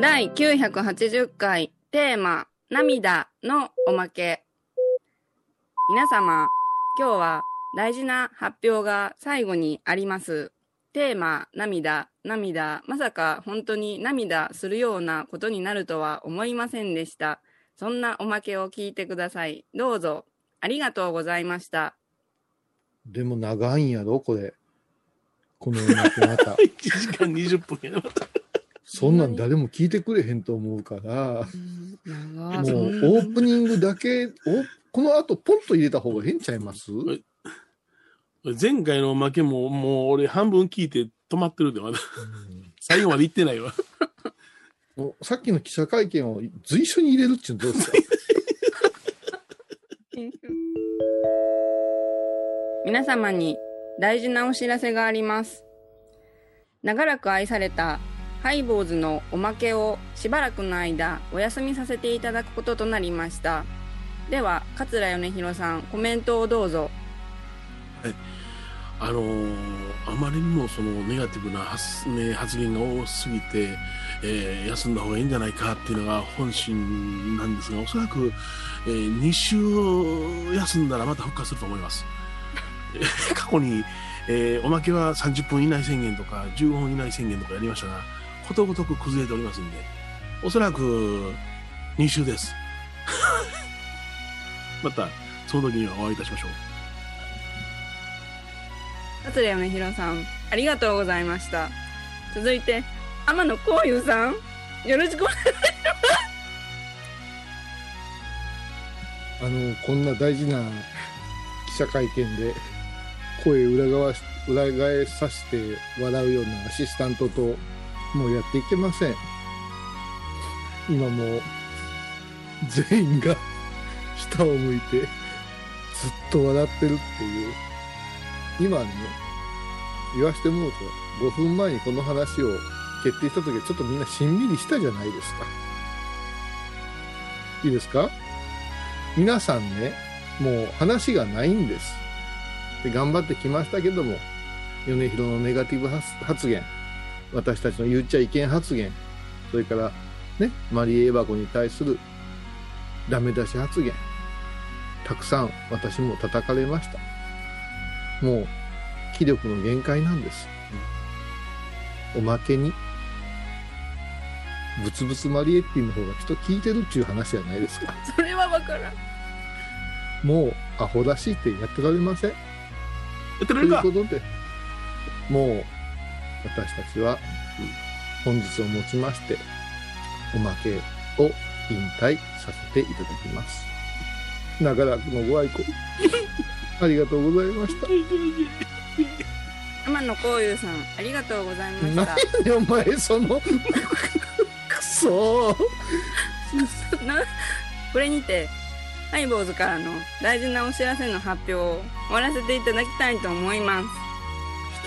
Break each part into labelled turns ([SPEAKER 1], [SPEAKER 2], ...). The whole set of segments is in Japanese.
[SPEAKER 1] 第980回テーマ「涙」のおまけ皆様今日は大事な発表が最後にありますテーマ「涙」涙まさか本当に涙するようなことになるとは思いませんでしたそんなおまけを聞いてくださいどうぞありがとうございました
[SPEAKER 2] でも長いんやろ、これ。このおまけま た。
[SPEAKER 3] 1時間20分やな。
[SPEAKER 2] そんなん誰も聞いてくれへんと思うから、
[SPEAKER 1] 長
[SPEAKER 2] もうオ
[SPEAKER 1] い
[SPEAKER 2] ープニングだけ、おこの後ポンと入れた方が変ちゃいます
[SPEAKER 3] い前回の負けも、もう俺半分聞いて止まってるで、まだ。最後まで行ってないわ。
[SPEAKER 2] もうさっきの記者会見を随所に入れるっていうのどうですか
[SPEAKER 1] 皆様に大事なお知らせがあります長らく愛されたハイボーズのおまけをしばらくの間お休みさせていただくこととなりましたでは桂米広さんコメントをどうぞ
[SPEAKER 3] あのーあまりにもそのネガティブな発,、ね、発言が多すぎて、えー休んだ方がいいんじゃないかっていうのが本心なんですが、おそらく、え2週休んだらまた復活すると思います。 えー過去に、えーおまけは30分以内宣言とか15分以内宣言とかやりましたが、ことごとく崩れておりますんで、おそらく2週です。 また、その時にはお会いいたしましょう。
[SPEAKER 1] 桂米広さんありがとうございました続いて天野幸雄さんよろしくお願い
[SPEAKER 2] あの、こんな大事な記者会見で、声裏側し、裏返させて笑うようなアシスタントと、もうやっていけません。今もう、全員が下を向いて、ずっと笑ってるっていう。今ね、言わしてもうと、5分前にこの話を決定した時はちょっとみんなしんみりしたじゃないですか。いいですか皆さんね、もう話がないんです。で頑張ってきましたけども、米広のネガティブ発発言、私たちの言っちゃいけん発言、それからね、マリエエバコに対するダメ出し発言、たくさん私も叩かれました。もう、気力の限界なんです。おまけに、ブツブツマリエッティの方が人聞いてるっていう話じゃないですか。
[SPEAKER 1] それはわからん
[SPEAKER 2] もうアホらしいってやってられません。
[SPEAKER 3] やって
[SPEAKER 2] と
[SPEAKER 3] くれ
[SPEAKER 2] い
[SPEAKER 3] る
[SPEAKER 2] う
[SPEAKER 3] か
[SPEAKER 2] ことで、もう私たちは本日をもちまして、おまけを引退させていただきます。長らくのご愛顧、ありがとうございました。
[SPEAKER 1] 天野幸雄さんありがとうございま
[SPEAKER 2] 何
[SPEAKER 1] した
[SPEAKER 2] やねんお前、その、くそー
[SPEAKER 1] な これにてハイボーズからの大事なお知らせの発表を終わらせていただきたいと思います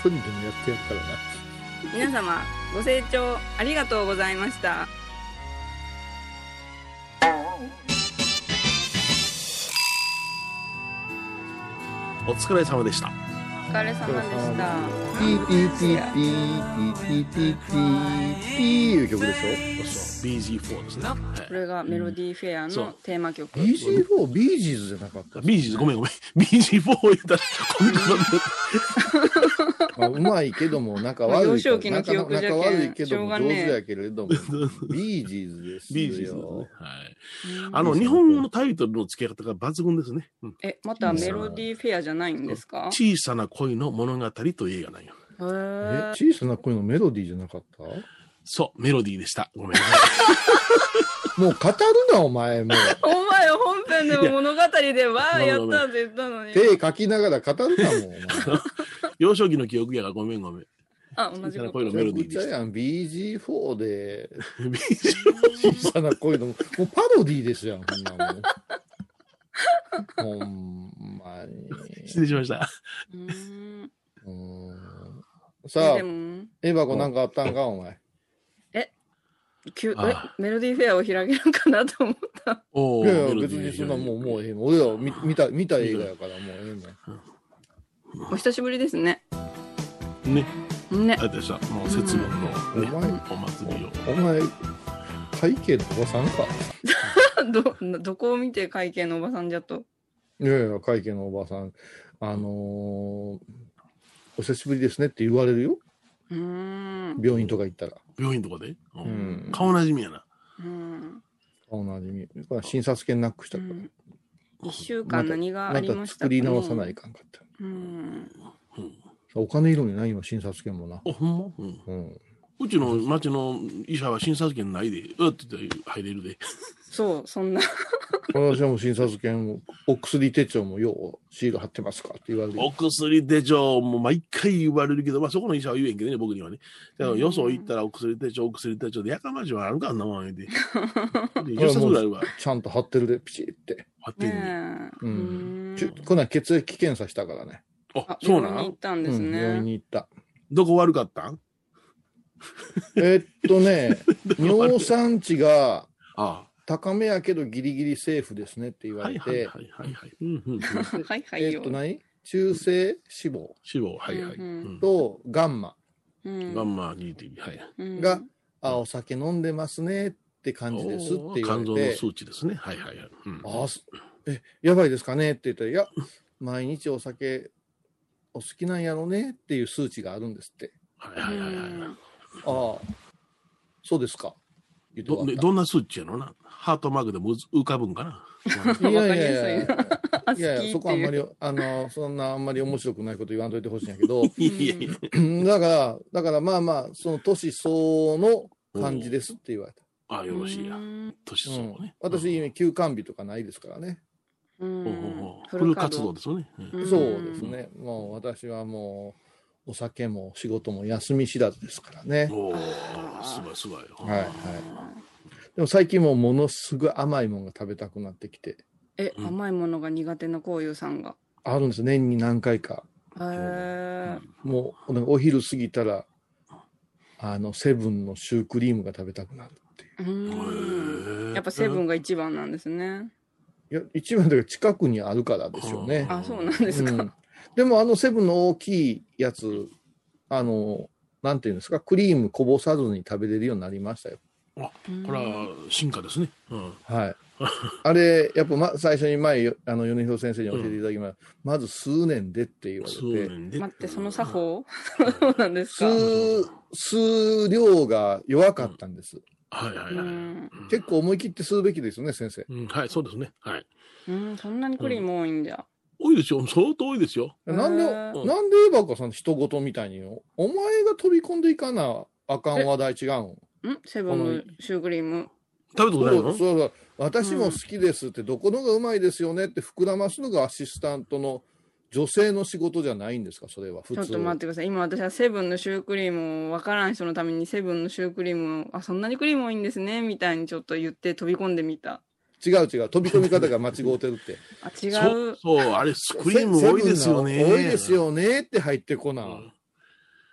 [SPEAKER 2] 一人でもやってやるからな。
[SPEAKER 1] 皆様ご清聴ありがとうございました
[SPEAKER 3] お疲れ様でした。
[SPEAKER 1] お疲れ様でした
[SPEAKER 2] ピーピーピーピーピーピーピーピーピーいう曲でし
[SPEAKER 3] BG4 ですね。は
[SPEAKER 1] これがメロディーフェアのテーマ曲
[SPEAKER 2] ょ ?BG4 ビージーズじゃなかっ、
[SPEAKER 3] い、BG ごめんごめん。BG4 言ったら、こんなことになった
[SPEAKER 2] まあ、うまいけども仲悪い
[SPEAKER 1] 幼少期の記憶じゃけん
[SPEAKER 2] 仲悪いけど
[SPEAKER 1] しょう
[SPEAKER 2] も
[SPEAKER 1] が
[SPEAKER 2] 上
[SPEAKER 1] ね
[SPEAKER 2] 手
[SPEAKER 1] え
[SPEAKER 2] やけれ どもビージーズで
[SPEAKER 3] た BG
[SPEAKER 2] す
[SPEAKER 3] ですね。
[SPEAKER 2] よ
[SPEAKER 3] はい。
[SPEAKER 1] うん
[SPEAKER 3] あの、日本語のタイトルの付け方が抜群ですね。うん
[SPEAKER 1] えまたメロディーフェアじゃないんですか
[SPEAKER 3] 小さな恋の物語という映画なんよ。
[SPEAKER 1] へ
[SPEAKER 2] え
[SPEAKER 1] ー
[SPEAKER 2] 小さな声のメロディーじゃなかった
[SPEAKER 3] そう、メロディーでした。ごめんなさ
[SPEAKER 2] もう語るなお 前もう
[SPEAKER 1] お前本編でも物語でわーやったって言ったのに
[SPEAKER 2] 手書きながら語るなもうお前
[SPEAKER 3] い。幼少期の記憶やがごめんごめん。
[SPEAKER 1] あ同じこ
[SPEAKER 3] 小さな恋
[SPEAKER 1] と
[SPEAKER 3] のメロディー
[SPEAKER 2] めち ゃく
[SPEAKER 3] で
[SPEAKER 2] ち
[SPEAKER 3] し
[SPEAKER 2] ゃやん BG4 で
[SPEAKER 3] た。
[SPEAKER 2] 小さな声のもうパロディーですやんこんなもんほんまに
[SPEAKER 3] 失礼しました。
[SPEAKER 1] うん
[SPEAKER 2] うーん
[SPEAKER 1] え
[SPEAKER 2] さあ
[SPEAKER 1] で、も
[SPEAKER 2] エバコなんかあったんか、お前。
[SPEAKER 1] きゅえ
[SPEAKER 3] ああ
[SPEAKER 1] メロディーフェアを開けるかなと思っした。
[SPEAKER 3] お
[SPEAKER 2] い
[SPEAKER 3] ー
[SPEAKER 2] やいや、別にそんなもう、もうええの。俺らは見見た、見た映画やからもうええねん。
[SPEAKER 1] お久しぶりですね。
[SPEAKER 3] ね、
[SPEAKER 1] ね
[SPEAKER 3] あ。れでした。もう節分の、ね
[SPEAKER 2] うんお前
[SPEAKER 3] お祭りを。
[SPEAKER 2] お前、会計のおばさんか。
[SPEAKER 1] ど、どこを見て会計のおばさんじゃと。
[SPEAKER 2] いやいや、会計のおばさん。あのーお久しぶりですねって言われるよ。
[SPEAKER 1] うーん。
[SPEAKER 2] 病院とか行ったら。
[SPEAKER 3] 病院とかで。うん
[SPEAKER 2] うん
[SPEAKER 3] 顔なじみやな。
[SPEAKER 1] うん。
[SPEAKER 2] 顔の味見。これは診察券なくしたか
[SPEAKER 1] うん一週間何が
[SPEAKER 2] ら。
[SPEAKER 1] あ
[SPEAKER 2] ま
[SPEAKER 1] りま
[SPEAKER 2] た
[SPEAKER 1] した
[SPEAKER 2] 作
[SPEAKER 1] か、ね、
[SPEAKER 2] り直さないかんかった。
[SPEAKER 1] うん。
[SPEAKER 2] お金いるのにないの診察券もな。
[SPEAKER 3] お、ほんま、うん、
[SPEAKER 2] うん。
[SPEAKER 3] うちの町の医者は診察券ないで、うわって言ったら入れるで。
[SPEAKER 1] そう、そんな。
[SPEAKER 2] 私はもう診察券も、お薬手帳もようシール貼ってますかって言われる。
[SPEAKER 3] お薬手帳も毎回言われるけど、まあそこの医者は言えんけどね、僕にはね。だからよそ行ったらお薬手帳、お薬手帳で、やかましはあるかんなもん 言うて。で10冊ぐらいは
[SPEAKER 2] ちゃんと貼ってるで、ピチって。
[SPEAKER 3] 貼ってん
[SPEAKER 1] ね
[SPEAKER 3] ねん。
[SPEAKER 1] え。
[SPEAKER 2] うん
[SPEAKER 1] うん
[SPEAKER 2] ちゅこの間血液検査したからね。
[SPEAKER 3] あ
[SPEAKER 1] あ、、
[SPEAKER 3] そう
[SPEAKER 1] 病
[SPEAKER 3] な
[SPEAKER 1] 院に行
[SPEAKER 3] ん
[SPEAKER 1] ったん
[SPEAKER 2] う
[SPEAKER 1] です
[SPEAKER 2] ん、
[SPEAKER 1] ね。
[SPEAKER 2] 病院に行った。
[SPEAKER 3] どこ悪かったん
[SPEAKER 2] えーっと ね、尿酸値が
[SPEAKER 3] あ
[SPEAKER 2] 高めやけどギリギリセーフですねって言
[SPEAKER 3] あ
[SPEAKER 2] わ
[SPEAKER 3] はい
[SPEAKER 2] れ
[SPEAKER 3] はい
[SPEAKER 2] て、
[SPEAKER 3] はいはいはい。うんうんうん。
[SPEAKER 1] はいは
[SPEAKER 2] え
[SPEAKER 1] い
[SPEAKER 2] ー
[SPEAKER 1] よ
[SPEAKER 2] っと。何中性脂肪
[SPEAKER 3] 死亡、はいはい。
[SPEAKER 1] う
[SPEAKER 3] うんん
[SPEAKER 2] とガンマ
[SPEAKER 1] うん
[SPEAKER 3] ガンマ GTB、はい。
[SPEAKER 1] うん
[SPEAKER 2] が、あ、お酒飲んでますねって感じですって言わ
[SPEAKER 3] 肝臓
[SPEAKER 2] れ
[SPEAKER 3] の
[SPEAKER 2] て、
[SPEAKER 3] 数値ですね。はいはいはい。うん
[SPEAKER 2] あ、すえ、やばいですかねって言ったら、いや、毎日お酒お好きなんやろねっていう数値があるんですって。
[SPEAKER 3] はいはいはいはい。
[SPEAKER 2] ああ、そうですか。言って
[SPEAKER 3] ど
[SPEAKER 2] 終わった
[SPEAKER 3] どんな数値やろなハートマークでもうず浮かぶんかな
[SPEAKER 2] いやいやい
[SPEAKER 1] わか
[SPEAKER 2] や、いやいや、そこはあんま
[SPEAKER 1] り。
[SPEAKER 2] り、あの、そんなあんまり面白くないこと言わんといてほしいんやけど、
[SPEAKER 3] いやいやいや。
[SPEAKER 2] だから、だからまあまあ、その年相応の感じですって言われた。
[SPEAKER 3] あよろしいや
[SPEAKER 1] う。ん
[SPEAKER 3] 年相応ね。
[SPEAKER 2] 私、
[SPEAKER 3] うん
[SPEAKER 2] 休館日とかないですからね。
[SPEAKER 1] うん
[SPEAKER 3] ほうほうほうフ
[SPEAKER 1] フ
[SPEAKER 3] ル
[SPEAKER 1] ル
[SPEAKER 3] 活
[SPEAKER 1] 活
[SPEAKER 3] 動
[SPEAKER 1] 動。
[SPEAKER 3] ですよね。うん
[SPEAKER 1] うん
[SPEAKER 2] そうですね。もう私はもう、お酒も仕事も休み知らずですからね。
[SPEAKER 3] お
[SPEAKER 1] あ
[SPEAKER 3] お、
[SPEAKER 1] ー
[SPEAKER 3] すごいすごい。
[SPEAKER 2] はいでも最近もうものすごい甘いものが食べたくなってきて、
[SPEAKER 1] え、
[SPEAKER 3] うん
[SPEAKER 1] 甘いものが苦手なこういうさんが。
[SPEAKER 2] あるんです、年に何回か。
[SPEAKER 1] へえ。
[SPEAKER 2] もう、お昼過ぎたら、あの、セブンのシュークリームが食べたくなるっていう
[SPEAKER 3] へ
[SPEAKER 1] ん。
[SPEAKER 3] ー
[SPEAKER 1] やっぱセブンが一番なんですね。
[SPEAKER 2] う。いや、一番だから近くにあるからですよね。
[SPEAKER 1] あ、そうなんです
[SPEAKER 2] う
[SPEAKER 1] か
[SPEAKER 2] ん。、でもあのセブンの大きいやつあのなんていうんですかクリームこぼさずに食べれるようになりましたよ
[SPEAKER 1] うん
[SPEAKER 3] これは進化ですね。うん。
[SPEAKER 2] はい あれやっぱ、ま、最初に前よあの米広先生に教えていただきました、まず数年でって言わ
[SPEAKER 3] 数
[SPEAKER 2] れて
[SPEAKER 3] 年で。
[SPEAKER 1] 待って、その作法そうなんですか。
[SPEAKER 2] 数数量が弱かったんです、
[SPEAKER 3] はいは
[SPEAKER 1] う
[SPEAKER 3] いはい。
[SPEAKER 1] ん
[SPEAKER 2] 結構思い切って吸うべきですよね先生
[SPEAKER 3] うんはい、そうですね。はい。
[SPEAKER 1] うん、そんなにクリーム多いんじゃ。
[SPEAKER 3] 多いですよ。相当多いですよ。
[SPEAKER 2] なんで、
[SPEAKER 1] へー
[SPEAKER 2] なんでエバカさん人事みたいによお前が飛び込んでいかなあかん話題違うん
[SPEAKER 1] んセブンのシュークリーム。
[SPEAKER 3] 食べたことない
[SPEAKER 2] そう
[SPEAKER 3] の
[SPEAKER 2] そうそう私も好きですって、どこのがうまいですよねって膨らますのがアシスタントの女性の仕事じゃないんですか、それは普
[SPEAKER 1] ちょ
[SPEAKER 2] 通。
[SPEAKER 1] っと待ってください。今私はセブンのシュークリームを分からん人のためにセブンのシュークリームを、あ、そんなにクリーム多いんですね、みたいにちょっと言って飛び込んでみた。
[SPEAKER 2] 違う違う、飛び込み方が間違うてるって。
[SPEAKER 1] あ、違
[SPEAKER 3] そうう。。そう、あれ、ス クリーム多いですよね。
[SPEAKER 2] セブンが多いです。よねって入ってこな。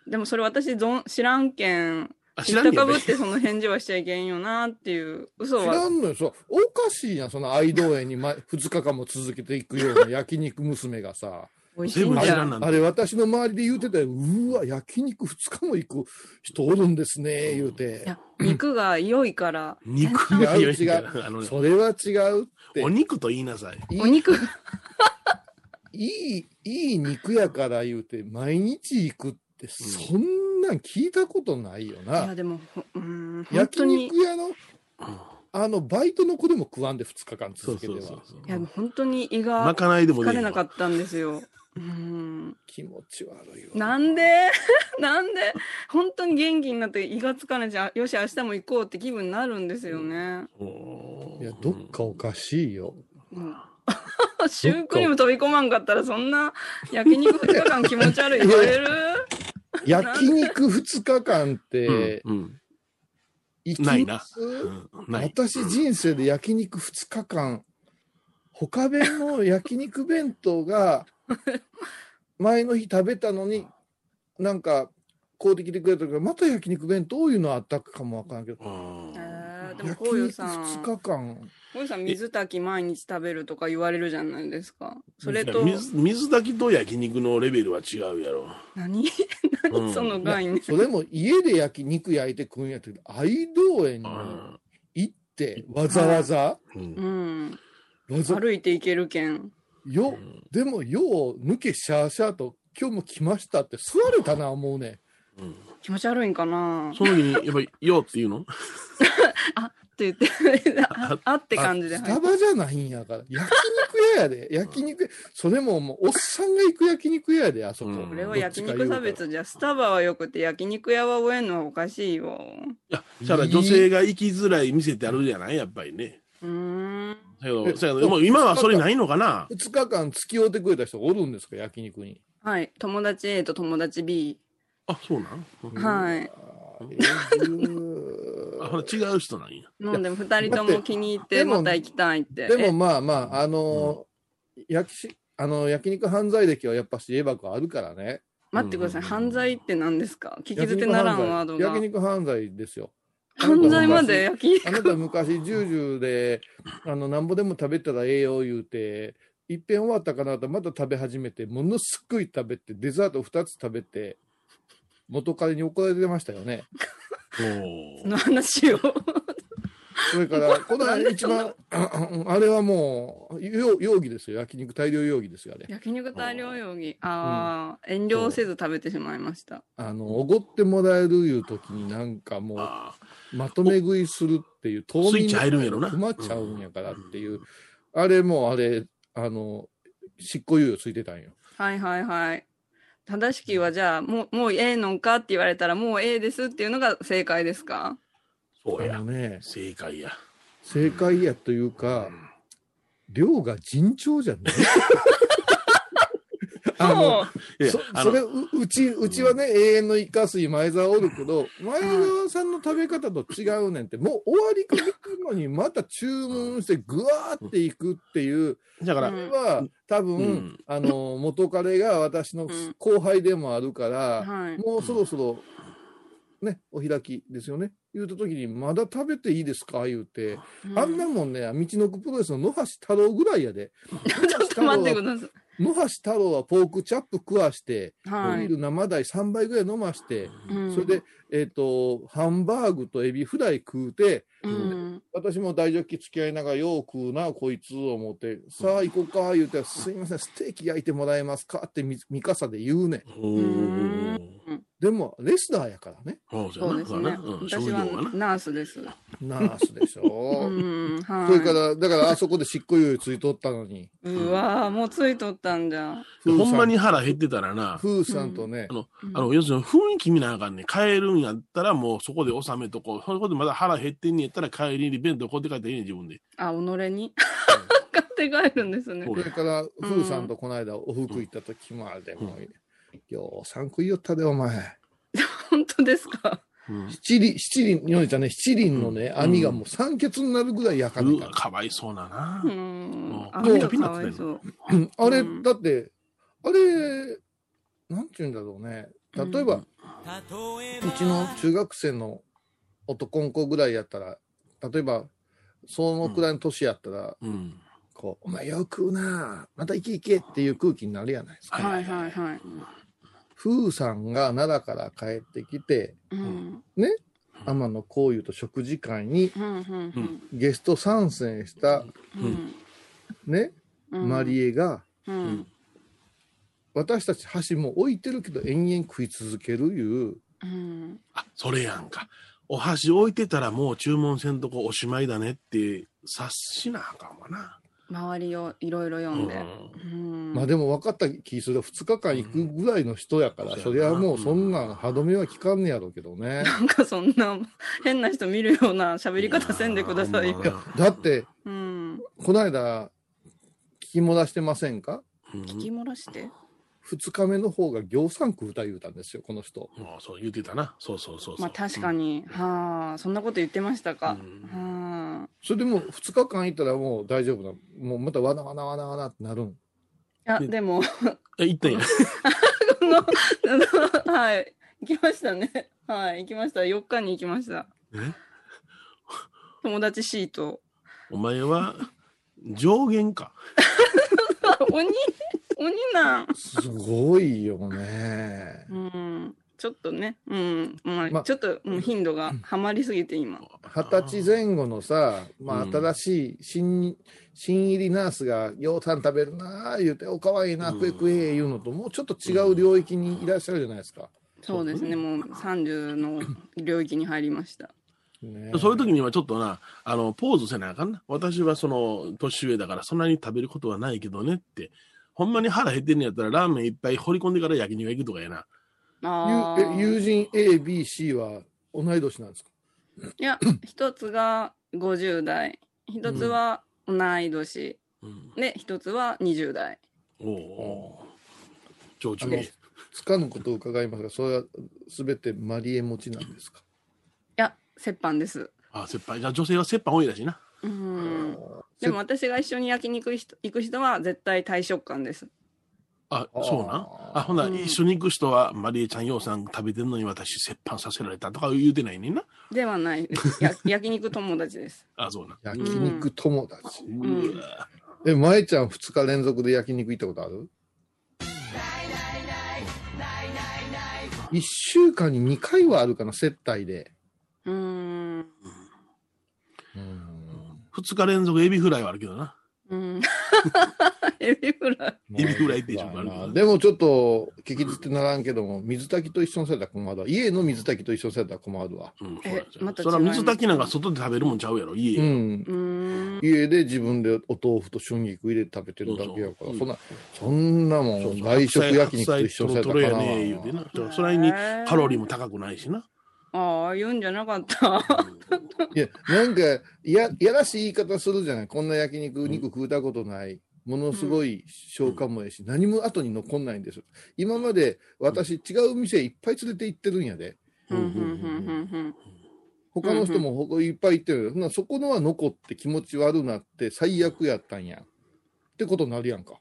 [SPEAKER 1] でもそれ私ぞん、知らんけん、
[SPEAKER 3] あ、知
[SPEAKER 1] 知
[SPEAKER 3] ら
[SPEAKER 1] っ
[SPEAKER 3] んけ
[SPEAKER 1] たか
[SPEAKER 3] どね
[SPEAKER 1] ぶってその返事はしちゃいけんよなっていう、嘘
[SPEAKER 2] 知ら
[SPEAKER 1] は。
[SPEAKER 2] んのよ、そう。おかしいやん、その愛道園に2日間も続けていくような焼肉娘がさ。
[SPEAKER 1] 美味し
[SPEAKER 3] セ
[SPEAKER 1] い
[SPEAKER 3] ブ
[SPEAKER 1] ん
[SPEAKER 3] ン知
[SPEAKER 1] じ
[SPEAKER 3] ら
[SPEAKER 1] ゃ
[SPEAKER 3] ん
[SPEAKER 1] ん。
[SPEAKER 3] なん
[SPEAKER 2] あれ、私の周りで言うてたよ。うわ、焼肉2日も行く人おるんですね、言うて
[SPEAKER 1] い。や、肉が良いから、
[SPEAKER 3] 肉
[SPEAKER 2] 違
[SPEAKER 3] が
[SPEAKER 2] う
[SPEAKER 3] 良い
[SPEAKER 2] 違
[SPEAKER 3] から
[SPEAKER 2] う。
[SPEAKER 3] あのね
[SPEAKER 2] それは違うって
[SPEAKER 3] お肉と言いなさい。
[SPEAKER 2] いい
[SPEAKER 1] お肉が、
[SPEAKER 2] いい、いい肉やから言うて、毎日行くって、そんなん聞いたことないよ
[SPEAKER 1] い
[SPEAKER 2] な。
[SPEAKER 1] やでも、ほうん、本当
[SPEAKER 2] 焼
[SPEAKER 1] に
[SPEAKER 2] 肉、屋の、あの、バイトの子でも食わんで2日間
[SPEAKER 3] そ
[SPEAKER 2] 続
[SPEAKER 3] う
[SPEAKER 2] け
[SPEAKER 3] そ
[SPEAKER 2] て
[SPEAKER 3] うそう
[SPEAKER 2] は。
[SPEAKER 3] そう。
[SPEAKER 1] いや、本当に胃
[SPEAKER 3] ま
[SPEAKER 1] が
[SPEAKER 3] かないでも
[SPEAKER 1] 疲れなか
[SPEAKER 3] っ
[SPEAKER 1] ったんですよ。うん。
[SPEAKER 2] 気持ち悪いわ。
[SPEAKER 1] なんで なんで本当に元気になって胃が疲れちゃう。よし、明日も行こうって気分になるんですよね。
[SPEAKER 3] た。
[SPEAKER 2] いや、どっかおかしいよ。
[SPEAKER 1] も うシュークリーム飛び込まんかったら、そんな焼肉2日間気持ち悪い言われる
[SPEAKER 2] 焼肉2日間って、
[SPEAKER 3] うんうん
[SPEAKER 2] 行き
[SPEAKER 3] ない
[SPEAKER 2] ま
[SPEAKER 3] な
[SPEAKER 2] す
[SPEAKER 3] うんない。
[SPEAKER 2] 私人生で焼肉2日間、他弁の焼肉弁当が、前の日食べたのに、なんか、買うてきてくれたから、また焼肉弁当いうのはあったかもわからんけど、
[SPEAKER 3] うん
[SPEAKER 1] えーでも、こうよさ
[SPEAKER 2] 2
[SPEAKER 1] ん、
[SPEAKER 2] 日間。
[SPEAKER 1] こうよさん、水炊き毎日食べるとか言われるじゃないですか。それと、
[SPEAKER 3] 水水炊きと焼肉のレベルは違うやろ。
[SPEAKER 1] 何
[SPEAKER 3] うん
[SPEAKER 1] 何 その概念。
[SPEAKER 2] それも家で焼き肉焼いて食うんやったけど、愛道園に
[SPEAKER 3] うん
[SPEAKER 2] 行って、わざわざ、
[SPEAKER 3] うん
[SPEAKER 1] うん。
[SPEAKER 2] わざ、
[SPEAKER 1] 歩いていけるけん。
[SPEAKER 3] う
[SPEAKER 2] よ、
[SPEAKER 3] ん
[SPEAKER 2] でもよう抜けシャーシャーと、今日も来ましたって座れたな、思うね。
[SPEAKER 3] うん
[SPEAKER 1] 気持ち悪いんかな
[SPEAKER 3] その時に、やっぱり、よって いうの
[SPEAKER 1] って言って、ああって感じで
[SPEAKER 2] ス
[SPEAKER 1] 入
[SPEAKER 2] タ
[SPEAKER 1] っ
[SPEAKER 2] バじゃないんやから。焼肉屋やで。焼肉屋。それももう、おっさんが行く焼肉屋やで、あそこ。
[SPEAKER 3] うん
[SPEAKER 1] これは焼肉差別じゃ、スタバはよくて焼肉屋は終えんのはおかしいよ。
[SPEAKER 3] いや、そしたら女性が行きづらい店ってあるじゃないやっぱりね。
[SPEAKER 1] うーん。
[SPEAKER 3] だけど
[SPEAKER 2] え
[SPEAKER 3] そやけどもう今はそれないのかな
[SPEAKER 2] 2日間付き合うてくれた人おるんですか、焼肉に。
[SPEAKER 1] はい。友達 A と友達 B。
[SPEAKER 3] あ、そうなん、うん
[SPEAKER 1] はい。
[SPEAKER 2] あ ー
[SPEAKER 3] あ、ほら違う人なんや。
[SPEAKER 1] 飲んでも二人とも気に入って、
[SPEAKER 2] でも
[SPEAKER 1] また行きたいって。
[SPEAKER 2] でもまあまあ、あのー焼きし、あの、焼肉犯罪歴はやっぱしエバくあるからね。
[SPEAKER 1] え待ってください。
[SPEAKER 3] うん
[SPEAKER 1] 犯罪って何ですか聞き
[SPEAKER 2] 焼
[SPEAKER 1] 捨て
[SPEAKER 2] 肉
[SPEAKER 1] なら
[SPEAKER 2] 犯
[SPEAKER 1] んワード
[SPEAKER 2] 罪。
[SPEAKER 1] が
[SPEAKER 2] 焼。肉犯罪ですよ。
[SPEAKER 1] 犯罪まで焼き
[SPEAKER 2] あなた昔、ジュージューで、あの、なんぼでも食べたらええよ言うて、一遍終わったかなとまた食べ始めて、ものすっごい食べて、デザート2つ食べて、元彼に怒られてましたよね。
[SPEAKER 3] おー
[SPEAKER 1] の話を。
[SPEAKER 2] それ から、この一番、あれはもう、容容疑ですよ。焼肉大量容疑ですよ、あれ。
[SPEAKER 1] 焼肉大量容疑。ああ、遠慮せず食べてしまいました。
[SPEAKER 2] あの、おごってもらえるいう時になんかもう、
[SPEAKER 3] あ
[SPEAKER 2] まとめ食いするっていう、冬
[SPEAKER 3] スイッチ入るんやろな
[SPEAKER 2] 困っちゃうんやからっていう、あれもうあれ、あの、執行猶予ついてたんよ。
[SPEAKER 1] はいはいはい。正しきはじゃあ、もう、もうええのんかって言われたら、もうええですっていうのが正解ですか
[SPEAKER 3] そう
[SPEAKER 2] あ
[SPEAKER 3] や
[SPEAKER 2] の。ね、
[SPEAKER 3] 正解や。
[SPEAKER 2] 正解やというか、量が尋常じゃない。あの
[SPEAKER 1] も
[SPEAKER 3] いや
[SPEAKER 2] そ
[SPEAKER 3] あ
[SPEAKER 2] それ
[SPEAKER 3] の
[SPEAKER 2] ううちうちはね、永遠のイカ水前澤おるけど前澤さんの食べ方と違うねんってもう終わりかけるのにまた注文してぐわーっていくっていう
[SPEAKER 3] だから、
[SPEAKER 1] うん
[SPEAKER 2] これは多分、
[SPEAKER 3] うん
[SPEAKER 2] あの元彼が私の
[SPEAKER 1] ん
[SPEAKER 2] 後輩でもあるか
[SPEAKER 1] う、
[SPEAKER 2] ら、
[SPEAKER 1] はい。
[SPEAKER 2] もうそろそろねお開きですよね言うた時に「まだ食べていいですか?」言うて、あんなもんね道のくプロレスの野橋太郎ぐらいやで。
[SPEAKER 1] ちょっと待ってくださ
[SPEAKER 2] 野橋太郎はポークチャップ食わして、
[SPEAKER 1] い。は
[SPEAKER 2] ビー
[SPEAKER 1] い。
[SPEAKER 2] ル生大3杯ぐらい飲まして、
[SPEAKER 1] うん
[SPEAKER 2] それで、えっ、と、ハンバーグとエビフライ食うて、
[SPEAKER 1] うん。
[SPEAKER 2] 私も大ジョッキ付き合いながらよう食うな、こいつを思って、さあ行こうか、言うて、すいません、ステーキ焼いてもらえますかってみミカサで言うねん。
[SPEAKER 3] おー
[SPEAKER 2] でも、レスラーやからね。
[SPEAKER 3] あそ
[SPEAKER 1] そう
[SPEAKER 3] う
[SPEAKER 1] で
[SPEAKER 3] ですす
[SPEAKER 1] ね
[SPEAKER 3] ね。。
[SPEAKER 1] 私はナースです。
[SPEAKER 2] ナースでし ょ。
[SPEAKER 1] うん。はい。
[SPEAKER 2] それから、だからあそこで執行猶予ついとったのに、
[SPEAKER 1] うわーもうついとったんじゃ。
[SPEAKER 2] ふうさ
[SPEAKER 3] ほ
[SPEAKER 2] ん
[SPEAKER 3] んまに腹減ってたらな、
[SPEAKER 2] ふーさんとね、
[SPEAKER 3] あの、要するに雰囲気見なあかんねん。帰るんやったらもうそこで収めとこう。そこでまだ腹減ってんねやったら帰りに弁当買って帰ったらいいねん自分で。
[SPEAKER 1] あ、己に 買って帰るんですね
[SPEAKER 3] そ。う
[SPEAKER 2] それから、ふーさんとこの間、お服行った時もあれでも、ようさん食いよったで、お前。
[SPEAKER 1] 本当ですか
[SPEAKER 3] うん
[SPEAKER 2] 七輪、七輪、ヨネちゃんね、七輪のね、
[SPEAKER 3] うん
[SPEAKER 2] 網がもう酸欠になるぐらい焼かれ
[SPEAKER 3] う
[SPEAKER 2] た
[SPEAKER 3] わ、。かわいそうなな
[SPEAKER 1] う。ん。あ、
[SPEAKER 3] もう
[SPEAKER 1] かわいそう。
[SPEAKER 2] うんあれ
[SPEAKER 1] うん、
[SPEAKER 2] だって、あれ、なんて言うんだろうね。例えば、
[SPEAKER 1] う
[SPEAKER 2] うちの中学生の男の子ぐらいやったら、例えば、そのくらいの年やったら、
[SPEAKER 3] うん。
[SPEAKER 2] こう、お前よく食うなまた行け行けっていう空気になるやないですか。
[SPEAKER 1] はいはいはい。
[SPEAKER 2] ふーさんが奈良から帰ってきて、
[SPEAKER 1] うん。
[SPEAKER 2] 天野幸雄と食事会に
[SPEAKER 1] うん。うん
[SPEAKER 2] ゲスト参戦した、
[SPEAKER 1] うん。
[SPEAKER 2] ね、
[SPEAKER 1] うん。
[SPEAKER 2] マリエが、
[SPEAKER 1] うん。
[SPEAKER 2] 私たち箸も置いてるけど延々食い続けるいう
[SPEAKER 1] うん。
[SPEAKER 3] あ、それやんか。お箸置いてたらもう注文せんとこおしまいだねって察しなあかんわな。
[SPEAKER 1] 周りをいろいろ読んで。う
[SPEAKER 3] う
[SPEAKER 1] ん。
[SPEAKER 2] まあでも分かった気する2日間行くぐらいの人やから、
[SPEAKER 3] うん
[SPEAKER 2] そりゃもうそんなん歯止めは効かんねやろうけどね
[SPEAKER 1] なんかそんな変な人見るような喋り方せんでください
[SPEAKER 3] い
[SPEAKER 1] よ
[SPEAKER 3] や。
[SPEAKER 2] いやだって
[SPEAKER 1] うん。
[SPEAKER 2] この間聞き漏らしてませんか
[SPEAKER 3] うん
[SPEAKER 1] 聞き漏らして。
[SPEAKER 2] 2日目の方が行さん食うた言うたんですよこの人
[SPEAKER 3] もうそう言ってたな。そうそうそうそう。
[SPEAKER 1] まあ確かに。はあ、そんなこと言ってましたか。
[SPEAKER 3] うん
[SPEAKER 1] はあ。
[SPEAKER 2] それでも2日間行ったらもう大丈夫なもうまたわなわなわなわなってなるん
[SPEAKER 1] いや、でも、
[SPEAKER 3] え、行ったんや。
[SPEAKER 1] この、あのはい。行きましたね。はい。行きました。4日に行きました。
[SPEAKER 3] え
[SPEAKER 1] 友達シート。
[SPEAKER 3] お前は上限か。
[SPEAKER 1] 鬼、鬼なん。
[SPEAKER 2] すごいよね。
[SPEAKER 1] うん。ちょっとね、うん、まあ、
[SPEAKER 2] ま
[SPEAKER 1] ちょっと、うん、頻度がハマりすぎて今。
[SPEAKER 2] 二十歳前後のさ、まあ、
[SPEAKER 3] うん
[SPEAKER 2] 新しい新,、新入りナースが羊羹食べるなあ言うて、おかわいいな、
[SPEAKER 3] うん
[SPEAKER 2] 食え食え言うのと、もうちょっと違う領域にいらっしゃるじゃないですか。
[SPEAKER 1] そうですね、もう30の領域に入りました。
[SPEAKER 2] ね
[SPEAKER 3] そういう時にはちょっとな、あの、ポーズせなあかんな。私はその、年上だからそんなに食べることはないけどねって。ほんまに腹減ってんのやったらラーメンいっぱい掘り込んでから焼肉行くとかやな。
[SPEAKER 1] あ
[SPEAKER 2] ゆ
[SPEAKER 1] あ。
[SPEAKER 2] え友人 A、B、C は同い年なんですか
[SPEAKER 1] いや、一つが50代、一つは同い年、
[SPEAKER 3] うん。
[SPEAKER 1] で、一つは20代。
[SPEAKER 3] おうおう。上
[SPEAKER 2] あ
[SPEAKER 3] 中
[SPEAKER 2] の、つかぬことを伺いますが、それは全てマリエ持ちなんですか
[SPEAKER 1] いや、折半です。
[SPEAKER 3] あ、切羽。じゃあ女性は切羽多いらしいな。
[SPEAKER 1] うん。でも私が一緒に焼肉行く人行く人は絶対退職感です。
[SPEAKER 3] あ、
[SPEAKER 2] あー
[SPEAKER 3] そうなん。あ、ほな、
[SPEAKER 1] うん
[SPEAKER 3] 一緒に行く人は、マリエちゃん、ようさん食べてるのに私、折半させられたとか言うてないねんな。
[SPEAKER 1] ではないです。や 焼肉友達です。
[SPEAKER 3] あ、そうなん。
[SPEAKER 2] 焼肉友達。
[SPEAKER 1] ん
[SPEAKER 3] うわ
[SPEAKER 2] え、まえちゃん2日連続で焼肉行ったことある ?1 週間に2回はあるかな、接待で。
[SPEAKER 1] うーん。
[SPEAKER 3] 二日連続エビフライはあるけどな。
[SPEAKER 1] うん。 エビフライ。
[SPEAKER 3] エビフライ定食ある
[SPEAKER 2] まあでもちょっと、聞きつってならんけども、水炊きと一緒にされたら困るわ。家の水炊きと一緒にされたら困るわ。
[SPEAKER 3] うん、そう
[SPEAKER 1] え
[SPEAKER 3] なんですよ
[SPEAKER 1] また違
[SPEAKER 3] それはい
[SPEAKER 1] ます
[SPEAKER 3] 水炊きなんか外で食べるもんちゃうやろ、家。
[SPEAKER 2] う
[SPEAKER 3] うん
[SPEAKER 1] う。ーん。
[SPEAKER 2] 家で自分でお豆腐と春菊入れて食べてるだけやから、そんな、そんなもん、外食焼肉と一緒にされた
[SPEAKER 3] ト
[SPEAKER 2] ら
[SPEAKER 3] ロ
[SPEAKER 2] か
[SPEAKER 3] や
[SPEAKER 2] なわ
[SPEAKER 3] ね言うてな。それにカロリーも
[SPEAKER 1] へ
[SPEAKER 3] 高くない しな。
[SPEAKER 1] ああ、言うんじゃなかった。
[SPEAKER 2] いや、なんか、や、やらしい言い方するじゃない。こんな焼肉、肉食うたことない。ものすごい消化もええし、何も後に残んないんですよ。今まで私、違う店いっぱい連れて行ってるんやで。
[SPEAKER 1] ふんふんふんふんふん。
[SPEAKER 2] 他の人もほこいっぱい行ってる。ほなそこのは残って気持ち悪なって最悪やったんや。ってことになるやんか。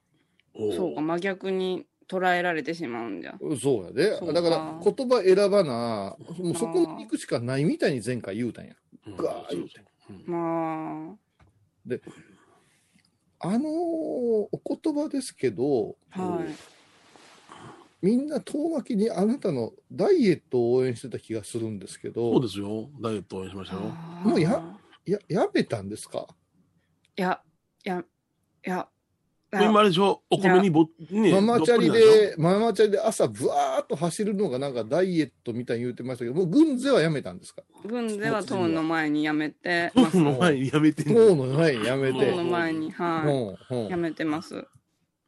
[SPEAKER 3] お
[SPEAKER 1] そうか、真逆に捉えられてしまうんじゃ。
[SPEAKER 2] そうやで。
[SPEAKER 3] そうか
[SPEAKER 2] だから言葉選ばな、もうそこに行くしかないみたいに前回言うたんや。
[SPEAKER 3] うん
[SPEAKER 2] ガー言うて
[SPEAKER 3] うん
[SPEAKER 1] まあ。
[SPEAKER 2] あのーお言葉ですけど、
[SPEAKER 1] はい。
[SPEAKER 2] みんな遠巻きにあなたのダイエットを応援してた気がするんですけど、
[SPEAKER 3] そうですよ。ダイエット応援しましたよ。
[SPEAKER 2] もうやややめたんですか
[SPEAKER 1] いや、いや、いや、いや
[SPEAKER 3] 今あれでしょ、お米にぼっ、ね
[SPEAKER 2] ママチャリ
[SPEAKER 3] どっぷりなんし
[SPEAKER 2] で、ママチャリで朝、ぶわーっと走るのがなんかダイエットみたいに言ってましたけど、もう軍勢はやめたんですか
[SPEAKER 1] 軍では党の前にやめて
[SPEAKER 3] ょ
[SPEAKER 1] ます。
[SPEAKER 3] の前にやめてんの
[SPEAKER 2] もうの前にやめ
[SPEAKER 1] 党
[SPEAKER 2] て。
[SPEAKER 1] の前に、は
[SPEAKER 2] もう
[SPEAKER 1] い。やめてます。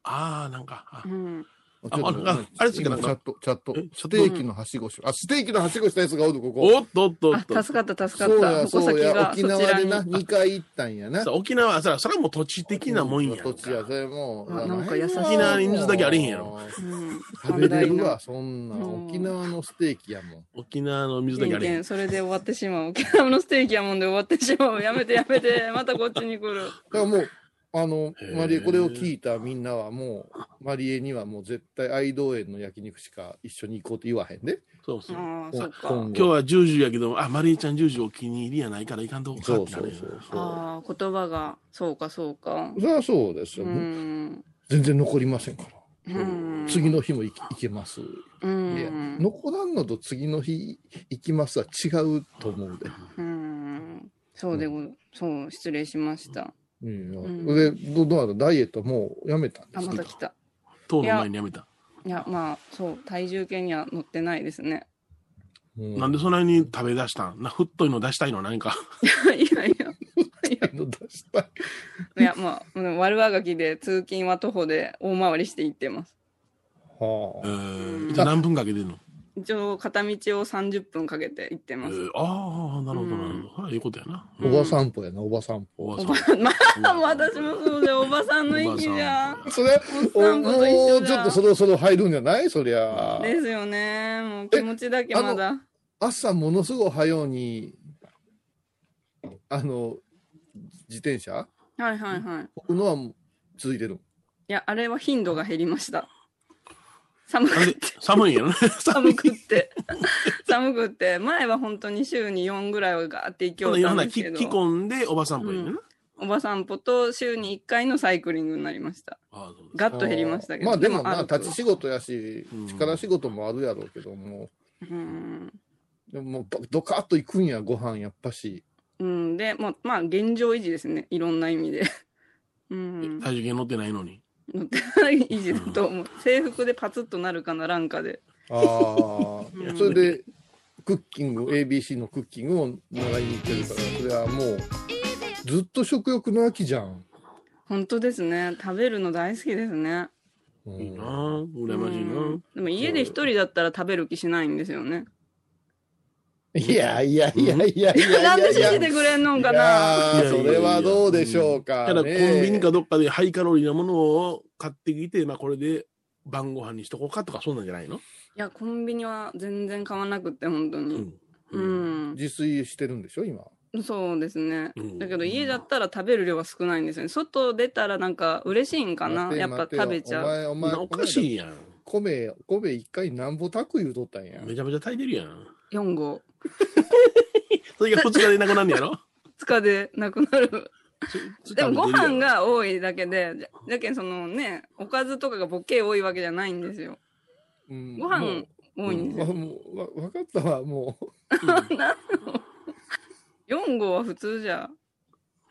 [SPEAKER 3] ああ、なんか、あ
[SPEAKER 1] うん。
[SPEAKER 2] ちょっと
[SPEAKER 3] あああれですか
[SPEAKER 2] 今
[SPEAKER 3] なん
[SPEAKER 2] チャ
[SPEAKER 3] か
[SPEAKER 2] ット、チャット
[SPEAKER 3] え。
[SPEAKER 2] ステーキのはしごし。あ、ステーキのはしごしたやつがおる、ここ。
[SPEAKER 3] おっとっとっと。
[SPEAKER 1] あ、助かった、助か
[SPEAKER 2] そう
[SPEAKER 1] った。
[SPEAKER 2] や、
[SPEAKER 1] 矛
[SPEAKER 2] そ
[SPEAKER 1] 先
[SPEAKER 2] うや。
[SPEAKER 1] が
[SPEAKER 2] 沖
[SPEAKER 1] そち
[SPEAKER 2] 縄
[SPEAKER 1] ら
[SPEAKER 2] で
[SPEAKER 1] に。
[SPEAKER 2] な、2回行ったんやな
[SPEAKER 3] さ。沖縄はさ、それはもう土地的なもんやんか。
[SPEAKER 2] 土地や、それもう。
[SPEAKER 1] あなんか優しい
[SPEAKER 3] 沖縄人数だけあれへんやろ。
[SPEAKER 1] うん
[SPEAKER 2] 食べれるわ、そんな
[SPEAKER 1] うん
[SPEAKER 2] ん。沖縄のステーキやもん。
[SPEAKER 3] 沖縄の水だけ
[SPEAKER 1] 人
[SPEAKER 3] あれへん
[SPEAKER 1] 間、。それで終わってしまう。沖縄のステーキやもんで終わってしまう。やめて、やめて。またこっちに来る。
[SPEAKER 2] だからもう、あの
[SPEAKER 3] へ、ー
[SPEAKER 2] マリエ、これを聞いたみんなはもう、マリエにはもう絶対愛道園の焼肉しか一緒に行こうって言わへんで。
[SPEAKER 3] そうそう。今
[SPEAKER 1] ああ、そっか。
[SPEAKER 2] 今
[SPEAKER 3] 日
[SPEAKER 2] 後。
[SPEAKER 3] は10時やけど、あ、マリエちゃん10時お気に入りやないから行かんとこか
[SPEAKER 2] そ
[SPEAKER 3] っ
[SPEAKER 2] う
[SPEAKER 3] て
[SPEAKER 2] そ
[SPEAKER 3] なる
[SPEAKER 2] う
[SPEAKER 3] やん
[SPEAKER 2] そうそ
[SPEAKER 1] ああ、言葉が、そうか、そうか
[SPEAKER 2] う。。それはそうです
[SPEAKER 1] う
[SPEAKER 2] よ。
[SPEAKER 1] ん。
[SPEAKER 2] 全然残りませんから。
[SPEAKER 1] うん。
[SPEAKER 2] 次の日も行き行けます。
[SPEAKER 1] う
[SPEAKER 2] いや
[SPEAKER 1] ん。
[SPEAKER 2] 残らんのと次の日行きますは違うと思うで。
[SPEAKER 1] うん。そうでご、そう、失礼しました。
[SPEAKER 2] うん。
[SPEAKER 1] うん
[SPEAKER 2] で、どどうなのダイエットもうやめたんで
[SPEAKER 1] あ、
[SPEAKER 2] す
[SPEAKER 1] ま
[SPEAKER 2] か
[SPEAKER 1] た来た。
[SPEAKER 3] 塔の前にやめた。
[SPEAKER 1] いや、まあ、そう、体重計には乗ってないですね。
[SPEAKER 2] な
[SPEAKER 3] なんでそんなに食べ出したんな、ふっといの出したいの何か。
[SPEAKER 1] いやいや。
[SPEAKER 2] の出したい
[SPEAKER 1] いや、まあ、でも悪あがきで通勤は徒歩で大回りして行ってます。
[SPEAKER 2] はあ
[SPEAKER 3] えー、じゃあ何分かけてんの
[SPEAKER 1] 一応、片道を30分かけて行って
[SPEAKER 3] え
[SPEAKER 1] ます。
[SPEAKER 3] ー、ああ、なるほど、
[SPEAKER 1] うん
[SPEAKER 3] なるほど。それはいいことやな。
[SPEAKER 1] うん
[SPEAKER 2] おばさんぽやな、おばさんぽ。
[SPEAKER 3] おば
[SPEAKER 1] お
[SPEAKER 3] さん
[SPEAKER 1] ば。 まあ、私もそうで、おばさんの
[SPEAKER 3] おば
[SPEAKER 1] 域
[SPEAKER 3] さん
[SPEAKER 1] じゃん。
[SPEAKER 2] それは
[SPEAKER 1] おっ
[SPEAKER 2] お
[SPEAKER 1] さん
[SPEAKER 2] も
[SPEAKER 1] こと一緒
[SPEAKER 2] う
[SPEAKER 1] じ
[SPEAKER 2] ちょっ
[SPEAKER 1] ゃ
[SPEAKER 2] とそ
[SPEAKER 1] ん。
[SPEAKER 2] ろそろ入るんじゃないそりゃあ。
[SPEAKER 1] ですよね。もう気持ちだけ
[SPEAKER 2] えあの
[SPEAKER 1] まだ。
[SPEAKER 2] 朝ものすごい早うに、あの、自転車
[SPEAKER 1] はいはいはい。
[SPEAKER 2] 僕のは続いてる。
[SPEAKER 1] いや、あれは頻度が減りました。寒
[SPEAKER 3] あ
[SPEAKER 1] く
[SPEAKER 3] れ寒いんやろね。
[SPEAKER 1] 寒くって。 寒くって、前は本当に週に4ぐらいはガーって行き
[SPEAKER 3] 今
[SPEAKER 1] よ
[SPEAKER 3] 日
[SPEAKER 1] った
[SPEAKER 3] なんら
[SPEAKER 1] で
[SPEAKER 3] き
[SPEAKER 1] すけ
[SPEAKER 3] 着
[SPEAKER 1] ど、
[SPEAKER 3] 込んでおばさんぽやねんな、
[SPEAKER 1] おばさんぽと週に1回のサイクリングになりました。
[SPEAKER 3] ああそうです
[SPEAKER 1] ガッと減りましたけど。
[SPEAKER 2] まあでもまあ
[SPEAKER 1] 歩く
[SPEAKER 2] 立ち仕事やし
[SPEAKER 3] うん
[SPEAKER 2] 力仕事もあるやろうけども
[SPEAKER 1] うん。
[SPEAKER 2] でももうドドカッと行くんやご飯やっぱし
[SPEAKER 1] うん、で、もうまあ現状維持ですね。いろんな意味で。 うん。
[SPEAKER 3] 体重計乗ってないのに
[SPEAKER 1] 乗ってない維持だと思う。制服でパツッとなるかならんかで。
[SPEAKER 2] ああ それでクッキング ABC のクッキングを習いに行ってるからそれはもうずっと食欲の秋じゃん、
[SPEAKER 1] 本当ですね。食べるの大好きですね。
[SPEAKER 2] うん
[SPEAKER 3] いいなあ羨ましいな
[SPEAKER 1] うんでも家で一人だったら食べる気しないんですよね。
[SPEAKER 2] いやいやいやいやいやいやいや
[SPEAKER 1] なんで信じてくれんのんかな。
[SPEAKER 2] いやーそれはどうでしょうか、
[SPEAKER 3] ただコ
[SPEAKER 2] ね
[SPEAKER 3] ンビニかどっかでハイカロリーなものを買ってきて、まあこれで晩ご飯にしとこうかとか、そんなんじゃないの
[SPEAKER 1] いや、コンビニは全然買わなくって、本当
[SPEAKER 3] う
[SPEAKER 1] に。
[SPEAKER 3] ん。
[SPEAKER 1] う
[SPEAKER 3] うん。
[SPEAKER 1] ん。
[SPEAKER 2] 自炊してるんでしょ今
[SPEAKER 1] そうですね
[SPEAKER 3] う。ん
[SPEAKER 1] だけど家だったら食べる量は少ないんですよね。外出たらなんか嬉しいんかな。
[SPEAKER 2] 待て
[SPEAKER 1] やっぱ
[SPEAKER 2] 待てよ
[SPEAKER 1] 食べちゃう。
[SPEAKER 2] お前お前
[SPEAKER 3] おかしいやん。
[SPEAKER 2] この間米米一回なんぼたく言うとったんや
[SPEAKER 3] めちゃめちゃ炊いてるやん。
[SPEAKER 1] 4号。
[SPEAKER 3] それが2日でなくなんねやろ
[SPEAKER 1] 2日でなくなる。
[SPEAKER 3] つ
[SPEAKER 1] でもご飯。が多いだけで、じゃだけどそのね、おかずとかがボケ多いわけじゃないんですよ。
[SPEAKER 2] うん
[SPEAKER 1] ご飯多いんです
[SPEAKER 2] も
[SPEAKER 1] よ。
[SPEAKER 2] うもうわ分かったわも
[SPEAKER 3] つか
[SPEAKER 1] なんの ?4 号は普通じゃ。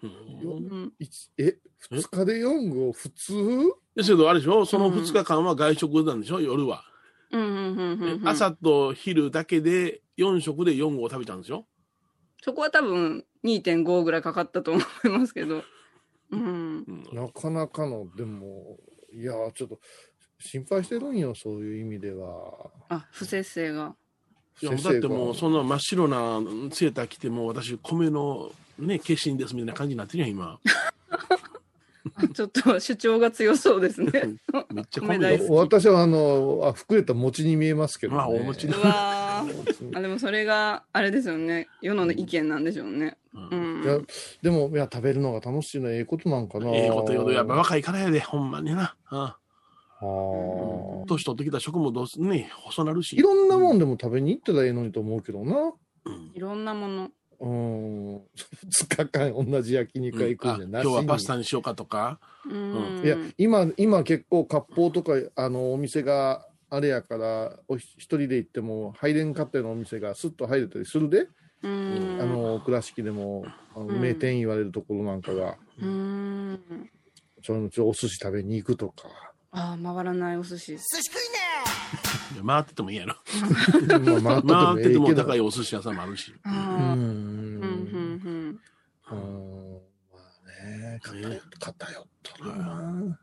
[SPEAKER 3] 食べてるやんう
[SPEAKER 1] うんん。
[SPEAKER 2] う 一え二日で四合普通
[SPEAKER 3] ですけど、あれでしょその2日間は外食なんでしょ夜は。
[SPEAKER 1] うんうんうんうんうん。
[SPEAKER 3] 朝と昼だけで4食で4合食べたんでしょ
[SPEAKER 1] そこは多分2.5ぐらいかかったと思いますけど。うん。
[SPEAKER 3] うん
[SPEAKER 2] なかなかのでもいやーちょっと心配してるんよそういう意味では
[SPEAKER 1] あ、不節制が。
[SPEAKER 3] いやだってもうそんな真っ白なセーター着てもう私米のね化身ですみたいな感じになってるや ん今
[SPEAKER 1] あちょっと主張が強そうですね。
[SPEAKER 3] めっちゃ
[SPEAKER 1] 米
[SPEAKER 3] 米
[SPEAKER 1] 大
[SPEAKER 3] だ
[SPEAKER 1] 好き
[SPEAKER 3] よ
[SPEAKER 2] 私はあのあ膨れた餅に見えますけど、ね、
[SPEAKER 3] まあお餅
[SPEAKER 1] う
[SPEAKER 3] だ
[SPEAKER 1] わー
[SPEAKER 2] 餅に
[SPEAKER 1] あ、でもそれが、あれですよね。世の意見なんでしょうね。
[SPEAKER 3] うん
[SPEAKER 1] うん。
[SPEAKER 2] いやでもいや食べるのが楽しいのはええことなんかな
[SPEAKER 3] ええこと言うとやっぱ
[SPEAKER 2] あ
[SPEAKER 3] 若いからやでほんまになあ
[SPEAKER 2] ー
[SPEAKER 3] 年取ってきた食もどうすね細なるし
[SPEAKER 2] いろんなもんでも食べに行ったらええのにと思うけどな。
[SPEAKER 3] うん
[SPEAKER 1] いろんなもの。
[SPEAKER 2] うん。2日 間同じ焼肉屋行くん
[SPEAKER 3] あ
[SPEAKER 2] じゃ
[SPEAKER 3] 今
[SPEAKER 2] なしに
[SPEAKER 3] 日はパスタにしようかとか
[SPEAKER 1] うん。
[SPEAKER 2] いや、今、今結構割烹とか、あの、お店があれやから、おひ一人で行っても入れんかったようなお店がスッと入れたりするで、
[SPEAKER 1] うん。
[SPEAKER 2] あの、倉敷でも、あの
[SPEAKER 1] うん
[SPEAKER 2] 名店言われるところなんかが、
[SPEAKER 1] うん。
[SPEAKER 2] そのうちお寿司食べに行くと か。
[SPEAKER 1] ああ、回らないお寿司。
[SPEAKER 3] いや回っててもいいやろ
[SPEAKER 2] まあ
[SPEAKER 3] 回ってても
[SPEAKER 2] ど
[SPEAKER 3] 高いお寿司屋さんもあるし
[SPEAKER 2] う
[SPEAKER 1] あ
[SPEAKER 2] ん
[SPEAKER 1] あ。うん、うん、
[SPEAKER 2] うーんまあね、偏っ偏っとるな。
[SPEAKER 1] うん。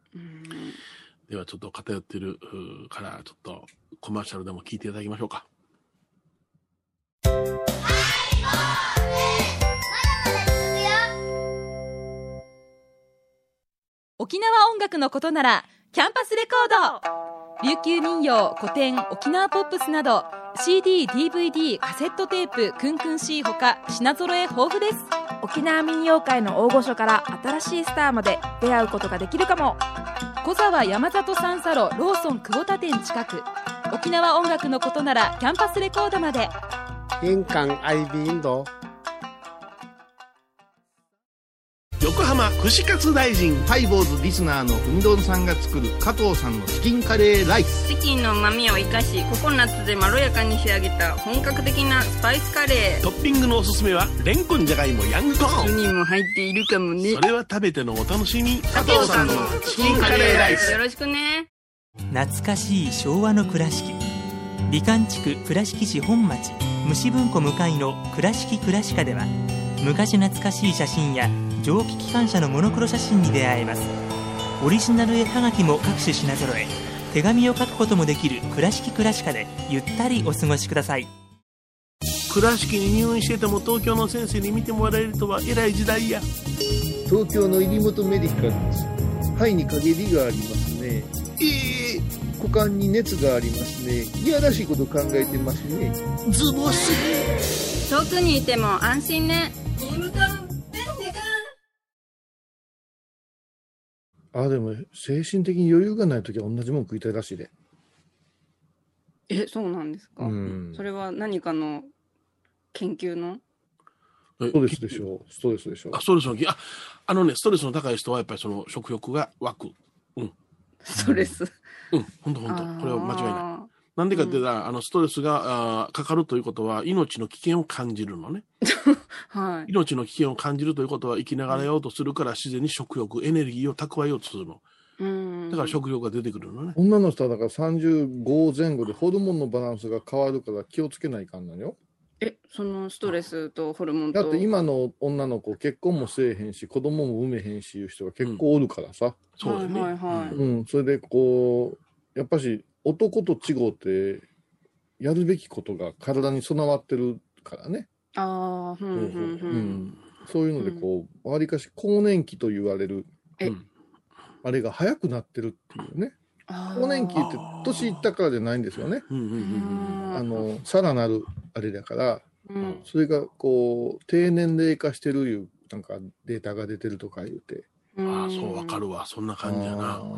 [SPEAKER 3] ではちょっと偏ってるうーからちょっとコマーシャルでも聞いていただきましょうか
[SPEAKER 4] 沖縄音楽のことならキャンパスレコード琉球民謡古典沖縄ポップスなど CDDVD カセットテープクンクン C ほか品揃え豊富です
[SPEAKER 5] 沖縄民謡界の大御所から新しいスターまで出会うことができるかも
[SPEAKER 4] 小沢山里三佐路ローソン久保田店近く沖縄音楽のことならキャンパスレコードまで
[SPEAKER 6] 玄関アイビーインド
[SPEAKER 3] 横浜串カツ大臣
[SPEAKER 7] ハイボーズリスナーのふみどんさんが作る加藤さんのチキンカレーライス
[SPEAKER 1] チキンの旨味を生かし、ココナッツでまろやかに仕上げた本格的なスパイスカレー。
[SPEAKER 3] トッピングのおすすめはレンコンじゃがいもヤングコーン
[SPEAKER 1] 人も入っているかもね
[SPEAKER 3] それは食べてのお楽しみ加
[SPEAKER 1] 藤さんのチ
[SPEAKER 3] チ
[SPEAKER 1] キンカレーライス。よろしくね。
[SPEAKER 8] 懐かしい昭和の倉敷美観地区倉敷市本町虫文庫向かいの「倉敷倉歯科」では昔懐かしい写真や蒸気機関車のモノクロ写真に出会えますオリジナル絵はがきも各種品揃え手紙を書くこともできる「倉敷倉歯科」でゆったりお過ごしください
[SPEAKER 3] 倉敷に入院してても東京の先生に見てもらえるとは偉い時代や
[SPEAKER 2] 東京の入元メディカルです。肺に陰りがありますね。
[SPEAKER 3] ええ
[SPEAKER 2] 股間に熱がありますね。いやらしいこと考えてますね。
[SPEAKER 3] ズボス
[SPEAKER 1] 遠くにいても安心ね。
[SPEAKER 2] あ、でも、精神的に余裕がないときは同じもん食いたいらしいで。
[SPEAKER 1] え、そうなんですか、
[SPEAKER 2] うん
[SPEAKER 1] それは何かの研究の
[SPEAKER 3] え
[SPEAKER 2] ストレスでしょう。ストレスでしょう
[SPEAKER 3] あ、。ストレスの、あ、あのね、ストレスの高い人はやっぱりその食欲が湧く。
[SPEAKER 1] ストレス。
[SPEAKER 3] うん、ほんとほんと。これは間違いない。
[SPEAKER 1] な
[SPEAKER 3] なんでかって言ったら、あの、ストレスがあーかかるということは、命の危険を感じるのね。
[SPEAKER 1] い。はい。
[SPEAKER 3] 命の危険を感じるということは、生きながらようとするから、自然に食欲、エネルギーを蓄えようとするの。
[SPEAKER 1] うん。
[SPEAKER 3] だから食欲が出てくるのね。
[SPEAKER 2] 女の人はだから35前後でホルモンのバランスが変わるから気をつけないかんのよ。
[SPEAKER 1] え、そのストレスとホルモンと。
[SPEAKER 2] だって今の女の子結婚もせえへんし子供も産めへんしいう人が結構おるからさ。
[SPEAKER 3] そうだよね。
[SPEAKER 1] はいはいはい
[SPEAKER 3] うん
[SPEAKER 2] うん、それでこうやっぱし男と違うってやるべきことが体に備わってるからね、
[SPEAKER 1] ああ、ふんふんふ。
[SPEAKER 2] うんそういうのでこうわりかし更年期と言われる
[SPEAKER 1] え
[SPEAKER 2] あれが早くなってるっていうね
[SPEAKER 1] あー
[SPEAKER 2] 更年期って年いったからじゃないんですよね
[SPEAKER 3] うんうんうんうん
[SPEAKER 1] あー
[SPEAKER 2] あのさらなるあれだから
[SPEAKER 1] うん
[SPEAKER 2] それがこう低年齢化してるいうなんかデータが出てるとか言うて
[SPEAKER 3] うん。ああ、そう、わか。るわ。そんな感じやな。
[SPEAKER 1] うん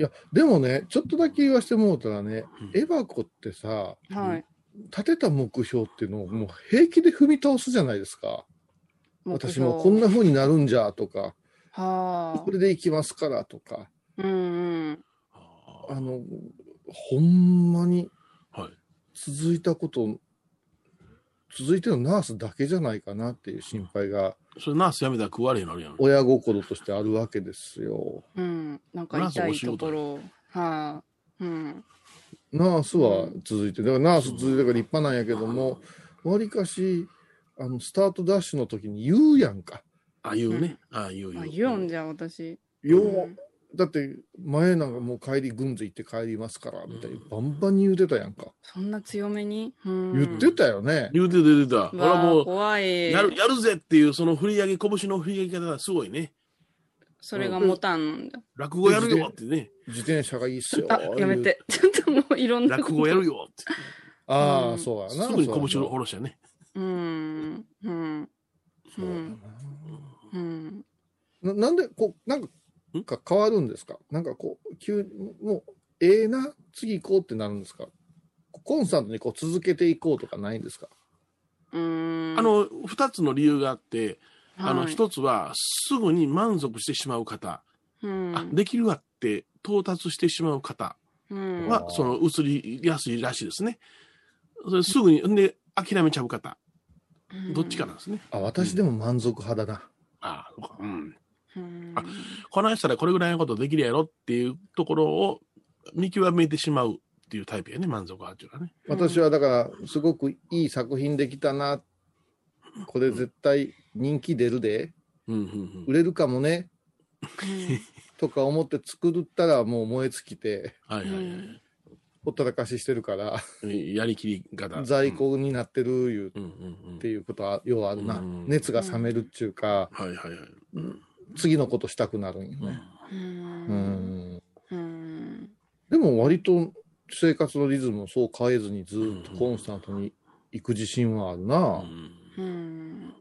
[SPEAKER 2] いやでもねちょっとだけ言わしてもうたらね
[SPEAKER 3] うん
[SPEAKER 2] エバコって
[SPEAKER 1] は
[SPEAKER 2] さ
[SPEAKER 1] い。
[SPEAKER 2] 立てた目標っていうのをもう平気で踏み倒すじゃないですか。
[SPEAKER 1] 目標
[SPEAKER 2] 私もこん。な風になるんじゃとか、
[SPEAKER 1] はあ
[SPEAKER 2] こ。れでいきますからとか、
[SPEAKER 1] うんうん。
[SPEAKER 2] あの、ほんまに
[SPEAKER 3] はい。
[SPEAKER 2] 続いたこと、続いてるのナースだけじゃないかなっていう心配が
[SPEAKER 3] それナース辞めたら食われへんなるやん。
[SPEAKER 2] 親心としてあるわけですよ。
[SPEAKER 1] うん。なんか痛いところ。はあ。うん。
[SPEAKER 2] ナースは続いて、だからナース続いてから立派なんやけども、わりかし、あの、スタートダッシュの時に言うやんか。
[SPEAKER 3] ああいうね。ああいう
[SPEAKER 1] あ、
[SPEAKER 3] う。
[SPEAKER 1] 言うんじゃん、私。
[SPEAKER 2] よう、
[SPEAKER 1] うん
[SPEAKER 2] だって前なんかもう帰り軍勢行って帰りますからみたいにバンバンに言うてたやんか、
[SPEAKER 1] そんな強めに。
[SPEAKER 2] 言
[SPEAKER 1] 言
[SPEAKER 2] ってたよね、
[SPEAKER 3] 言うて出てた。ほ
[SPEAKER 1] わ
[SPEAKER 3] ら
[SPEAKER 1] あ
[SPEAKER 3] もう、
[SPEAKER 1] 怖い。
[SPEAKER 3] やる、やるぜっていう、その振り上げ、拳の振り上げ方がすごいね。
[SPEAKER 1] それが持たんだ。
[SPEAKER 3] 落語やるよってね。
[SPEAKER 2] 自転車がいいっすよ
[SPEAKER 1] あ、やめて。ちょっともういろんな。
[SPEAKER 3] 落語やるよって。
[SPEAKER 2] あ
[SPEAKER 1] う
[SPEAKER 2] あ
[SPEAKER 1] ん
[SPEAKER 2] そうやな
[SPEAKER 3] すぐに
[SPEAKER 2] そうやな
[SPEAKER 3] 拳を下ろしたね。
[SPEAKER 1] うん。うん。
[SPEAKER 2] そうや
[SPEAKER 1] うん。
[SPEAKER 2] なななんでこうなんか変わるんですかなんかこう急にもうええな次行こうってなるんですかコンスタントにこう続けていこうとかないんですか
[SPEAKER 1] うん。
[SPEAKER 3] あ、の、二つの理由があって、あの、
[SPEAKER 1] はい、
[SPEAKER 3] 一つは、すぐに満足してしまう方。
[SPEAKER 1] うん、
[SPEAKER 3] あ、できるわって到達してしまう方
[SPEAKER 1] うん、
[SPEAKER 3] は、その、移りやすいらしいですね。それすぐに、んで、諦めちゃう方。どっちかなんですね。
[SPEAKER 2] あ私でも満足派だな、
[SPEAKER 3] ああ、そうか。うん。
[SPEAKER 1] うん。
[SPEAKER 3] あこの人らこれぐらいのことできるやろっていうところを見極めてしまうっていうタイプやね、満足派っていうのはね。
[SPEAKER 2] 私はだからすごくいい作品できたなこれ絶対人気出るで
[SPEAKER 3] うんうんう
[SPEAKER 2] 売
[SPEAKER 3] ん。
[SPEAKER 2] れるかもね
[SPEAKER 1] うん
[SPEAKER 2] とか思って作ったらもう燃え尽きて
[SPEAKER 3] はいはいはい。
[SPEAKER 2] ほったらかししてるから
[SPEAKER 3] やりきり方。
[SPEAKER 2] 在庫になってるいう
[SPEAKER 3] うんうんうん
[SPEAKER 2] っていうことはようあるな、
[SPEAKER 3] うん
[SPEAKER 2] 熱が冷めるっちゅうか
[SPEAKER 3] はいはいはい。
[SPEAKER 2] 次のことしたくなるんよね、
[SPEAKER 1] う。
[SPEAKER 2] うんん、
[SPEAKER 1] うん。
[SPEAKER 2] でも割と生活のリズムをそう変えずにずっとコンスタントに行く自信はある
[SPEAKER 1] う
[SPEAKER 2] な
[SPEAKER 1] ん。うん。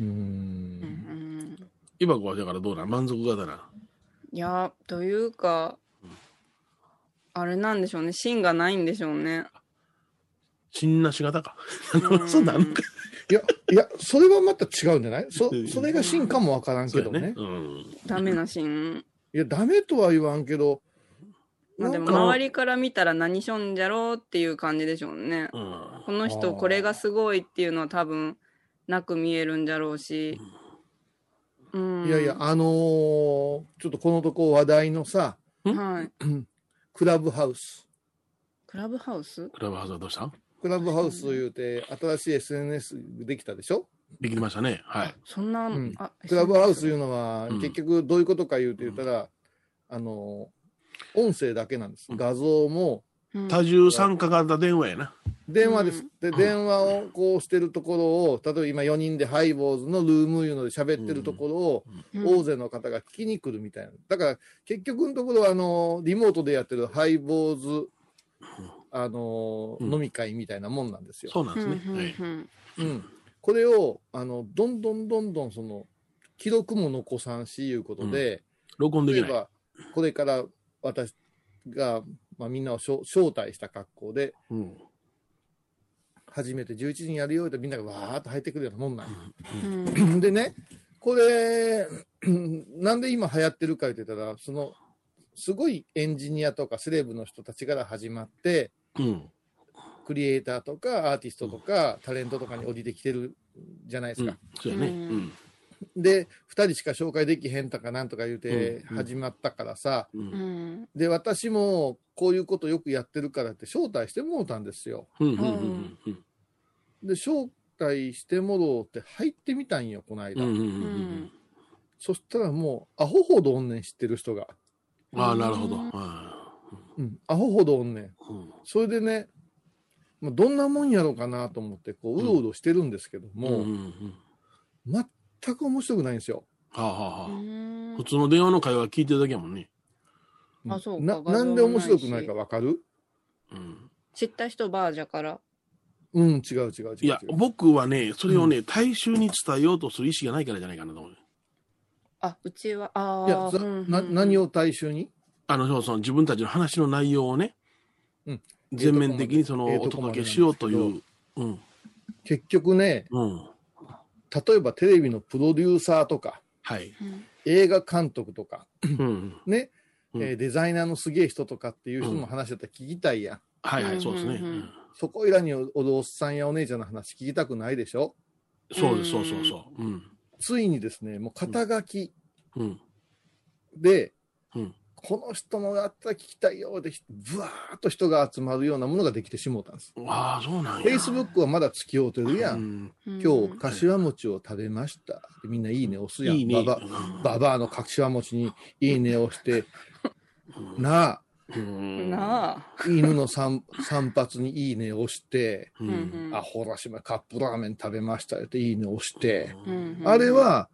[SPEAKER 2] う
[SPEAKER 1] う
[SPEAKER 2] ん、
[SPEAKER 1] ん。
[SPEAKER 3] 今子はだからどうなん満足型ない
[SPEAKER 1] や、というか、あれなんでしょうね。芯がないんでしょうね。
[SPEAKER 3] 新なし型か。
[SPEAKER 1] うん
[SPEAKER 3] そうなのか。
[SPEAKER 2] いやいやそれはまた違うんじゃないそそれが真かもわからんけ
[SPEAKER 3] そう
[SPEAKER 2] ど
[SPEAKER 3] や
[SPEAKER 2] ね
[SPEAKER 3] ね。うん。
[SPEAKER 1] ダメな芯。
[SPEAKER 2] いやダメとは言わんけど
[SPEAKER 1] まあでも、
[SPEAKER 2] なんか
[SPEAKER 1] 周りから見たら何しょんじゃろうっていう感じでしょうね。
[SPEAKER 3] うん。
[SPEAKER 1] この人、これがすごいっていうのは多分、なく見えるんじゃろうし。うん。
[SPEAKER 2] いやいや、あのーちょっとこのとこ話題のさ、
[SPEAKER 1] はい。
[SPEAKER 2] クラブハウス。
[SPEAKER 1] クラブハウス
[SPEAKER 3] クラブハウスはどうした
[SPEAKER 2] クラブハウスと言うて、新しい SNS できたでしょ
[SPEAKER 3] できましたね。はい。
[SPEAKER 1] そんな、
[SPEAKER 2] うん
[SPEAKER 1] あ、
[SPEAKER 2] クラブハウスいうのは、
[SPEAKER 3] うん
[SPEAKER 2] 結局どういうことか言うて言ったら、あのー音声だけなんです。
[SPEAKER 3] うん
[SPEAKER 2] 画像も、
[SPEAKER 1] うん
[SPEAKER 3] 多重参加型電話やな。
[SPEAKER 2] 電話です。
[SPEAKER 1] うん
[SPEAKER 2] で、電話をこうしてるところを、例えば今4人でハイボーズのルームいうので喋ってるところを、
[SPEAKER 1] うん
[SPEAKER 2] 大勢の方が聞きに来るみたいな。だから結局のところはあのリモートでやってるハイボーズあの、
[SPEAKER 3] うん
[SPEAKER 2] 飲み会みたいなもんなんですよ。
[SPEAKER 3] そうなんです
[SPEAKER 1] うん
[SPEAKER 3] ね。はい。
[SPEAKER 1] うん
[SPEAKER 2] うん、これをあのどんどんどんどんその記録も残さんしいうことで、
[SPEAKER 3] 録音で
[SPEAKER 2] 例え
[SPEAKER 3] きない。
[SPEAKER 2] ばこれから私がまあ、みんなを招招待した格好で、
[SPEAKER 3] うんうん
[SPEAKER 2] 初めて11時にやるよってみんながわーっと入ってくるようなもんなんよ
[SPEAKER 1] うん。
[SPEAKER 2] でね、これ、 なんで今流行ってるか言ってたら、その、すごいエンジニアとかセレブの人たちから始まって、
[SPEAKER 3] うん
[SPEAKER 2] クリエイターとかアーティストとかタレントとかに降りてきてるじゃないで
[SPEAKER 3] う
[SPEAKER 2] すか
[SPEAKER 3] ん。そうやね
[SPEAKER 1] うん
[SPEAKER 3] うん
[SPEAKER 2] で、2人しか紹介できへんとかなんとか言うて
[SPEAKER 3] うん
[SPEAKER 2] 始まったからさ、
[SPEAKER 3] う
[SPEAKER 1] うんん。
[SPEAKER 2] で、私もこういうことよくやってるからって招待してもろたんですよ。
[SPEAKER 3] うんうんうんうん
[SPEAKER 2] で、招待してもろうって入ってみたんよ、この間。
[SPEAKER 3] うんうんうん
[SPEAKER 2] そしたらもう、アホほどおんねん知ってる人が。
[SPEAKER 3] うんああなるほどあ
[SPEAKER 2] うん、アホほどおんねん。
[SPEAKER 3] あうん
[SPEAKER 2] それでね、まあ、どんなもんやろうかなと思って、こう、う
[SPEAKER 3] うん
[SPEAKER 2] ろうろしてるんですけども、
[SPEAKER 3] うんうんうん
[SPEAKER 2] 全く面白くないんですよ。
[SPEAKER 3] はあはあはあ
[SPEAKER 1] うん
[SPEAKER 3] 普通の電話の会話聞いてるだけやもんね
[SPEAKER 1] あそうか
[SPEAKER 2] な、
[SPEAKER 1] 画像もな
[SPEAKER 2] ない
[SPEAKER 1] し
[SPEAKER 2] んで面白くないかわかる
[SPEAKER 3] うん
[SPEAKER 1] 知った人バージャから。
[SPEAKER 2] うん、違う違う違う違う。
[SPEAKER 3] いや僕はねそれをね大衆に伝えようとする意思がないからじゃないかなと思う
[SPEAKER 1] あ、うちは、あ
[SPEAKER 2] いや
[SPEAKER 1] あ、
[SPEAKER 2] ざな何
[SPEAKER 1] を。
[SPEAKER 2] を対象に
[SPEAKER 3] あの、その自分たちの話の内容をね、
[SPEAKER 2] うん
[SPEAKER 3] 全面的にその
[SPEAKER 2] ええ
[SPEAKER 3] お
[SPEAKER 2] とこまで
[SPEAKER 3] 届けしようという、うん、
[SPEAKER 2] 結局ね、
[SPEAKER 3] うん、
[SPEAKER 2] 例えばテレビのプロデューサーとか、
[SPEAKER 3] はい、
[SPEAKER 1] うん
[SPEAKER 2] 映画監督とか、
[SPEAKER 3] うん、
[SPEAKER 2] ね、
[SPEAKER 3] うん
[SPEAKER 2] えーデザイナーのすげえ人とかっていう人の話だったら聞きたいやん。
[SPEAKER 3] はいはい、そうですね。
[SPEAKER 1] うんうんうん
[SPEAKER 2] そこいらにおおっさんやお姉ちゃんの話聞きたくないでしょ
[SPEAKER 3] そうです、そうそうそう。うん、
[SPEAKER 2] ついにですね、もう肩書き
[SPEAKER 3] うん、
[SPEAKER 2] で、
[SPEAKER 3] うん。
[SPEAKER 2] この人のやったら聞きたいよで、ぶわーっと人が集まるようなものができてしもうたんです。
[SPEAKER 3] ああ、そうなんや。
[SPEAKER 2] Facebook はまだ付き合うてるや。
[SPEAKER 3] うんん、
[SPEAKER 2] 今日、柏餅を食べました。でみんな、いいね押すやん。
[SPEAKER 3] いいね。
[SPEAKER 2] ババババアの柏餅に、いいね押して、なあ、
[SPEAKER 3] うん、
[SPEAKER 1] なあ。
[SPEAKER 2] 犬の散 散髪にいいね押して、
[SPEAKER 3] う、
[SPEAKER 1] うんん
[SPEAKER 2] あ、ほらしまいカップラーメン食べましたよっていいね押して、
[SPEAKER 1] うんうん
[SPEAKER 2] あれは、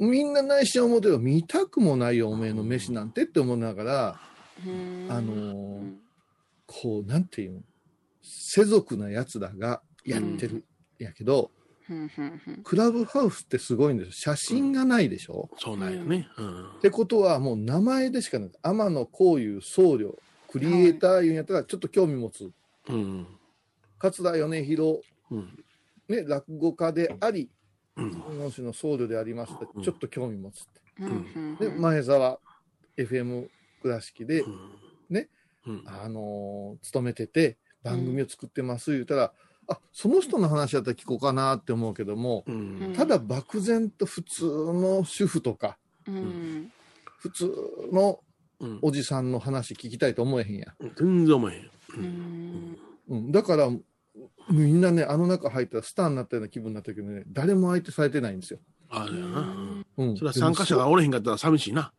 [SPEAKER 2] みんな内心思うてよ、見たくもないよ、おめえの飯なんてって思いながら、
[SPEAKER 1] うん
[SPEAKER 2] あの
[SPEAKER 1] う
[SPEAKER 2] ー
[SPEAKER 1] ん
[SPEAKER 2] こう、なんていうの世俗な奴らがやってる。やけど、
[SPEAKER 1] うんうん
[SPEAKER 2] クラブハウスってすごいんですよ。写真がないでしょ、
[SPEAKER 3] そうなんやね。うん
[SPEAKER 2] っ、てことは、もう名前でしかない。天野幸雄僧侶、クリエイターいうんやったら、ちょっと興味持つ。
[SPEAKER 3] うん、
[SPEAKER 2] 桂米広、
[SPEAKER 3] うん、
[SPEAKER 2] ね、落語家であり、
[SPEAKER 3] うん、
[SPEAKER 2] 日本酒の僧侶でありますって
[SPEAKER 3] うん
[SPEAKER 2] ちょっと興味持つっ
[SPEAKER 1] うんうん
[SPEAKER 2] て。で、前澤 FM 倉敷で、ね、
[SPEAKER 3] うん、
[SPEAKER 2] あのー勤めてて、番組を作ってます言ったら、あ、その人の話だったら聞こうかなって思うけども、
[SPEAKER 3] うん、
[SPEAKER 2] ただ漠然と普通の主婦とか、
[SPEAKER 1] うん
[SPEAKER 2] 普通の
[SPEAKER 3] うん、
[SPEAKER 2] おじさんの話聞きたいと思えへんや。
[SPEAKER 3] 全然お前へん。
[SPEAKER 1] うん
[SPEAKER 2] うん、だから、みんなね、あの中入ったらスターになったような気分になったけどね、誰も相手されてないんですよ。
[SPEAKER 3] ああ、だよな。うん
[SPEAKER 2] うん、
[SPEAKER 3] それは参加者がおれへんかったら寂しいな。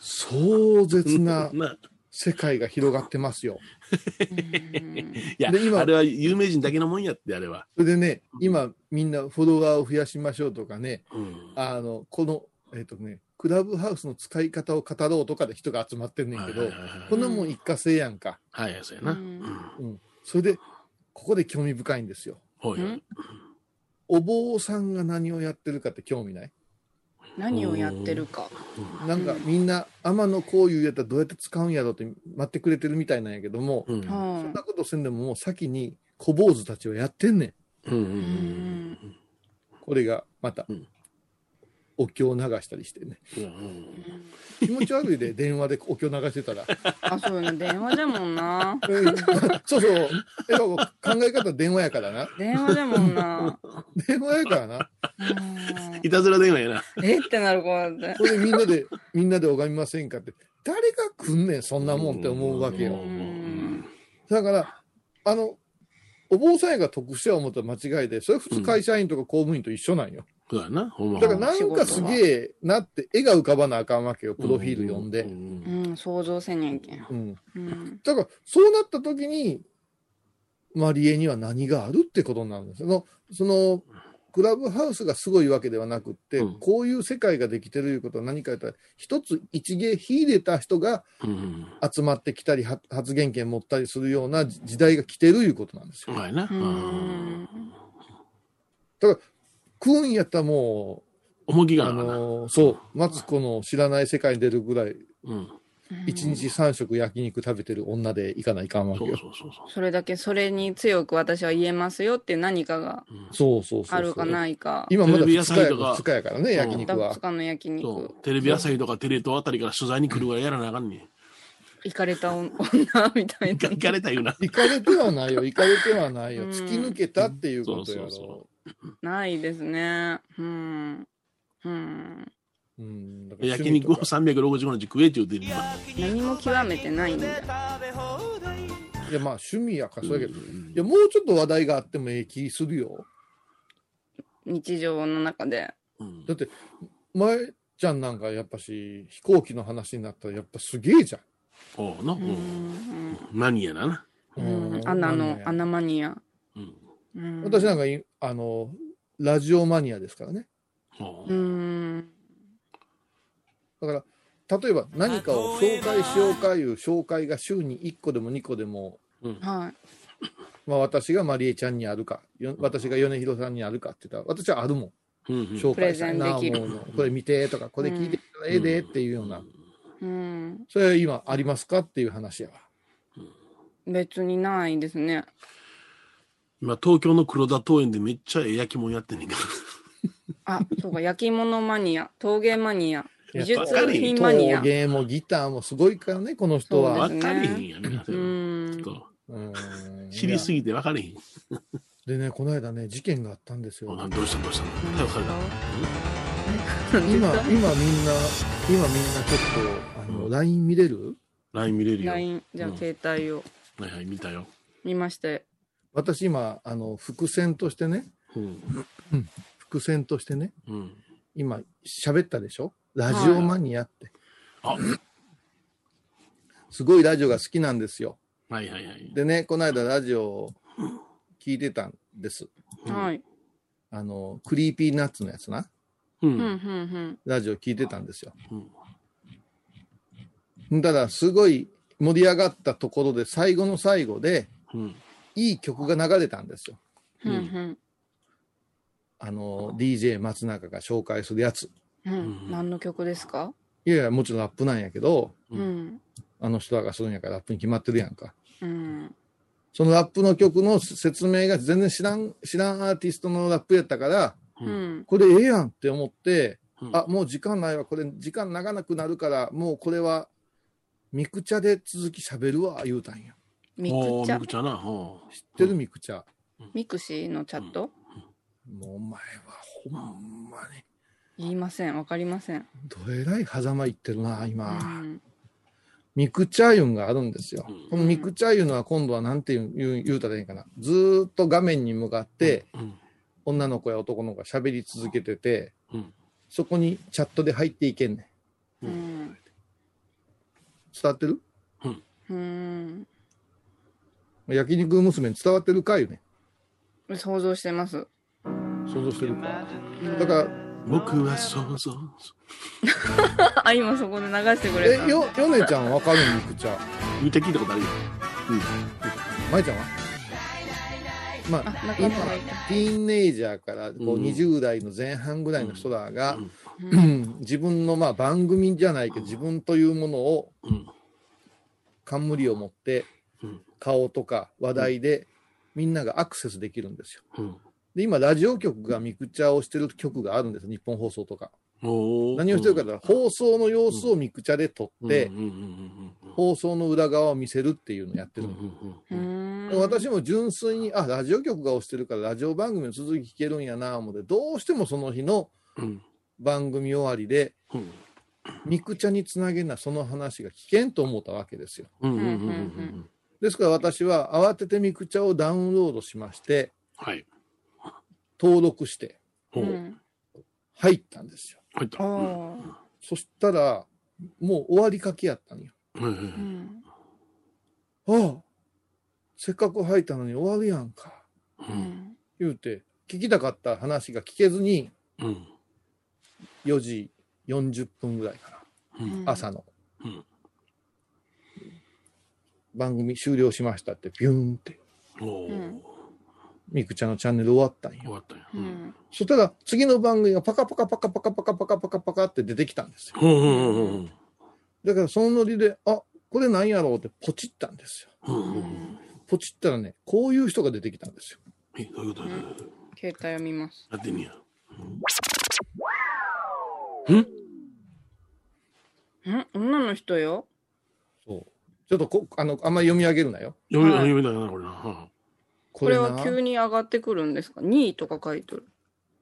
[SPEAKER 2] 壮絶な
[SPEAKER 3] うん な
[SPEAKER 2] 世界が広がってますよ。
[SPEAKER 3] いや、
[SPEAKER 2] で今
[SPEAKER 3] あれは有名人だけのもんやって、あれは。
[SPEAKER 2] それでね、今みんなフォロワーを増やしましょうとかね、
[SPEAKER 3] うん
[SPEAKER 2] あの、この、えっ、とね、クラブハウスの使い方を語ろうとかで人が集まってんねんけど、
[SPEAKER 3] はいはいはい
[SPEAKER 2] こんなもん一過性やんか。
[SPEAKER 3] はい、はい、そうやな。
[SPEAKER 1] う
[SPEAKER 3] うんん。
[SPEAKER 2] うん。それで、ここで興味深いんですよ。
[SPEAKER 3] ほいほ
[SPEAKER 1] う
[SPEAKER 3] い
[SPEAKER 1] ん。
[SPEAKER 2] お坊さんが何をやってるかって興味ない
[SPEAKER 1] 何をやってるか。
[SPEAKER 2] なんかみんな天野こういうやったらどうやって使うんやろうって待ってくれてるみたいなんやけども、
[SPEAKER 3] うん。うん
[SPEAKER 2] そん
[SPEAKER 1] は
[SPEAKER 2] なことせんでももう先に小坊主たちはやってんねん。
[SPEAKER 3] うんうん
[SPEAKER 1] い。う
[SPEAKER 3] うん
[SPEAKER 1] ん
[SPEAKER 2] これがまた、
[SPEAKER 3] うん
[SPEAKER 2] お経を流したりしてね。
[SPEAKER 3] うん。
[SPEAKER 2] 気持ち悪 いで電話でお経流してたら。
[SPEAKER 1] あ、そうよね。電話じゃもん な。
[SPEAKER 2] うんそうそう。え考え方電話やからな。
[SPEAKER 1] 電話じゃもん な。
[SPEAKER 2] 電話やからな。
[SPEAKER 1] うん
[SPEAKER 3] いたずら電話やな。
[SPEAKER 1] えってなる子だって。
[SPEAKER 2] それでみんなで、みんなで拝みませんかって。誰が来んねん、そんなもんって思うわけ
[SPEAKER 3] う
[SPEAKER 2] よ。
[SPEAKER 3] ん
[SPEAKER 2] だから、あの、お坊さんやが特殊や思ったら間違いで、それ普通会社員とか公務員と一緒なんよ。
[SPEAKER 3] そうやな。ほんま。
[SPEAKER 2] だからなんかすげえなって絵が浮かばなあかんわけよ、
[SPEAKER 3] う
[SPEAKER 2] プロフィール読ん
[SPEAKER 3] う
[SPEAKER 2] で。
[SPEAKER 1] うんん、想像せにゃいけん。
[SPEAKER 2] うん。
[SPEAKER 1] うん。
[SPEAKER 2] だからそうなった時に、マリエには何があるってことになるんですよ。その、その、クラブハウスがすごいわけではなくって、
[SPEAKER 3] うん
[SPEAKER 2] こういう世界ができてるいうことは何か言ったら、一つ一芸秀でた人が
[SPEAKER 3] うん。
[SPEAKER 2] 集まってきたり、は発言権持ったりするような時時代が来てるいうことなんです
[SPEAKER 3] う
[SPEAKER 2] よ。
[SPEAKER 3] まいな。
[SPEAKER 1] う
[SPEAKER 3] うん
[SPEAKER 1] ん。
[SPEAKER 2] 食うんやったらも
[SPEAKER 3] 重き
[SPEAKER 2] う、
[SPEAKER 3] が
[SPEAKER 2] あ
[SPEAKER 3] あるな。
[SPEAKER 2] のーそう、マツコの知らない世界に出るぐらい
[SPEAKER 3] うん。
[SPEAKER 2] 一日三食焼肉食べてる女で行かないかんわけ
[SPEAKER 3] そう
[SPEAKER 2] よ。
[SPEAKER 3] そうそうそ
[SPEAKER 1] それだけそれに強く私は言えますよって何かが
[SPEAKER 3] う。うん
[SPEAKER 2] そうそうそうそう。
[SPEAKER 1] あるかないか。
[SPEAKER 2] 今まだ
[SPEAKER 3] テレビ
[SPEAKER 2] 二
[SPEAKER 3] 屋
[SPEAKER 2] 日
[SPEAKER 3] さん
[SPEAKER 2] や
[SPEAKER 3] とか
[SPEAKER 2] 二日やからね、焼肉
[SPEAKER 1] 2
[SPEAKER 2] は。
[SPEAKER 1] 日の焼
[SPEAKER 3] そう
[SPEAKER 1] 肉。
[SPEAKER 3] テレビ朝日とかテレ東あたりから取材に来るぐらいやらなあかんねん。
[SPEAKER 1] 行かれた女みたいな。
[SPEAKER 3] 行かれたよな。
[SPEAKER 2] 行かれてはない よ、行かれてはないよ。
[SPEAKER 1] うん
[SPEAKER 2] 突き抜けたっていうことや
[SPEAKER 3] そうそう
[SPEAKER 2] ろ。
[SPEAKER 1] ないですね。うん。うん。
[SPEAKER 2] うんだから
[SPEAKER 3] 焼肉を
[SPEAKER 2] 趣味とか
[SPEAKER 3] 365日食えって言うてる今。
[SPEAKER 1] 何も極めてないんだ。
[SPEAKER 2] いや、まあ趣味やか、それやけど。
[SPEAKER 3] うん
[SPEAKER 2] いや、もうちょっと話題があってもええ気するよ。
[SPEAKER 1] 日常の中で。
[SPEAKER 3] うん
[SPEAKER 2] だって、前ちゃんなんかやっぱし、飛行機の話になったらやっぱすげえじゃん。
[SPEAKER 3] おうな、う、
[SPEAKER 1] うんん。
[SPEAKER 3] マニアだな。
[SPEAKER 1] うん。
[SPEAKER 2] うん
[SPEAKER 1] アナ
[SPEAKER 2] マ
[SPEAKER 1] の
[SPEAKER 2] ニ、ア
[SPEAKER 1] アナマニア。
[SPEAKER 3] うん。
[SPEAKER 1] うん
[SPEAKER 2] 私なんかい、あの、ラジオマニアですからね。
[SPEAKER 3] おう
[SPEAKER 1] うん。
[SPEAKER 2] だから、例えば何かを紹介しようかいう紹介が週に1個でも2個でも、
[SPEAKER 3] うん
[SPEAKER 1] は
[SPEAKER 2] まあ私がマリエちゃんにあるか、よ私が米広さんにあるかって言ったら、私はあるもん。
[SPEAKER 3] うんうん
[SPEAKER 2] 紹介したいな
[SPEAKER 1] プレゼンできる
[SPEAKER 2] 思うの。これ見てとか、これ聞いてたらええでっていうような。
[SPEAKER 1] い。うん。
[SPEAKER 2] それは今ありますかっていう話やわ。
[SPEAKER 1] 別にないですね。
[SPEAKER 3] 今、東京の黒田桃園でめっちゃええ焼き物やってんねんけど。
[SPEAKER 1] あ、そうか。 焼き物マニア、陶芸マニア、美
[SPEAKER 3] わ
[SPEAKER 1] 術
[SPEAKER 3] かる
[SPEAKER 1] 品
[SPEAKER 3] よ
[SPEAKER 1] マニア
[SPEAKER 2] 陶。芸もギターもすごいからね、この人
[SPEAKER 1] そう
[SPEAKER 2] は
[SPEAKER 1] です。
[SPEAKER 3] わかれへんやね。
[SPEAKER 1] うん。
[SPEAKER 3] そう
[SPEAKER 2] うん
[SPEAKER 3] 知りすぎてわかれへん。
[SPEAKER 2] でね、この間ね、事件があったんです
[SPEAKER 3] お
[SPEAKER 2] よ
[SPEAKER 3] な。どうしたどうした逮捕された。
[SPEAKER 2] 今、今みんな、今みんなちょっと、あの、
[SPEAKER 3] うん
[SPEAKER 2] LINE 見れる
[SPEAKER 3] LINE 見れるよ。はい
[SPEAKER 1] LINE、じゃあ
[SPEAKER 3] うん
[SPEAKER 1] 携帯を
[SPEAKER 3] はい、見たよ。
[SPEAKER 1] 見まして。
[SPEAKER 2] 私今、あの、伏線としてね、
[SPEAKER 3] うん。
[SPEAKER 2] 伏線としてね、
[SPEAKER 3] うん。
[SPEAKER 2] 今、喋ったでしょラジオマニアって。
[SPEAKER 3] あ、
[SPEAKER 2] すごいラジオが好きなんですよ。
[SPEAKER 3] はいはいはい。
[SPEAKER 2] でね、この間ラジオを聞いてたんです。
[SPEAKER 3] うん
[SPEAKER 1] はい。
[SPEAKER 2] あの、クリーピーナッツのやつな。
[SPEAKER 3] う
[SPEAKER 1] うん、うん
[SPEAKER 3] ん。、
[SPEAKER 2] ラジオ聞いてたんですよ。
[SPEAKER 3] うん
[SPEAKER 2] ただ、すごい盛り上がったところで、最後の最後で、
[SPEAKER 3] うん。
[SPEAKER 2] いい曲が流れたんですよ。
[SPEAKER 1] うん、うん。
[SPEAKER 2] あの、DJ 松永が紹介するやつ。
[SPEAKER 1] うんん、何の曲ですか
[SPEAKER 2] いやいや、もちろんラップなんやけど、
[SPEAKER 3] う
[SPEAKER 1] うんん、
[SPEAKER 2] あの人らがするんやからラップに決まってるやんか。
[SPEAKER 1] うん、
[SPEAKER 2] そのラップの曲の説明が全然知らん、知らんアーティストのラップやったから、
[SPEAKER 1] う。ん、
[SPEAKER 2] これええやんって思って、
[SPEAKER 3] うん
[SPEAKER 2] あ、もう時間ないわ、これ時間長なくなるから、もうこれは、ミクチャで続き喋るわ、言うたんや。
[SPEAKER 1] ミ
[SPEAKER 3] お
[SPEAKER 1] ク
[SPEAKER 3] ー
[SPEAKER 1] チ
[SPEAKER 3] ミ
[SPEAKER 1] ャ
[SPEAKER 3] ク、チャな。お
[SPEAKER 2] 知ってる
[SPEAKER 3] うん
[SPEAKER 2] ミクチャ。
[SPEAKER 1] ミクシーのチャット
[SPEAKER 2] もうお前はほんまに、
[SPEAKER 1] 言いません、わかりません。
[SPEAKER 2] どえらい狭間行ってるな、
[SPEAKER 1] う
[SPEAKER 2] 今。
[SPEAKER 1] ん、
[SPEAKER 2] ミクチャユンがあるんですよ。
[SPEAKER 3] うん
[SPEAKER 2] このミクチャいうのは今度はなんて言う言う言うたらいいんかな。ずーっと画面に向かって、
[SPEAKER 3] うん。
[SPEAKER 2] 女の子や男の子が喋り続けてて、
[SPEAKER 3] うん
[SPEAKER 2] そこにチャットで入っていけんねん。
[SPEAKER 1] うん、
[SPEAKER 2] 伝わってる
[SPEAKER 1] うん、
[SPEAKER 2] 焼肉娘に伝わってるかよね。
[SPEAKER 1] 想像してます。
[SPEAKER 2] 想像してるか。
[SPEAKER 1] うん
[SPEAKER 2] だから、
[SPEAKER 3] 僕は想像。
[SPEAKER 1] あ、今そこで流してくれ
[SPEAKER 2] え
[SPEAKER 1] た、。
[SPEAKER 2] よ、ヨネちゃんわかるミクチャ。
[SPEAKER 3] 言うて聞いたことあるよ。
[SPEAKER 2] まいちゃんはま
[SPEAKER 1] あ、
[SPEAKER 2] あ、
[SPEAKER 1] 仲
[SPEAKER 2] 今
[SPEAKER 1] 間がいた。、
[SPEAKER 2] ティーンエイジャーからこう
[SPEAKER 3] うん
[SPEAKER 2] 20代の前半ぐらいの人らが、
[SPEAKER 1] う
[SPEAKER 2] 自分のまあ番組じゃないけど、自分というものを
[SPEAKER 3] うん。
[SPEAKER 2] 冠を持って
[SPEAKER 3] うん、
[SPEAKER 2] 顔とか話題で、みんながアクセスできるんですよ。
[SPEAKER 3] うん。
[SPEAKER 2] で、今、ラジオ局がミクチャをしてる局があるんです、日本放送とか。
[SPEAKER 3] おー
[SPEAKER 2] 何をしてるかというと、放送の様子をミクチャで撮って
[SPEAKER 3] う、んうんうんうん
[SPEAKER 2] 放送の裏側を見せるっていうのをやって
[SPEAKER 3] うん
[SPEAKER 2] る
[SPEAKER 3] う
[SPEAKER 2] の。
[SPEAKER 3] んうんうん
[SPEAKER 1] ん、
[SPEAKER 2] 私も純粋に、あ、ラジオ局が推してるから、ラジオ番組の続き聞けるんやな、思って、どうしてもその日の
[SPEAKER 3] うん
[SPEAKER 2] 番組終わりで、
[SPEAKER 3] うん
[SPEAKER 2] ミクチャにつなげなその話が危険と思ったわけですよ。
[SPEAKER 3] うんうんうんうんうん
[SPEAKER 2] ですから私は慌ててミクチャをダウンロードしまして、
[SPEAKER 3] はい。
[SPEAKER 2] 登録して
[SPEAKER 3] ほ
[SPEAKER 1] う
[SPEAKER 3] う。
[SPEAKER 1] ん、
[SPEAKER 2] 入ったんですよ。
[SPEAKER 3] 入った。うんは
[SPEAKER 1] おー。
[SPEAKER 2] そしたら、もう終わりかけやったんよ。
[SPEAKER 3] いはいはいう
[SPEAKER 1] ん、
[SPEAKER 2] ああ、せっかく入ったのに終わるやんか。
[SPEAKER 3] う
[SPEAKER 1] うんん、
[SPEAKER 2] 言うて、聞きたかった話が聞けずに、
[SPEAKER 3] うん
[SPEAKER 2] 4時40分ぐらいか
[SPEAKER 3] う
[SPEAKER 1] うんん
[SPEAKER 2] な、朝の。
[SPEAKER 3] うん
[SPEAKER 2] 番組終了しましたって、ビューンって、
[SPEAKER 3] おー
[SPEAKER 2] ミクちゃんのチャンネル終わったん
[SPEAKER 3] 終
[SPEAKER 2] よ。
[SPEAKER 3] わったよ。
[SPEAKER 1] う
[SPEAKER 3] うん
[SPEAKER 1] ん、
[SPEAKER 2] そしたら、次の番組がパカパカパカパカパカパカパカパカパカって出てきたんですよ。
[SPEAKER 3] うんうんうんうん
[SPEAKER 2] だからそのノリで、あ、これなんやろうってポチったんですよ。
[SPEAKER 3] うんうん
[SPEAKER 2] ポチったらね、こういう人が出てきたんですよ。
[SPEAKER 3] えどういうことどういうこと
[SPEAKER 1] 携帯読みます。
[SPEAKER 3] やってんねや。
[SPEAKER 1] ん女の人よ。
[SPEAKER 2] そう。ちょっとこ、あの、あんまり読み上げるなよ。
[SPEAKER 3] 読め、
[SPEAKER 1] はい
[SPEAKER 3] 読めないな、これな。は
[SPEAKER 2] こ
[SPEAKER 1] こ
[SPEAKER 2] れ
[SPEAKER 1] れ
[SPEAKER 2] な、
[SPEAKER 1] は急に上がってくるんですか ?2 位とか書いてる。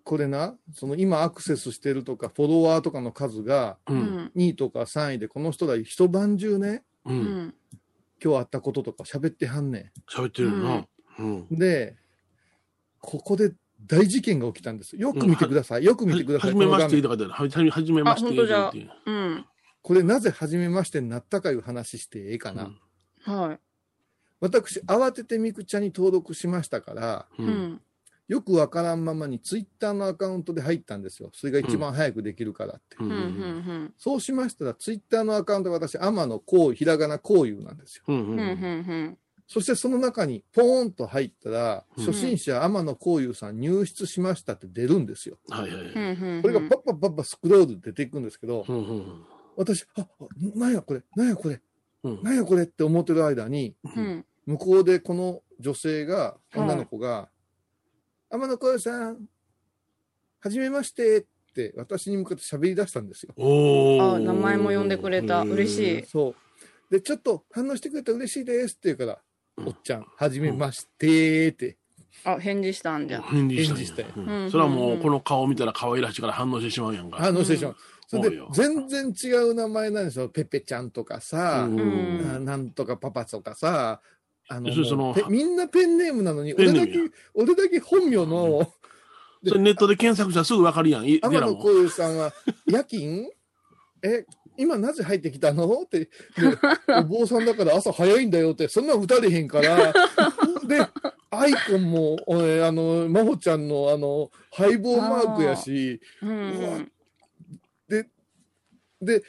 [SPEAKER 2] これな、その今アクセスしてるとか、フォロワーとかの数が、
[SPEAKER 3] あう。
[SPEAKER 1] うんん。
[SPEAKER 2] 2位とか3位で、この人ら一晩中ね、
[SPEAKER 3] う。
[SPEAKER 1] うんん。
[SPEAKER 2] 今日会ったこととか喋ってはんね
[SPEAKER 3] 喋ってるよな。うん。
[SPEAKER 2] ん。で、ここで大事件が起きたんです。よく見てください。よく見てください。
[SPEAKER 3] はじめまし
[SPEAKER 2] この画面
[SPEAKER 3] てとか言ったら、はじはじめまして
[SPEAKER 1] あ本当じゃ
[SPEAKER 3] っていう
[SPEAKER 1] うん。
[SPEAKER 2] これなぜ初めましてになったかいう話してええかな。
[SPEAKER 1] は
[SPEAKER 2] 私、慌ててみくちゃに登録しましたから、
[SPEAKER 3] う
[SPEAKER 1] い。
[SPEAKER 3] ん
[SPEAKER 1] う
[SPEAKER 3] うん
[SPEAKER 1] ん。
[SPEAKER 2] よくわからんままにツイッターのアカウントで入ったんですよ。それが一番早くできるからって。
[SPEAKER 3] う
[SPEAKER 1] うん。うんん。
[SPEAKER 2] そうしましたら、ツイッターのアカウントが私、天野こう、ひらがなこういうなんですよ。
[SPEAKER 3] うんう
[SPEAKER 1] うん。うん。うんん。
[SPEAKER 2] そしてその中に、ポーンと入ったら、
[SPEAKER 3] うん
[SPEAKER 2] 初心者天野こういうさん入室しましたって出るんですよ。
[SPEAKER 3] はいはい
[SPEAKER 1] うん。う
[SPEAKER 3] はい。
[SPEAKER 1] ん。
[SPEAKER 2] これがパッパッパッパスクロールで出ていくんですけど
[SPEAKER 3] う、んうん
[SPEAKER 2] 私、あ、あなんやこれ、なんやこれ、
[SPEAKER 3] うん
[SPEAKER 2] なんやこれって思ってる間に、
[SPEAKER 1] うん。
[SPEAKER 2] 向こうでこの女性が、
[SPEAKER 1] い
[SPEAKER 2] 女の子が、天野こういうさん、はじめましてって私に向かって喋り出したんですよ。
[SPEAKER 3] おー
[SPEAKER 1] あ名前も呼んでくれた嬉しい
[SPEAKER 2] そう。で、ちょっと反応してくれたら嬉しいですって言うから、
[SPEAKER 3] うん
[SPEAKER 2] おっちゃん、はじめましてーって。
[SPEAKER 1] あ、返事したんじゃ。
[SPEAKER 3] 返事したんや
[SPEAKER 2] 返事したんや
[SPEAKER 3] うん
[SPEAKER 1] うん
[SPEAKER 3] それはもうこの顔見たら可愛らしいから反応してしまうやんか。
[SPEAKER 2] 反応してしまう。
[SPEAKER 3] うん
[SPEAKER 2] それで
[SPEAKER 3] おうよ、
[SPEAKER 2] 全然違う名前なんですよ。ペペちゃんとかさ、
[SPEAKER 3] うん
[SPEAKER 1] うん
[SPEAKER 2] ななんとかパパとかさ、あの、
[SPEAKER 3] それその
[SPEAKER 2] もうペみんなペンネームなのに、
[SPEAKER 3] ペ
[SPEAKER 2] 俺
[SPEAKER 3] ンネ
[SPEAKER 2] だ
[SPEAKER 3] ーム
[SPEAKER 2] け
[SPEAKER 3] や、
[SPEAKER 2] 俺だけ本名の、
[SPEAKER 3] それネットで検索したらすぐわかるやん。い
[SPEAKER 2] 天
[SPEAKER 3] や
[SPEAKER 2] 野
[SPEAKER 3] もう
[SPEAKER 2] 幸雄さんは、夜勤え、今なぜ入ってきたのって、 でお坊さんだから朝早いんだよって、そんなん打たれへん から、で、アイコンも、俺、あの、真帆ちゃんの、あの、ハイボーマークやし、
[SPEAKER 1] うん。うん。
[SPEAKER 2] で、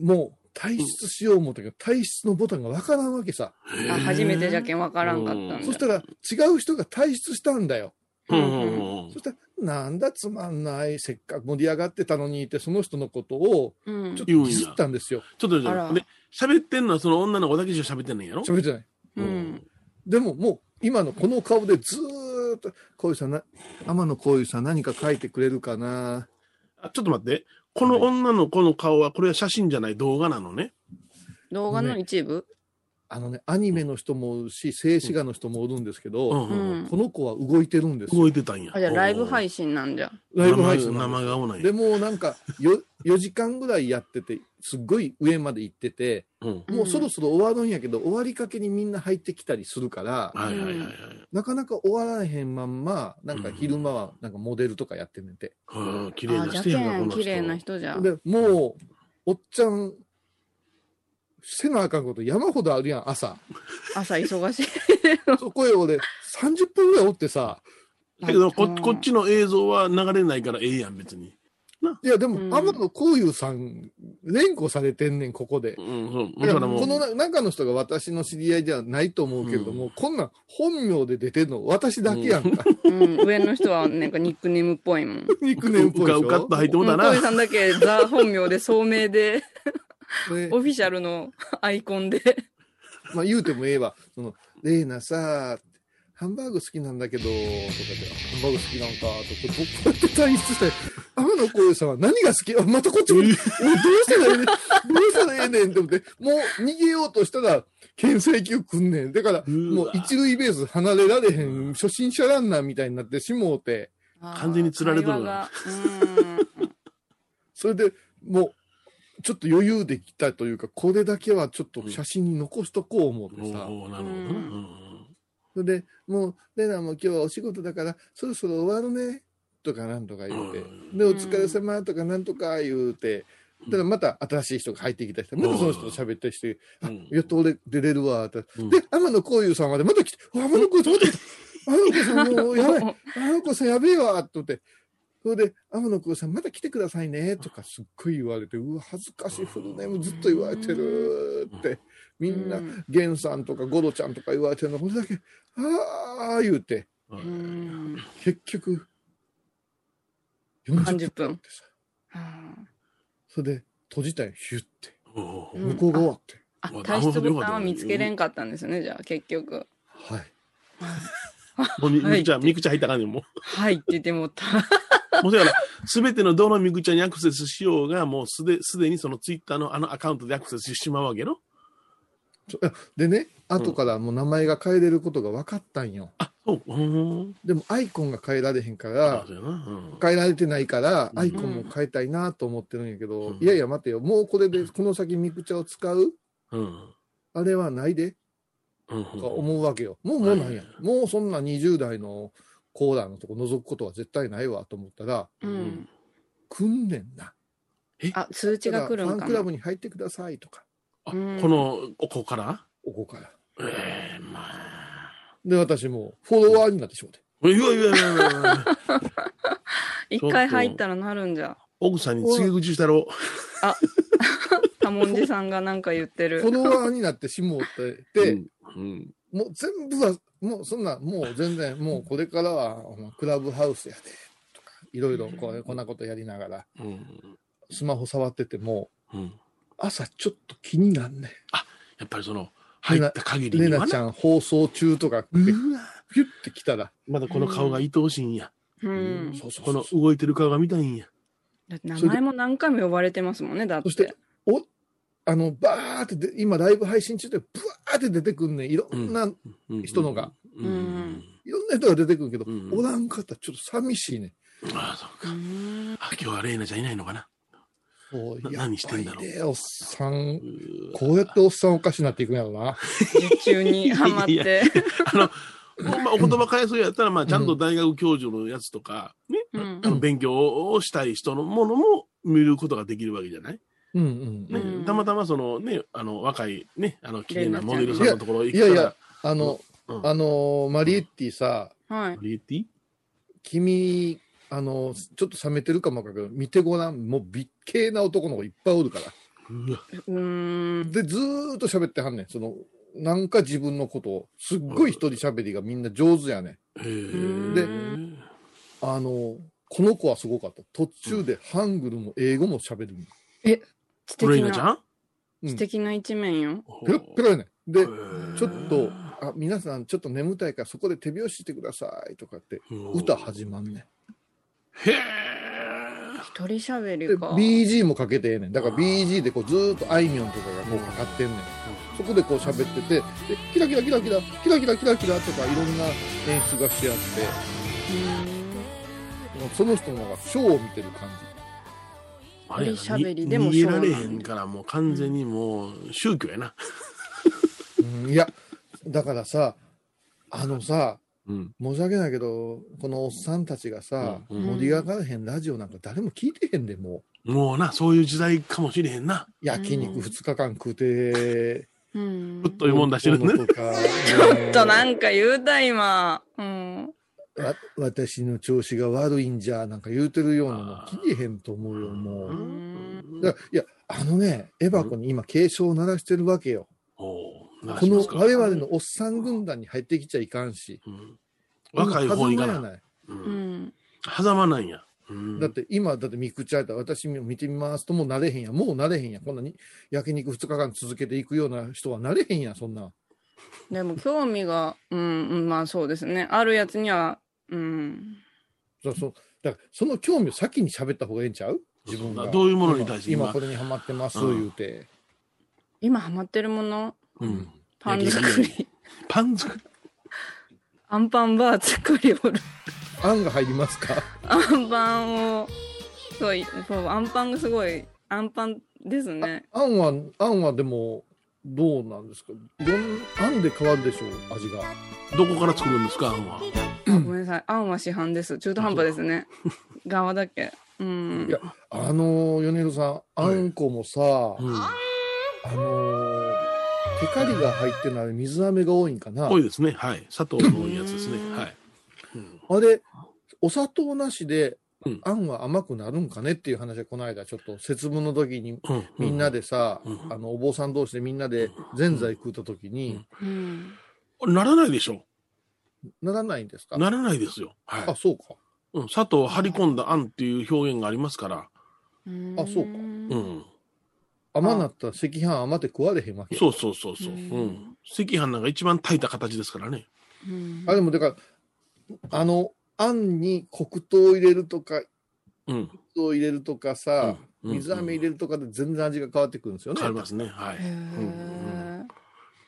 [SPEAKER 2] もう、退出しよう思ったけど、退出のボタンがわからんわけさ。
[SPEAKER 1] あ、初めてじゃけんわからんかったん
[SPEAKER 2] そ
[SPEAKER 1] だ
[SPEAKER 2] し。たら、違う人が退出したんだよ。
[SPEAKER 3] うんうんうん
[SPEAKER 2] そしたら、なんだつまんない、せっかく盛り上がってたのにって、その人のことを、
[SPEAKER 1] うん
[SPEAKER 2] ちょっとディスったんですよ。
[SPEAKER 3] ちょっとじ
[SPEAKER 1] あ
[SPEAKER 3] ゃ
[SPEAKER 1] ら
[SPEAKER 3] あ、で、喋ってんのはその女の子だけじゃ喋ってんのやろ
[SPEAKER 2] 喋ってない。
[SPEAKER 1] うん。
[SPEAKER 2] でももう今のこの顔でずーっと、こういうさんな、天野こういうさん何か書いてくれるかな
[SPEAKER 3] あちょっと待って。この女の子の顔は、これは写真じゃない動画なのね。
[SPEAKER 1] 動画の一部
[SPEAKER 2] あのね、アニメの人もおるし、静止画の人もおるんですけど、
[SPEAKER 3] うん
[SPEAKER 1] う
[SPEAKER 3] うんうん
[SPEAKER 1] ん
[SPEAKER 2] こ。の子は動いてるんですよ。
[SPEAKER 3] 動いてたんや。
[SPEAKER 1] あ、じゃあライブ配
[SPEAKER 3] 信。
[SPEAKER 1] 信なんじゃ。
[SPEAKER 2] ライブ配信
[SPEAKER 3] 生
[SPEAKER 2] なん
[SPEAKER 3] 生
[SPEAKER 2] で
[SPEAKER 3] 顔なん
[SPEAKER 2] す。
[SPEAKER 3] や。
[SPEAKER 2] でもうなんかよ、4時間ぐらいやってて、すっごい上まで行ってて、
[SPEAKER 3] うん
[SPEAKER 2] もうそろそろ終わるんやけど、終わりかけにみんな入ってきたりするから、
[SPEAKER 3] はいはいはいはい。
[SPEAKER 2] なかなか終わらへんまんま、なんか昼間はなんかモデルとかやってんねんて。
[SPEAKER 3] うん綺麗
[SPEAKER 1] あ、
[SPEAKER 3] な
[SPEAKER 1] じゃ
[SPEAKER 3] 人やな、こ
[SPEAKER 1] けん、
[SPEAKER 3] の人。
[SPEAKER 1] 綺麗な人じゃ。
[SPEAKER 2] でもうおっちゃんせなあかんこと山ほどあるやん 朝
[SPEAKER 1] 朝忙しい。
[SPEAKER 2] そこへ俺30分ぐらいおってさ
[SPEAKER 3] だけどこ、
[SPEAKER 1] うん
[SPEAKER 3] こっちの映像は流れないからええやん、別に。
[SPEAKER 2] いやで
[SPEAKER 1] うん
[SPEAKER 2] も天野幸雄さん連呼されてんねんここで
[SPEAKER 3] うん、そ
[SPEAKER 2] だ
[SPEAKER 3] う。だ
[SPEAKER 2] か
[SPEAKER 3] かららも
[SPEAKER 2] こ
[SPEAKER 3] う、
[SPEAKER 2] のな中の人が私の知り合いじゃないと思うけれども、こんなん本名で出てんの私だけやんか、
[SPEAKER 1] うん、上の人はなんかニックネームっぽいもん。
[SPEAKER 2] ニックネームっぽいでしょ
[SPEAKER 3] うかうかっと入ってもうた
[SPEAKER 1] うん
[SPEAKER 3] な
[SPEAKER 1] 小。さんだけザ本名で聡明で、
[SPEAKER 2] で
[SPEAKER 1] オフィシャルのアイコンで。
[SPEAKER 2] まあ言うてもええわその「レイナさハンバーグ好きなんだけど」とかで「ハンバーグ好きなんか」とか僕こうやって退出して「天野幸雄さんは何が好きあまたこっちももうどうしたらええねんどうしたらええねん」って思ってもう逃げようとしたら牽制球くんねんだから
[SPEAKER 3] う
[SPEAKER 2] もう
[SPEAKER 3] わ
[SPEAKER 2] 一塁ベース離れられへん初心者ランナーみたいになってしもうて
[SPEAKER 3] 完全に釣られとる
[SPEAKER 1] な
[SPEAKER 3] な。
[SPEAKER 2] それでもうちょっと余裕できたというかこれだけはちょっと写真に残しとこう思ってさ。
[SPEAKER 3] おーなるほどな。うんうん
[SPEAKER 2] それで、もう、レナも今日はお仕事だから、そろそろ終わるね、とかなんとか言うて、
[SPEAKER 3] うん
[SPEAKER 2] で、お疲れ様とかなんとか言うて、ただまた新しい人が入ってきたりして、またその人と喋ったりして、
[SPEAKER 3] うん
[SPEAKER 2] やっと俺出れるわ、って。
[SPEAKER 3] うん
[SPEAKER 2] で、天野幸雄さんまでまた来て、あ天野幸雄さんまた来て、天野幸雄さんもう やばい、
[SPEAKER 1] い。
[SPEAKER 2] 天野幸雄さんやべえわ、って思って、それで、天野幸雄さんまた来てくださいね、とかすっごい言われて、うわ、恥ずかしい、フルネームずっと言われてるって、みんな
[SPEAKER 1] う、ん
[SPEAKER 2] 源さんとかゴロちゃんとか言われてるの、これだけ、ああ、言うて、
[SPEAKER 1] うん
[SPEAKER 2] 結局、40分
[SPEAKER 1] 30分。
[SPEAKER 2] さ
[SPEAKER 1] はあ
[SPEAKER 2] それで、閉じたんよヒュッて
[SPEAKER 3] お
[SPEAKER 1] うん
[SPEAKER 2] 向
[SPEAKER 3] ー
[SPEAKER 2] こう側って、
[SPEAKER 1] あ、
[SPEAKER 3] まあ
[SPEAKER 1] 退出ボタンは見つけれんかったんですね、じゃあ、結局。
[SPEAKER 2] はい
[SPEAKER 3] もうみ
[SPEAKER 1] はい
[SPEAKER 3] みくちゃん、みくちゃん入ったらあかんねん、も
[SPEAKER 1] はいって言ってもうた。
[SPEAKER 3] う。もうだから、すべてのどのみくちゃんにアクセスしようが、もうすで、すでにそのツイッターのあのアカウントでアクセスしてしまうわけの。
[SPEAKER 2] ちょあでね後からもう名前が変えれることが分かったんよ、
[SPEAKER 3] あ、そう。うーん。
[SPEAKER 2] でもアイコンが変えられへんか
[SPEAKER 3] あ
[SPEAKER 2] ら
[SPEAKER 3] そうやな。うん。
[SPEAKER 2] 変えられてないから
[SPEAKER 3] うん
[SPEAKER 2] アイコンも変えたいなと思ってるんやけど、
[SPEAKER 3] うん
[SPEAKER 2] いやいや待てよもうこれでこの先ミクチャを使う
[SPEAKER 3] うん。
[SPEAKER 2] あれはないで
[SPEAKER 3] うん
[SPEAKER 2] とか思うわけよ、もうもうなんや、もうそんな20代のコーラのとこ覗くことは絶対ないわと思ったら
[SPEAKER 1] うん。
[SPEAKER 2] 来んねんな
[SPEAKER 1] あ、通知が来る
[SPEAKER 2] だから
[SPEAKER 1] ん
[SPEAKER 2] ファ
[SPEAKER 1] か
[SPEAKER 2] ンクラ
[SPEAKER 1] な。
[SPEAKER 2] ブに入ってくださいとか
[SPEAKER 3] あ、
[SPEAKER 1] うん
[SPEAKER 3] この、ここから
[SPEAKER 2] ここから
[SPEAKER 3] ええまあ。
[SPEAKER 2] で私もうフォロワーになってしまって
[SPEAKER 3] いやいやいやいやいや。
[SPEAKER 1] 一回入ったらなるんじゃ。
[SPEAKER 3] 奥さんに告げ口したろ。
[SPEAKER 1] タモンジさんがなんか言って
[SPEAKER 2] フ
[SPEAKER 1] る。
[SPEAKER 2] ォロワーになってしもうてて、
[SPEAKER 3] うん。
[SPEAKER 2] もう全部は、もうそんな、もう全然、もうこれからは、お前クラブハウスやで、とか、いろいろこうこんなことやりながら、
[SPEAKER 3] うん。
[SPEAKER 2] スマホ触ってても、
[SPEAKER 3] うん。
[SPEAKER 2] 朝ちょっと気になんね
[SPEAKER 3] やっぱりその、入った限
[SPEAKER 2] ん。
[SPEAKER 3] り
[SPEAKER 2] レ
[SPEAKER 3] には
[SPEAKER 2] ナち
[SPEAKER 3] な。
[SPEAKER 2] ゃん放送中とか、ピュ
[SPEAKER 3] うわ
[SPEAKER 2] ッて来たら、
[SPEAKER 3] まだこの顔が愛おしいんや。
[SPEAKER 1] うん。
[SPEAKER 2] そうそう
[SPEAKER 3] こ
[SPEAKER 2] そ
[SPEAKER 3] の
[SPEAKER 2] う。
[SPEAKER 3] 動いてる顔が見たいんや。
[SPEAKER 1] だって名前も何回も呼ばれてますもんね、だっ
[SPEAKER 2] そして
[SPEAKER 1] て。
[SPEAKER 2] おあの、バーってで、今ライブ配信中で、ブワーって出てくんねん。いろんな、
[SPEAKER 3] うん
[SPEAKER 2] 人のが。
[SPEAKER 3] うんうん。
[SPEAKER 2] いろんな人が出てくるけど、
[SPEAKER 3] うん
[SPEAKER 2] おらんかったらちょっと寂しいねん。
[SPEAKER 3] ああ、そう
[SPEAKER 1] う
[SPEAKER 3] か。
[SPEAKER 1] ん
[SPEAKER 3] あ、今日はレイナちゃんいないのかな。
[SPEAKER 2] そう
[SPEAKER 3] な
[SPEAKER 2] やっぱり
[SPEAKER 3] 何してんだろう
[SPEAKER 2] ねおっさん
[SPEAKER 3] う、ー
[SPEAKER 2] こうやっておっさんおかしになっていくんやろな。
[SPEAKER 1] 受注にハマっ
[SPEAKER 3] いやい
[SPEAKER 1] て。
[SPEAKER 3] あの、ほんまお言葉返そうやったら、まあ、ちゃんと大学教授のやつとか、ね、
[SPEAKER 1] うん
[SPEAKER 3] あの勉強をしたい人のものも見ることができるわけじゃない、
[SPEAKER 2] うんうん。
[SPEAKER 3] ね
[SPEAKER 1] うん
[SPEAKER 3] たまたまそのね、あの、若いね、あの、綺麗なモデルさんのところ行
[SPEAKER 2] い
[SPEAKER 3] く
[SPEAKER 2] や
[SPEAKER 3] から、
[SPEAKER 2] いや、あの、
[SPEAKER 3] うん
[SPEAKER 2] あのーマリエッティさ、
[SPEAKER 1] はい。
[SPEAKER 3] リエティ
[SPEAKER 2] 君、あのーちょっと冷めてるかもわかるけど、見てごらん。もう美形な男の子いっぱいおるから。
[SPEAKER 3] うわ
[SPEAKER 1] うーん。
[SPEAKER 2] で、ずーっと喋ってはんねん。その、なんか自分のことを、すっごい一人喋りがみんな上手やねん。
[SPEAKER 3] へー
[SPEAKER 2] で
[SPEAKER 3] うん
[SPEAKER 2] あのーこの子はすごかった。途中でハングルも英語も喋るの。
[SPEAKER 1] 素
[SPEAKER 3] レ
[SPEAKER 1] 敵
[SPEAKER 3] イナちゃ
[SPEAKER 1] な、
[SPEAKER 3] ん
[SPEAKER 2] うん
[SPEAKER 1] 素敵な一面よ。
[SPEAKER 2] ペロッペロやねん。で、ちょっ
[SPEAKER 3] へ
[SPEAKER 2] と、あ、皆さんちょっと眠たいからそこで手拍子してくださいとかって、
[SPEAKER 3] ー
[SPEAKER 2] 歌始まんねん。
[SPEAKER 3] へ
[SPEAKER 1] 一人喋
[SPEAKER 2] で
[SPEAKER 1] りか。
[SPEAKER 2] BG もかけてええねんだから BG でこうずーっとあいみょんとかがこうかかってんねんそこでこう喋っててでキラキラキラキラキラキラキラキラとかいろんな演出がしてあってもうその人のがショーを見てる感
[SPEAKER 3] あれやな
[SPEAKER 1] 一人喋りでも
[SPEAKER 3] 逃げ
[SPEAKER 1] そうな
[SPEAKER 3] ら
[SPEAKER 1] んや
[SPEAKER 3] れへんからもう完全にもう宗教やな。
[SPEAKER 2] じ、うん、いやだからさあのさ
[SPEAKER 3] うん。
[SPEAKER 2] 申し訳ないけどこのおっさんたちがさ、
[SPEAKER 3] うん
[SPEAKER 1] うん
[SPEAKER 2] 盛り上がらへんラジオなんか誰も聞いてへんでも
[SPEAKER 3] もうな、そういう時代かもしれへんな。
[SPEAKER 2] う焼肉2日間食うて
[SPEAKER 1] うん
[SPEAKER 3] ふっというもん出してるね。
[SPEAKER 2] とか
[SPEAKER 1] ちょっとなんか言うた、今。うん。
[SPEAKER 2] わ私の調子が悪いんじゃなんか言うてるようなの聞けへんと思うよも
[SPEAKER 3] う
[SPEAKER 2] う。
[SPEAKER 3] ん
[SPEAKER 2] だいやあのねエバコに今警鐘を鳴らしてるわけよ。
[SPEAKER 3] おー
[SPEAKER 2] この我
[SPEAKER 3] 鳴らしますか
[SPEAKER 2] 々のおっさん軍団に入ってきちゃいかんし。
[SPEAKER 3] うん若い方に行か
[SPEAKER 2] 狭間
[SPEAKER 3] な。
[SPEAKER 2] や
[SPEAKER 1] う
[SPEAKER 3] う
[SPEAKER 1] んん。
[SPEAKER 3] 狭間なんや。うん
[SPEAKER 2] だって今だってミクチャやったら私も見てみますともうなれへんやんもうなれへんやんこんなに焼肉2日間続けていくような人はなれへんやんそんな。
[SPEAKER 1] でも興味が、うん、うんまあそうですね。あるやつには、うん。
[SPEAKER 2] そそだからその興味を先に喋った方がええんちゃう自分
[SPEAKER 3] そう
[SPEAKER 2] が。
[SPEAKER 3] だどういうものに対して
[SPEAKER 2] 今
[SPEAKER 3] 今
[SPEAKER 2] 今これにハマってます
[SPEAKER 3] うん
[SPEAKER 2] 言うて。
[SPEAKER 1] 今ハマってるもの
[SPEAKER 3] うん
[SPEAKER 1] パン作
[SPEAKER 3] いやいやい
[SPEAKER 1] り。
[SPEAKER 3] パン作り。
[SPEAKER 1] アンパンバー作りおる。
[SPEAKER 2] あんが入りますか
[SPEAKER 1] アンパンを、すごい、そう、アンパンがすごい、アンパンですね。
[SPEAKER 2] あんは、あんはでも、どうなんですかどん、あんで変わるでしょう味が。
[SPEAKER 3] どこから作るんですか、あんは。
[SPEAKER 1] あごめんなさい。あんは市販です。中途半端ですね。側だけ。うん。
[SPEAKER 2] いやあのー、米広さん、あんこもさ、
[SPEAKER 3] うん
[SPEAKER 2] あのー、テカリが入ってない水飴が多いんかな
[SPEAKER 3] 多いですね。はい。砂糖の多いやつですね。はい。うん
[SPEAKER 2] あれ、お砂糖なしで
[SPEAKER 3] うん、
[SPEAKER 2] あんは甘くなるんかねっていう話がこの間、ちょっと節分の時に、
[SPEAKER 3] う
[SPEAKER 2] みんなでさ、
[SPEAKER 3] うん
[SPEAKER 2] あの、お坊さん同士でみんなでぜんざい食うた時に、
[SPEAKER 1] うん。
[SPEAKER 3] ならないでしょ。
[SPEAKER 2] ならないんですか
[SPEAKER 3] ならないですよ。はい
[SPEAKER 2] あ、。そうか。
[SPEAKER 3] うん、砂糖を張り込んだあんっていう表現がありますから、
[SPEAKER 1] うん
[SPEAKER 2] あそうか
[SPEAKER 3] うん。
[SPEAKER 2] 甘なったら赤飯甘って食われへんわけ。
[SPEAKER 3] そうそうそうそう。う
[SPEAKER 1] うん
[SPEAKER 3] ん。赤飯なんか一番炊いた形ですからね。
[SPEAKER 1] うん
[SPEAKER 2] あ、でもだから、あの、あんに黒糖を入れるとか、
[SPEAKER 3] うん。
[SPEAKER 2] 糖を入れるとかさ、
[SPEAKER 3] うん
[SPEAKER 2] 水飴入れるとかで全然味が変わってくるんですよね。
[SPEAKER 3] 変わりますね。はい。
[SPEAKER 1] へー
[SPEAKER 3] うん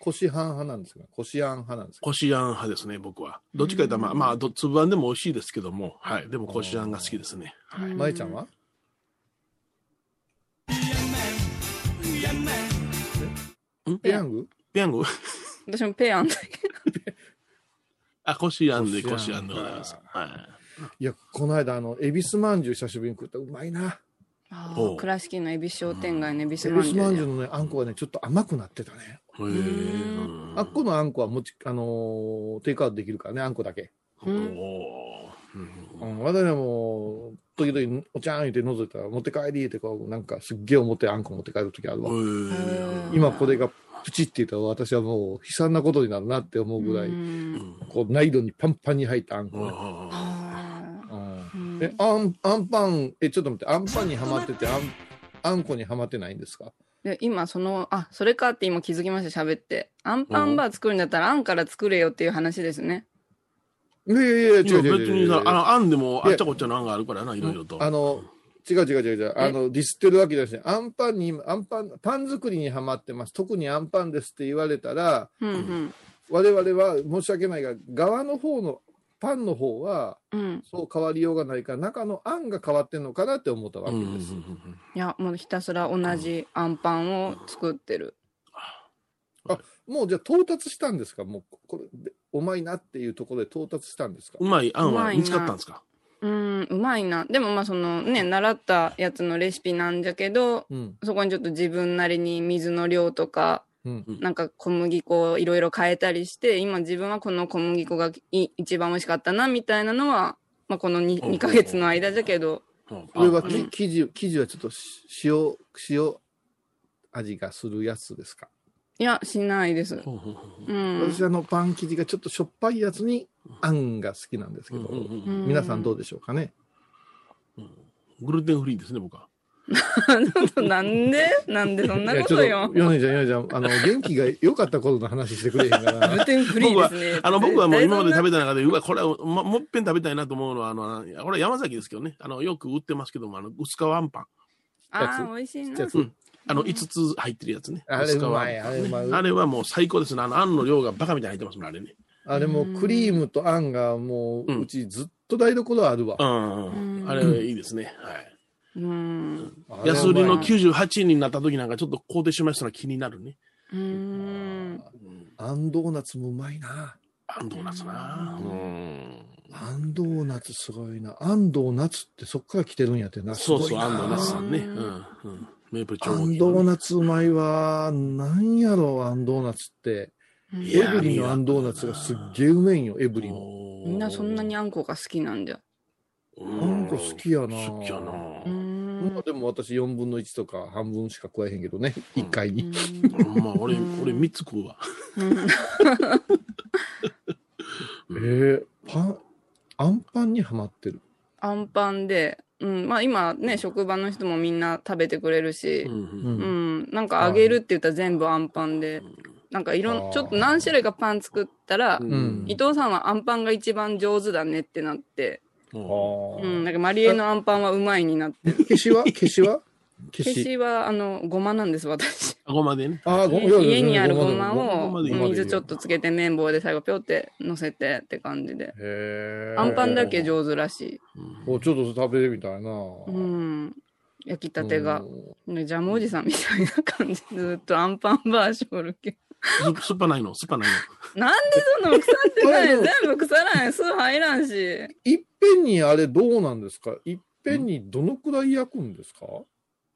[SPEAKER 2] こしはん派なんですが、こしあん派なんですか
[SPEAKER 3] こしあん派ですね、僕は。どっちかというと、まあ、まあ、ど粒あんでも美味しいですけども、はい。でも、こしあんが好きですね。はい。
[SPEAKER 1] うん
[SPEAKER 2] まえちゃんは
[SPEAKER 3] ん
[SPEAKER 2] ペヤング
[SPEAKER 3] ペヤング
[SPEAKER 1] 私もペヤンだ
[SPEAKER 3] あ、こしあんで、こ
[SPEAKER 2] こ
[SPEAKER 3] し
[SPEAKER 2] し
[SPEAKER 3] あ
[SPEAKER 2] あ
[SPEAKER 3] ん
[SPEAKER 2] ん
[SPEAKER 3] で
[SPEAKER 2] か
[SPEAKER 3] ございます。はい。
[SPEAKER 2] いや、この間、あの、恵比寿まんじゅう久しぶりに食った。うまいな。
[SPEAKER 1] あ
[SPEAKER 3] ほう
[SPEAKER 1] ー倉敷の恵比寿商店街の恵比
[SPEAKER 2] 恵
[SPEAKER 1] 寿まん
[SPEAKER 2] 比
[SPEAKER 1] じ
[SPEAKER 2] 寿
[SPEAKER 1] ゅ
[SPEAKER 2] ま
[SPEAKER 1] うんで
[SPEAKER 2] じゅうのね、あんこがね、ちょっと甘くなってたね。
[SPEAKER 3] へー
[SPEAKER 2] あっこのあんこはもち、あのーテイクアウトできるからね、あんこだけ。
[SPEAKER 3] お
[SPEAKER 1] うん
[SPEAKER 3] おー。
[SPEAKER 2] う
[SPEAKER 3] うん
[SPEAKER 2] ん、私はもう、時々、おちゃん言って覗いたら、持って帰りってこう、なんかすっげえ表あんこ持って帰る時あるわ。
[SPEAKER 3] へー
[SPEAKER 2] 今これがプチって言ったら、私はもう悲惨なことになるなって思うぐらい、
[SPEAKER 1] うん
[SPEAKER 3] うん
[SPEAKER 2] こう、ナイロンにパンパンに入ったあんこね、
[SPEAKER 3] あ
[SPEAKER 1] あ
[SPEAKER 2] うん
[SPEAKER 1] ーうん
[SPEAKER 2] え、あん、あんパン、え、ちょっと待って、あんパンにはまってて、あん、あんこにはまってないんですか
[SPEAKER 1] で今そのあそれかって今気づきました喋ってアンパンバー作るんだったらあんから作れよっていう話ですね
[SPEAKER 2] いやいやいや、違う
[SPEAKER 3] ー今
[SPEAKER 2] 違う
[SPEAKER 3] 別
[SPEAKER 2] 違う違
[SPEAKER 3] に
[SPEAKER 2] う
[SPEAKER 3] さ、あの、あんで
[SPEAKER 2] い
[SPEAKER 3] も、あ
[SPEAKER 2] や
[SPEAKER 3] っちゃこっちゃのあんがあるからな、いろいろと。
[SPEAKER 2] あの、違う違う違う違う。あの、ディスってるわけじゃなくて、あんパンに、あんパン、パン作りにはまってます。特にあんパンですって言われたら、
[SPEAKER 1] うん
[SPEAKER 2] 我々は申し訳ないが、側の方の、パンの方は、
[SPEAKER 1] うんうん
[SPEAKER 2] そう変わりようがないから、中のあんが変わってんのかなって思ったわ
[SPEAKER 3] う
[SPEAKER 2] け
[SPEAKER 3] ん、うんう
[SPEAKER 2] です。
[SPEAKER 3] ん
[SPEAKER 1] いやもうひたすら同じアンパンを作ってる
[SPEAKER 2] もうじゃあ到達したんですかもう、これ、でうまいなっていうところで到達したんですか
[SPEAKER 3] うまいあん
[SPEAKER 1] う
[SPEAKER 3] は
[SPEAKER 1] まいな
[SPEAKER 3] 見つかったんですか
[SPEAKER 1] うんうまいなでもまあそのね習ったやつのレシピなんじゃけど
[SPEAKER 2] うん。
[SPEAKER 1] そこにちょっと自分なりに水の量とか
[SPEAKER 2] うん。
[SPEAKER 1] なんか小麦粉をいろいろ変えたりして今自分はこの小麦粉がい一番美味しかったなみたいなのは、まあ、この 2,
[SPEAKER 3] うん
[SPEAKER 1] 2ヶ月の間じゃけど
[SPEAKER 3] うん
[SPEAKER 2] これは
[SPEAKER 3] あ
[SPEAKER 2] き、生地、生地はちょっと塩、塩味がするやつですか
[SPEAKER 1] いやしないです。
[SPEAKER 3] ほうほうほ
[SPEAKER 1] う
[SPEAKER 3] う
[SPEAKER 1] ん、
[SPEAKER 2] 私あのパン生地がちょっとしょっぱいやつにあんが好きなんですけど、
[SPEAKER 3] うんうんう
[SPEAKER 1] う
[SPEAKER 3] ん
[SPEAKER 1] ん
[SPEAKER 2] 皆さ んどうでしょうかね、
[SPEAKER 3] グルテンフリーですね、僕は。
[SPEAKER 1] なんでなんでそん
[SPEAKER 2] い
[SPEAKER 1] な
[SPEAKER 2] や
[SPEAKER 1] こ
[SPEAKER 2] ちょ
[SPEAKER 1] と
[SPEAKER 2] っ
[SPEAKER 1] よ
[SPEAKER 2] と。ヨネちゃんヨネちゃんあの元気が良かった頃の話してくれへんか
[SPEAKER 1] グ
[SPEAKER 2] ら
[SPEAKER 1] ルテンフリーですね。
[SPEAKER 3] あの、僕はもう今まで食
[SPEAKER 1] べ
[SPEAKER 3] べた中で、うわ、これは、ま、もっぺん食べたいなと思うのは、あの、これは山崎ですけどね。あの、よく売ってますけども、あの、薄皮あんパン。
[SPEAKER 1] ああ、美味しい
[SPEAKER 2] ちっちゃ
[SPEAKER 1] な
[SPEAKER 2] いや。つ
[SPEAKER 3] うん。あの、5つ入ってるやつね。
[SPEAKER 2] あれ
[SPEAKER 3] 薄皮あ
[SPEAKER 2] うんまいあれうまい
[SPEAKER 3] あれはもう最高ですね。あの、あんの量がバカみたいに入ってますもん、あれね。
[SPEAKER 2] あれもうクリームとあんがも
[SPEAKER 3] うん
[SPEAKER 2] ううちずっと台所あるわ
[SPEAKER 3] う、ん。
[SPEAKER 1] うん
[SPEAKER 3] あれはいいですね。はい。
[SPEAKER 1] うん。
[SPEAKER 2] あれうまい
[SPEAKER 3] 安売りの98円になった時なんかちょっと買うてしまいそうな気になるね。
[SPEAKER 1] うん。
[SPEAKER 3] うん。
[SPEAKER 2] あんドーナツもうまいな
[SPEAKER 3] あんドーナツな。うん。
[SPEAKER 2] あんドーナツすごいなあんドーナツってそっから来てるんやってな
[SPEAKER 3] そうそう、あんドーナツさ
[SPEAKER 2] す
[SPEAKER 3] んね。うん。うん。メープル
[SPEAKER 2] ごいな
[SPEAKER 3] 超
[SPEAKER 2] あ
[SPEAKER 3] 合
[SPEAKER 2] ん
[SPEAKER 3] 金
[SPEAKER 2] ドーナツうまいわなんやろうあんドーナツって
[SPEAKER 3] い
[SPEAKER 2] エ
[SPEAKER 3] や
[SPEAKER 2] ブリンのあんドーナツがすっげえうめえんよエブリンも
[SPEAKER 3] み
[SPEAKER 1] みんなそんなにあんこが好きなんじゃ。
[SPEAKER 2] あんこ好きやな
[SPEAKER 3] 好きやな
[SPEAKER 1] う
[SPEAKER 3] ぁ。
[SPEAKER 1] ん。
[SPEAKER 2] でも私4分の1とか半分しか食えへんけどね
[SPEAKER 3] うん
[SPEAKER 2] 1回に、
[SPEAKER 3] ほんまあ、俺、俺3つ食うわ。
[SPEAKER 1] うん
[SPEAKER 2] えーパンあんパンにはまってる
[SPEAKER 1] アンパンで、うん、まあ今ね、職場の人もみんな食べてくれる
[SPEAKER 3] う
[SPEAKER 1] し、
[SPEAKER 2] うん
[SPEAKER 1] うん、
[SPEAKER 2] ん、
[SPEAKER 1] なんかあげるって言ったら全部アンパンで、なんかいろ
[SPEAKER 2] あ
[SPEAKER 1] ん、
[SPEAKER 2] ー
[SPEAKER 1] ちょっと何種類かパン作ったら、
[SPEAKER 2] ん
[SPEAKER 1] 伊藤さんはアンパンが一番上手だねってなって、
[SPEAKER 2] あ
[SPEAKER 3] も
[SPEAKER 2] ー
[SPEAKER 1] うん、なんかマリエのアンパンはうまいになって、
[SPEAKER 2] 消しは消しは消
[SPEAKER 1] 消
[SPEAKER 2] し
[SPEAKER 1] しはあの、ごまなんです、私。
[SPEAKER 3] うあごまでね。
[SPEAKER 2] ああごいやいや
[SPEAKER 1] 家にあるごま
[SPEAKER 2] ご
[SPEAKER 1] を
[SPEAKER 2] までいい
[SPEAKER 1] 水ちょっとつけて綿棒で最後ぴょって乗せてって感じで。
[SPEAKER 2] へー
[SPEAKER 1] アンパンだけ上手らし
[SPEAKER 2] おちょっと食べてみたいな、
[SPEAKER 1] い。うん。焼きた
[SPEAKER 2] うん
[SPEAKER 1] てが。ね、ジャムおじさんみたいな感じでずっとアンパンバーショルけ
[SPEAKER 3] すすっぱないの、すっぱない
[SPEAKER 1] ど。なんでそんな腐ってない
[SPEAKER 2] あれ
[SPEAKER 1] 全部腐らん。酢入らんし。
[SPEAKER 2] いっぺんにあれどうなんですかいっぺんにどのくらい焼くんですか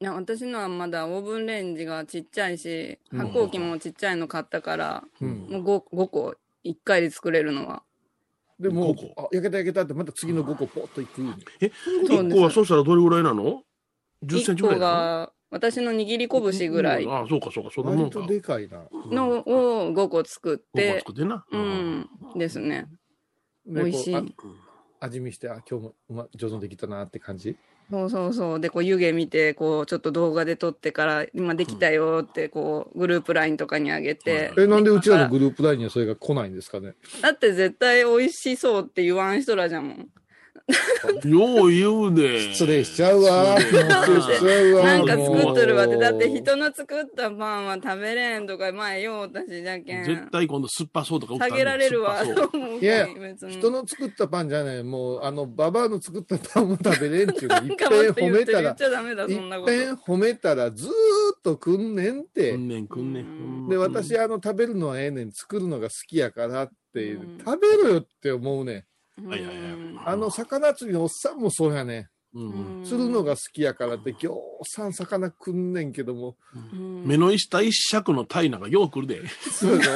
[SPEAKER 1] いや、私のはまだオーブンレンジがちっちゃいし、
[SPEAKER 2] うん
[SPEAKER 1] 発酵機もちっちゃいの買ったから、
[SPEAKER 2] う
[SPEAKER 3] の。
[SPEAKER 2] ん
[SPEAKER 1] もう 5, 5個、1回で作れるのは。
[SPEAKER 2] でも
[SPEAKER 3] 五個
[SPEAKER 2] あ焼けた焼けたってまた次の5個ポッといく
[SPEAKER 1] そう
[SPEAKER 3] 1
[SPEAKER 1] ね
[SPEAKER 3] 個はそうしたらどれぐらいなの ?10 セ
[SPEAKER 1] 1
[SPEAKER 3] ンチぐら
[SPEAKER 1] 個
[SPEAKER 3] いなの
[SPEAKER 1] が、私の握り拳ぐらい
[SPEAKER 3] うんあ、そうか、そうか、そんなも
[SPEAKER 2] 割
[SPEAKER 3] んか。
[SPEAKER 2] とでかいな
[SPEAKER 1] のを5個作っ
[SPEAKER 3] ごま
[SPEAKER 1] て
[SPEAKER 3] 作、ってな。
[SPEAKER 1] うん、ですね。
[SPEAKER 2] で
[SPEAKER 1] 美味しい
[SPEAKER 2] こうあ味見してあ今日もうま上手にできたなって感じ
[SPEAKER 1] そうそうそう。で、こう湯気見て、こう、ちょっと動画で撮ってから、今できたよって、こう、グループラインとかにあげて。
[SPEAKER 2] え、なんでうちらのグループ LINE にはそれが来ないんですかね。
[SPEAKER 1] だって絶対美味しそうって言わん人らじゃもん。
[SPEAKER 3] よう言うね。
[SPEAKER 2] 失礼しちゃうわ。
[SPEAKER 3] 失礼
[SPEAKER 2] 失礼しちゃうわ。
[SPEAKER 1] なんか作っとるわって、
[SPEAKER 2] もう
[SPEAKER 1] だって人の作ったパンは食べれんとか、前よう私じゃけん
[SPEAKER 3] 絶。対今度酸っぱそうとか打った
[SPEAKER 1] 下
[SPEAKER 3] の
[SPEAKER 1] げられるわ、
[SPEAKER 3] 酸っ
[SPEAKER 1] と
[SPEAKER 3] ぱ
[SPEAKER 1] 思う
[SPEAKER 2] いや
[SPEAKER 1] 別に
[SPEAKER 2] 人の作ったパンじゃない、もう、あの、ババアの作ったパンも食べれんっていうの、
[SPEAKER 1] な
[SPEAKER 2] いっ
[SPEAKER 1] ん
[SPEAKER 2] ぺ
[SPEAKER 1] かも
[SPEAKER 2] ん
[SPEAKER 1] っと
[SPEAKER 2] 褒
[SPEAKER 1] 言っ
[SPEAKER 2] め
[SPEAKER 1] て
[SPEAKER 2] た
[SPEAKER 1] 言
[SPEAKER 2] ら
[SPEAKER 1] っ、ちゃダメだ、
[SPEAKER 2] いっ
[SPEAKER 1] そんなこ
[SPEAKER 2] ぺん
[SPEAKER 1] と。
[SPEAKER 2] 褒めたらずーっとくんねんっ
[SPEAKER 3] い。
[SPEAKER 2] て。
[SPEAKER 3] くんねんくんねん。
[SPEAKER 2] で、私、あの、食べるのはええねん、作るのが好きやからって、
[SPEAKER 1] うん
[SPEAKER 2] 食べろよって思うねん。
[SPEAKER 1] うん
[SPEAKER 3] はいはいはい。
[SPEAKER 2] あの、魚釣りのおっさんもそうやね
[SPEAKER 3] う、
[SPEAKER 1] うんん
[SPEAKER 2] ん。釣るのが好きやからって、ぎょうさん魚くんねんけども。
[SPEAKER 1] うん
[SPEAKER 3] 目の下一尺のタイなんかよう来るで。
[SPEAKER 2] そうやろ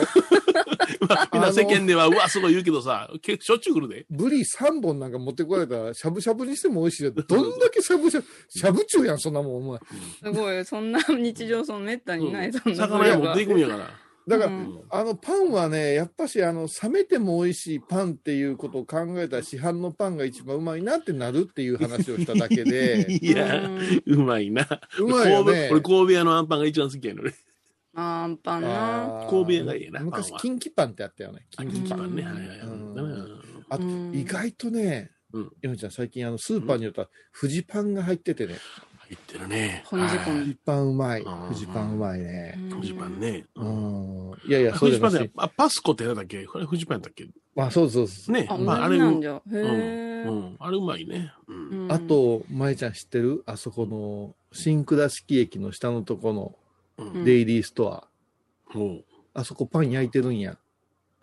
[SPEAKER 3] まあみんな世間では、うわ、すごい言うけどさ、けしょっちゅう来るで。
[SPEAKER 2] ブリ3本なんか持ってこられたら、しゃぶしゃぶにしても美味しいよ。どんだけしゃぶしゃぶ、しゃぶ中やん、そんなもん、お前。
[SPEAKER 1] すご い、そんな日常、そのめったにない、そんな
[SPEAKER 3] 魚屋持っていくんやから。
[SPEAKER 2] だから、
[SPEAKER 1] うん
[SPEAKER 2] あのパンはね、やっぱしあの冷めても美味しいパンっていうことを考えたら市販のパンが一番うまいなってなるっていう話をしただけ で、
[SPEAKER 3] いや、うまいな。
[SPEAKER 2] うまいよね。
[SPEAKER 3] 神戸俺、神戸屋のアンパンが一番好きやのね。
[SPEAKER 1] あんパンな。
[SPEAKER 2] あー
[SPEAKER 3] 神戸屋がいいな。
[SPEAKER 2] 昔、
[SPEAKER 3] パンは
[SPEAKER 2] キンキパンってあったよね。
[SPEAKER 3] あ
[SPEAKER 2] キンキ
[SPEAKER 3] キンキ
[SPEAKER 2] パ
[SPEAKER 3] パ
[SPEAKER 2] ン。
[SPEAKER 3] ンね。はいはいはい
[SPEAKER 2] うん
[SPEAKER 3] うん
[SPEAKER 2] あと、
[SPEAKER 1] うん
[SPEAKER 2] 意外とね
[SPEAKER 3] うん、
[SPEAKER 2] ヨミちゃん、最近あのスーパーによったら、フジパンが入っててね、
[SPEAKER 3] 入ってるね。
[SPEAKER 1] 本仕込
[SPEAKER 2] フ
[SPEAKER 1] み
[SPEAKER 2] ジパンうまい。
[SPEAKER 3] うん
[SPEAKER 2] フジパンうまいね。
[SPEAKER 3] はいフジパンね。
[SPEAKER 2] う
[SPEAKER 3] うん
[SPEAKER 2] ん。いやいや、そ
[SPEAKER 3] フ
[SPEAKER 2] うじ
[SPEAKER 3] ジ
[SPEAKER 2] ゃ
[SPEAKER 3] パ
[SPEAKER 2] な
[SPEAKER 3] ン
[SPEAKER 2] くて
[SPEAKER 3] で、、あパスコってなんだっけこれフジパンだっけ
[SPEAKER 2] まあそうそうそう。
[SPEAKER 3] ね。
[SPEAKER 1] あ、
[SPEAKER 3] まあ、あ
[SPEAKER 1] 同
[SPEAKER 3] れ
[SPEAKER 1] じ
[SPEAKER 3] う
[SPEAKER 1] なん
[SPEAKER 3] ん。
[SPEAKER 1] じゃ。へ
[SPEAKER 3] う
[SPEAKER 1] え。
[SPEAKER 3] んあれうまいね。うん
[SPEAKER 1] うん
[SPEAKER 2] あ、と、まえちゃん知ってるあそこの、新倉敷駅の下のとこの
[SPEAKER 3] うん
[SPEAKER 2] デイリーストア。
[SPEAKER 3] おう
[SPEAKER 2] あそこパン焼いてるんや。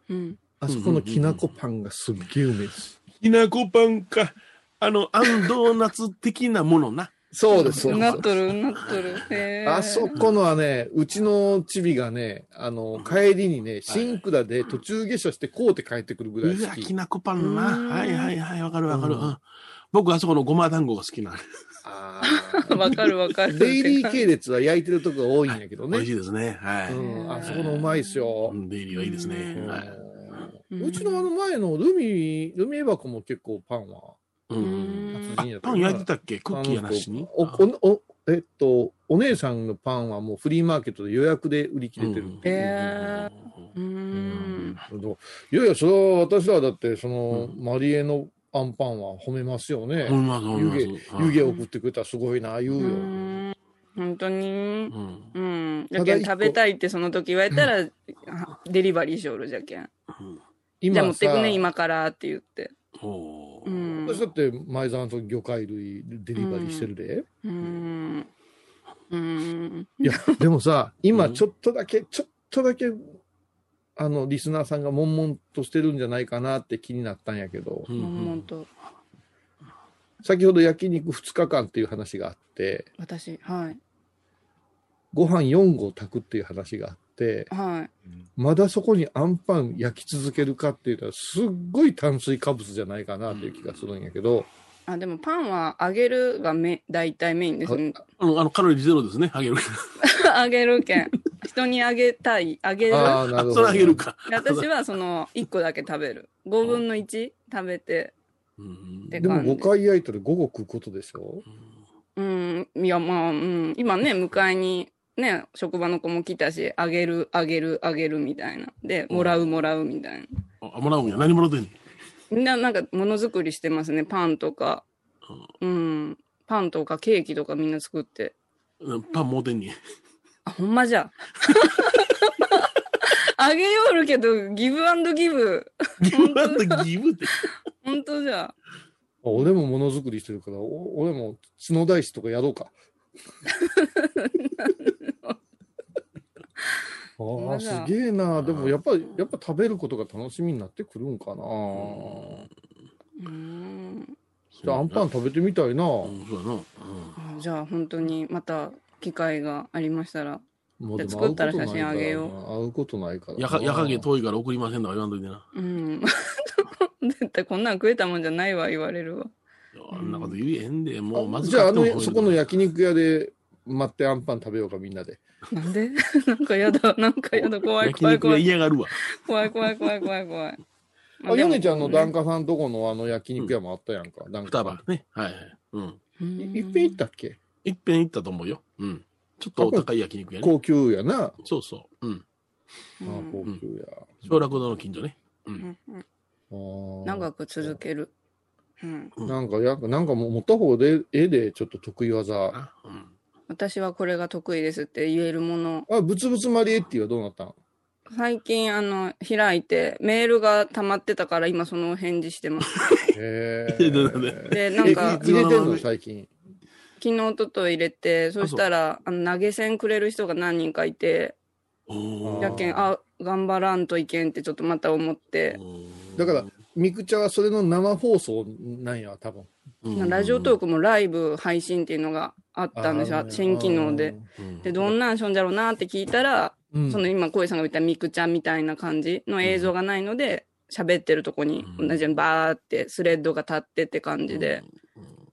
[SPEAKER 1] うん。
[SPEAKER 2] あそこのきなこパンがすっげえうめえです。
[SPEAKER 3] きなこパンか、あの、あんドーナツ的なものな。
[SPEAKER 2] そうで
[SPEAKER 3] そう
[SPEAKER 1] う
[SPEAKER 3] です
[SPEAKER 1] なっとる、うなっとる。へえ。
[SPEAKER 2] あそこのはね、うちのチビがね、あの、帰りにね、新倉で途中下車してこうって帰ってくるぐらいう好
[SPEAKER 3] わ、き
[SPEAKER 2] き。
[SPEAKER 3] なこパンな。
[SPEAKER 1] うん
[SPEAKER 3] はいはいはい、わかるわかる。
[SPEAKER 2] うん
[SPEAKER 3] うん僕、あそこのごま団子が好きな。
[SPEAKER 2] あ
[SPEAKER 1] わかるわか
[SPEAKER 2] ー
[SPEAKER 1] る。
[SPEAKER 2] デイリー系列は焼いてるとこが多いんやけど
[SPEAKER 3] 美味
[SPEAKER 2] ね
[SPEAKER 3] し。いですね。はい。
[SPEAKER 2] うん、あそこのうまいっすよ
[SPEAKER 3] う。んデイリーはいいですね。
[SPEAKER 1] うん
[SPEAKER 3] は
[SPEAKER 2] う
[SPEAKER 3] い
[SPEAKER 2] んうちのあの前のルミ、ルミエ箱も結構パンは
[SPEAKER 3] う。
[SPEAKER 1] うんん。
[SPEAKER 3] あ
[SPEAKER 2] 達人やった
[SPEAKER 3] パ
[SPEAKER 2] か
[SPEAKER 3] ン
[SPEAKER 2] ら
[SPEAKER 3] 焼いてたっけクッキーやなしに。
[SPEAKER 2] おおおえっと、お姉さんのパンはもうフリーマーケットで予約で売り切れてる。
[SPEAKER 3] うん
[SPEAKER 1] えう。
[SPEAKER 2] うんいやいや、それは私らだって、その、マリエのアンパンは褒めますよね。
[SPEAKER 3] ほんまそう、ほんまそう
[SPEAKER 2] 湯気送ってくれたらすごいな、言うよ。
[SPEAKER 1] うん本当に。
[SPEAKER 3] うん
[SPEAKER 1] うん。
[SPEAKER 2] た
[SPEAKER 1] じゃ
[SPEAKER 2] だ
[SPEAKER 1] けん
[SPEAKER 2] 一個
[SPEAKER 1] 食べたいってその時言われたら、あデリバリーしょるじゃけん。じゃあ持ってくね、今からって言って。
[SPEAKER 3] ほ
[SPEAKER 1] う
[SPEAKER 3] う。
[SPEAKER 1] ん。
[SPEAKER 2] 私だって前澤と魚介類デリバリーしてるで。
[SPEAKER 1] うん。うん。
[SPEAKER 2] いや、でもさ、今
[SPEAKER 3] うん
[SPEAKER 2] ちょっとだけ、ちょっとだけ、あの、リスナーさんが悶々としてるんじゃないかなって気になったんやけど、
[SPEAKER 3] うん
[SPEAKER 1] もんと。
[SPEAKER 2] 先ほど焼肉2日間っていう話があって、
[SPEAKER 1] 私、はい。
[SPEAKER 2] ご飯4合炊くっていう話があって、
[SPEAKER 1] は
[SPEAKER 2] まだそこにアンパン焼き続けるかって言ったら、すっごい炭水化物じゃないかなっていう気がするんやけど、
[SPEAKER 1] い。あ、でもパンは揚げるがめ、大体メインですね。
[SPEAKER 3] あの、あのカロリーゼロですね。あげる。
[SPEAKER 1] あげるけん。人にあげたい。あげる。
[SPEAKER 2] ああ、な
[SPEAKER 3] あ、
[SPEAKER 2] るほ
[SPEAKER 3] そ
[SPEAKER 2] ど。
[SPEAKER 3] れあげるか。
[SPEAKER 1] 私はその1個だけ食べる。5分の1食べて。
[SPEAKER 3] うん
[SPEAKER 1] で
[SPEAKER 2] でも5回焼いたら5個食うことでしょ
[SPEAKER 1] うん。いや、まあ、うん。今ね、迎えに、ね、職場の子も来たし、あげる、あげる、あげるみたいな。で、もらう、もらうみたいな。
[SPEAKER 3] あ、もらうんや。何もらってんねん。
[SPEAKER 1] みんななんかものづくりしてますね。パンとか。うん。パンとかケーキとかみんな作って。
[SPEAKER 3] うんパンもうてんねん。
[SPEAKER 1] あ、ほんまじゃ。 あげよるけど、ギブアンドギブ。
[SPEAKER 3] ギブアンドギブって。
[SPEAKER 1] 本当じゃ。
[SPEAKER 2] 俺もものづくりしてるから、お俺も角大師とかやろ うか。あ
[SPEAKER 1] ま
[SPEAKER 2] あ、
[SPEAKER 1] だ
[SPEAKER 2] すげえな。でもやっぱり、やっぱ食べることが楽しみになってくるんかな。ち
[SPEAKER 3] う
[SPEAKER 2] ょ
[SPEAKER 1] うん。
[SPEAKER 2] っとアンパン食べてみたいな。
[SPEAKER 3] うん、そうやな。うん
[SPEAKER 1] あじゃあ本当にまた機会がありましたら。
[SPEAKER 2] もう
[SPEAKER 1] じゃあ
[SPEAKER 2] でも会う
[SPEAKER 1] 作ったら
[SPEAKER 2] こと
[SPEAKER 1] 写真あげよう
[SPEAKER 2] ないからな会うことないからな。
[SPEAKER 3] やか、やかげ遠いから送りませんとか言わんといてな。
[SPEAKER 1] うん。絶対こんなん食えたもんじゃないわ、言われるわ。
[SPEAKER 3] あんなこと言えへんで、もう、まず
[SPEAKER 2] じゃあ、あ
[SPEAKER 3] 買っても
[SPEAKER 2] の、そこの焼肉屋で待ってアンパン食べようか、みんなで。
[SPEAKER 1] なんで なんかやだ、なんかやだ、怖い
[SPEAKER 3] 焼
[SPEAKER 1] 怖い
[SPEAKER 3] 肉は
[SPEAKER 1] 怖い。
[SPEAKER 3] 嫌がるわ。
[SPEAKER 1] 怖い怖い怖い怖い怖い。
[SPEAKER 2] あ、ヨネちゃんの檀
[SPEAKER 1] 家。
[SPEAKER 2] 家さんとこのあの焼肉屋もあったやんか。檀
[SPEAKER 3] 双
[SPEAKER 2] 家さん
[SPEAKER 3] 葉ね。はいはい。うん。
[SPEAKER 2] いいっぺん行ったっけ
[SPEAKER 3] いっぺん行ったと思うよ。うん。ちょっとお高い焼肉やね。
[SPEAKER 2] 高級やな。
[SPEAKER 3] そうそう。うん。
[SPEAKER 1] う
[SPEAKER 2] ああ
[SPEAKER 1] ん
[SPEAKER 2] 高級や。
[SPEAKER 3] 小楽堂の近所ね。
[SPEAKER 1] うんうん
[SPEAKER 2] あー
[SPEAKER 1] 長く続ける。うん、
[SPEAKER 2] なんかや、なんかもう持った方で、絵でちょっと得意技。
[SPEAKER 3] あうん。
[SPEAKER 1] 私はこれが得意ですって言えるもの。
[SPEAKER 2] あ、ブツブツマリエッティはどうなったん
[SPEAKER 1] 最近、あの、開いて、メールが溜まってたから、今そのお返事してます。
[SPEAKER 2] へえ。
[SPEAKER 3] えどうなんだ
[SPEAKER 1] で、
[SPEAKER 2] え
[SPEAKER 1] なんか、
[SPEAKER 2] 入れてんの最近。
[SPEAKER 1] 昨日、とと入れて、そしたら、あの、投げ銭くれる人が何人かいて、
[SPEAKER 3] おー
[SPEAKER 2] い
[SPEAKER 1] やけん、あ、頑張らんといけんってちょっとまた思って、
[SPEAKER 2] だから、ミクチャはそれの生放送なんや、多分。
[SPEAKER 3] うん
[SPEAKER 1] ラジオトークもライブ配信っていうのがあったんです
[SPEAKER 2] あ
[SPEAKER 1] よ
[SPEAKER 2] ー、
[SPEAKER 1] 新機能で。。
[SPEAKER 3] うん
[SPEAKER 1] で、どんなんしょんじゃろうなって聞いたら、
[SPEAKER 2] うん
[SPEAKER 1] その今、小井さんが言ったミクちゃんみたいな感じの映像がないので、喋ってるとこに
[SPEAKER 3] うん
[SPEAKER 1] 同じようにバーってスレッドが立ってって感じで。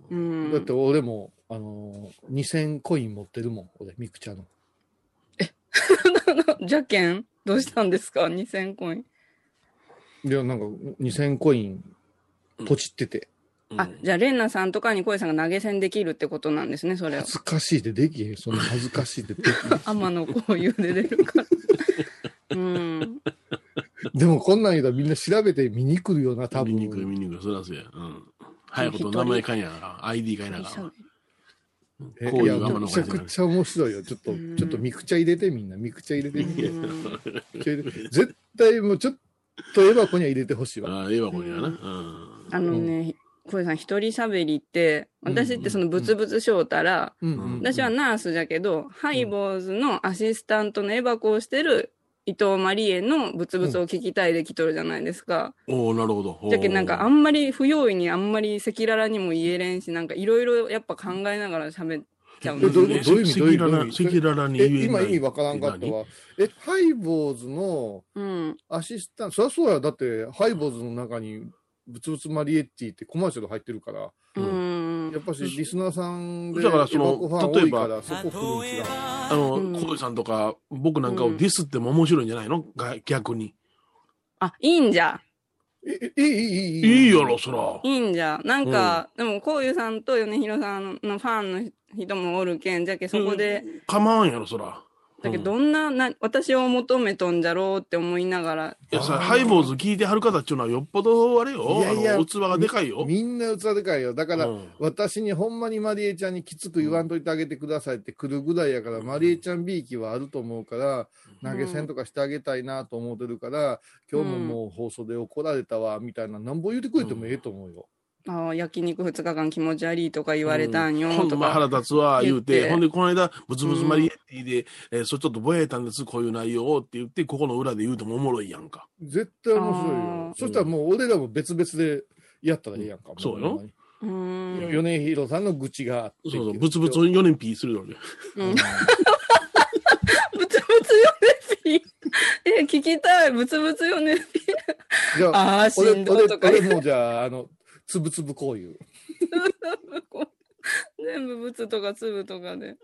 [SPEAKER 3] うんうん
[SPEAKER 1] うん。
[SPEAKER 2] だって俺も、あのー、2000コイン持ってるもん、俺、ミクチャの。
[SPEAKER 1] じゃけんどうしたんですか ?2000 コイン。
[SPEAKER 2] いや、なんか、2000コイン、ポチってて。
[SPEAKER 1] あ、じゃあ、レンナさんとかに小井さんが投げ銭できるってことなんですね、それを
[SPEAKER 2] 恥。ずかしいでできへん。そんな恥ずかしいでできへん。
[SPEAKER 1] 天の声優で出るから。 うん。
[SPEAKER 2] でもこんなん言うたらみんな調べて見に来るよな、多分。
[SPEAKER 3] 見にくい、見にくい、そらそうや。うん。早いこと名前変えなあかん。ID 変えなあかん。
[SPEAKER 2] え
[SPEAKER 3] こう
[SPEAKER 2] い
[SPEAKER 3] い
[SPEAKER 2] や
[SPEAKER 3] う
[SPEAKER 2] め
[SPEAKER 3] の
[SPEAKER 2] ちゃくちゃ面白いよ。ちょっと、
[SPEAKER 1] うん
[SPEAKER 2] ちょっとミクチャ入れてみんな、ミクチャ入れてみて。
[SPEAKER 1] うん
[SPEAKER 2] ミクチャ入れて絶対もうちょっとエバコには入れてほしいわ。
[SPEAKER 3] ああ、ええわ、これやな。うん。
[SPEAKER 1] あのね、小井さん、一人喋りって、私ってそのブツブツしょうたら、
[SPEAKER 2] うん
[SPEAKER 3] うん
[SPEAKER 2] うん、
[SPEAKER 1] 私はナースじゃけど、ハイボーズのアシスタントのエバコをしてる伊藤マリエのブツブツを聞きたいできとるじゃないですか。
[SPEAKER 3] おおなるほど。
[SPEAKER 1] じゃけなんかあ
[SPEAKER 3] ん
[SPEAKER 1] んまり不用意にあんまり赤裸々にも言えれんし、なんかいろいろやっぱ考えながら喋っちゃうん
[SPEAKER 2] え
[SPEAKER 1] で
[SPEAKER 2] ど
[SPEAKER 1] す
[SPEAKER 2] う
[SPEAKER 1] ね。
[SPEAKER 2] どういう意味どういう意味
[SPEAKER 3] 赤裸々に
[SPEAKER 2] え、
[SPEAKER 3] 言え
[SPEAKER 2] 今意味わからんかったわ。え、ハイボーズの
[SPEAKER 1] うん。
[SPEAKER 2] アシスタント、そりゃそうや。だって、ハイボーズの中に、ブツブツマリエッティってコマーシャル入ってるから、や
[SPEAKER 1] う
[SPEAKER 2] っ
[SPEAKER 1] ん。
[SPEAKER 2] ぱしリスナーさんで、
[SPEAKER 3] だからその
[SPEAKER 2] エバコファン多いか
[SPEAKER 3] 例
[SPEAKER 2] ら、そこ来るん違う。
[SPEAKER 3] あの、小井さんとか、僕なんかをディスっても面白いんじゃないのが逆に。
[SPEAKER 1] あ、いいんじゃ。
[SPEAKER 2] え、え、いい、いい、
[SPEAKER 3] いいやろ、そら。
[SPEAKER 1] いいんじゃ。なんか、でも、こういうさんと米広さんのファンの人もおるけん、じゃけそこで、
[SPEAKER 3] 構わんやろ、そら。
[SPEAKER 1] だけ
[SPEAKER 3] うん
[SPEAKER 1] ど、どんなな、私を求めとんじゃろうって思いながら、
[SPEAKER 3] いやさ、ハイボーズ聞いてはる方っていうのはよっぽどあれよ。
[SPEAKER 2] いやいや
[SPEAKER 3] あの器がでかいよ。
[SPEAKER 2] みんな器でかいよ。だから、
[SPEAKER 3] うん
[SPEAKER 2] 私にほんまにマリエちゃんにきつく言わんといてあげてくださいって来るぐらいやから、マリエちゃんびいきはあると思うから、投げ銭とかしてあげたいなと思ってるから、今日ももう放送で怒られたわ、みたいな、なんぼ言うてくれてもええと思うよ。
[SPEAKER 1] ああ、焼肉2日間気持ち悪いとか言われたんよ
[SPEAKER 3] ほん
[SPEAKER 1] と
[SPEAKER 3] ま
[SPEAKER 1] か。
[SPEAKER 3] 腹立つわ、言う、
[SPEAKER 1] 言ってて
[SPEAKER 3] ほんで、この間、ブツブツマリエッティで、えーそれちょっとぼやいたんです、こういう内容をって言って、ここの裏で言うともおもろいやんか。
[SPEAKER 2] 絶対面白い
[SPEAKER 1] あ
[SPEAKER 2] よ
[SPEAKER 1] ー。
[SPEAKER 2] そしたらもう俺らも別々でやったらええやんか。
[SPEAKER 3] んそうよ
[SPEAKER 2] ほんまに。
[SPEAKER 1] うーん。
[SPEAKER 2] 米広さんの愚痴があって。
[SPEAKER 3] そうそう、ブツブツ4年 P するのね。
[SPEAKER 1] うんブツブツヨネピー。え、聞きたい。ブツブツヨネピー。
[SPEAKER 2] じゃあ、
[SPEAKER 1] ああ、し
[SPEAKER 2] 俺、
[SPEAKER 1] んどい
[SPEAKER 2] 俺
[SPEAKER 1] と、か
[SPEAKER 2] 俺もじゃあ、あの、つぶつぶこういう。
[SPEAKER 1] 全部ブツとかツブとかで。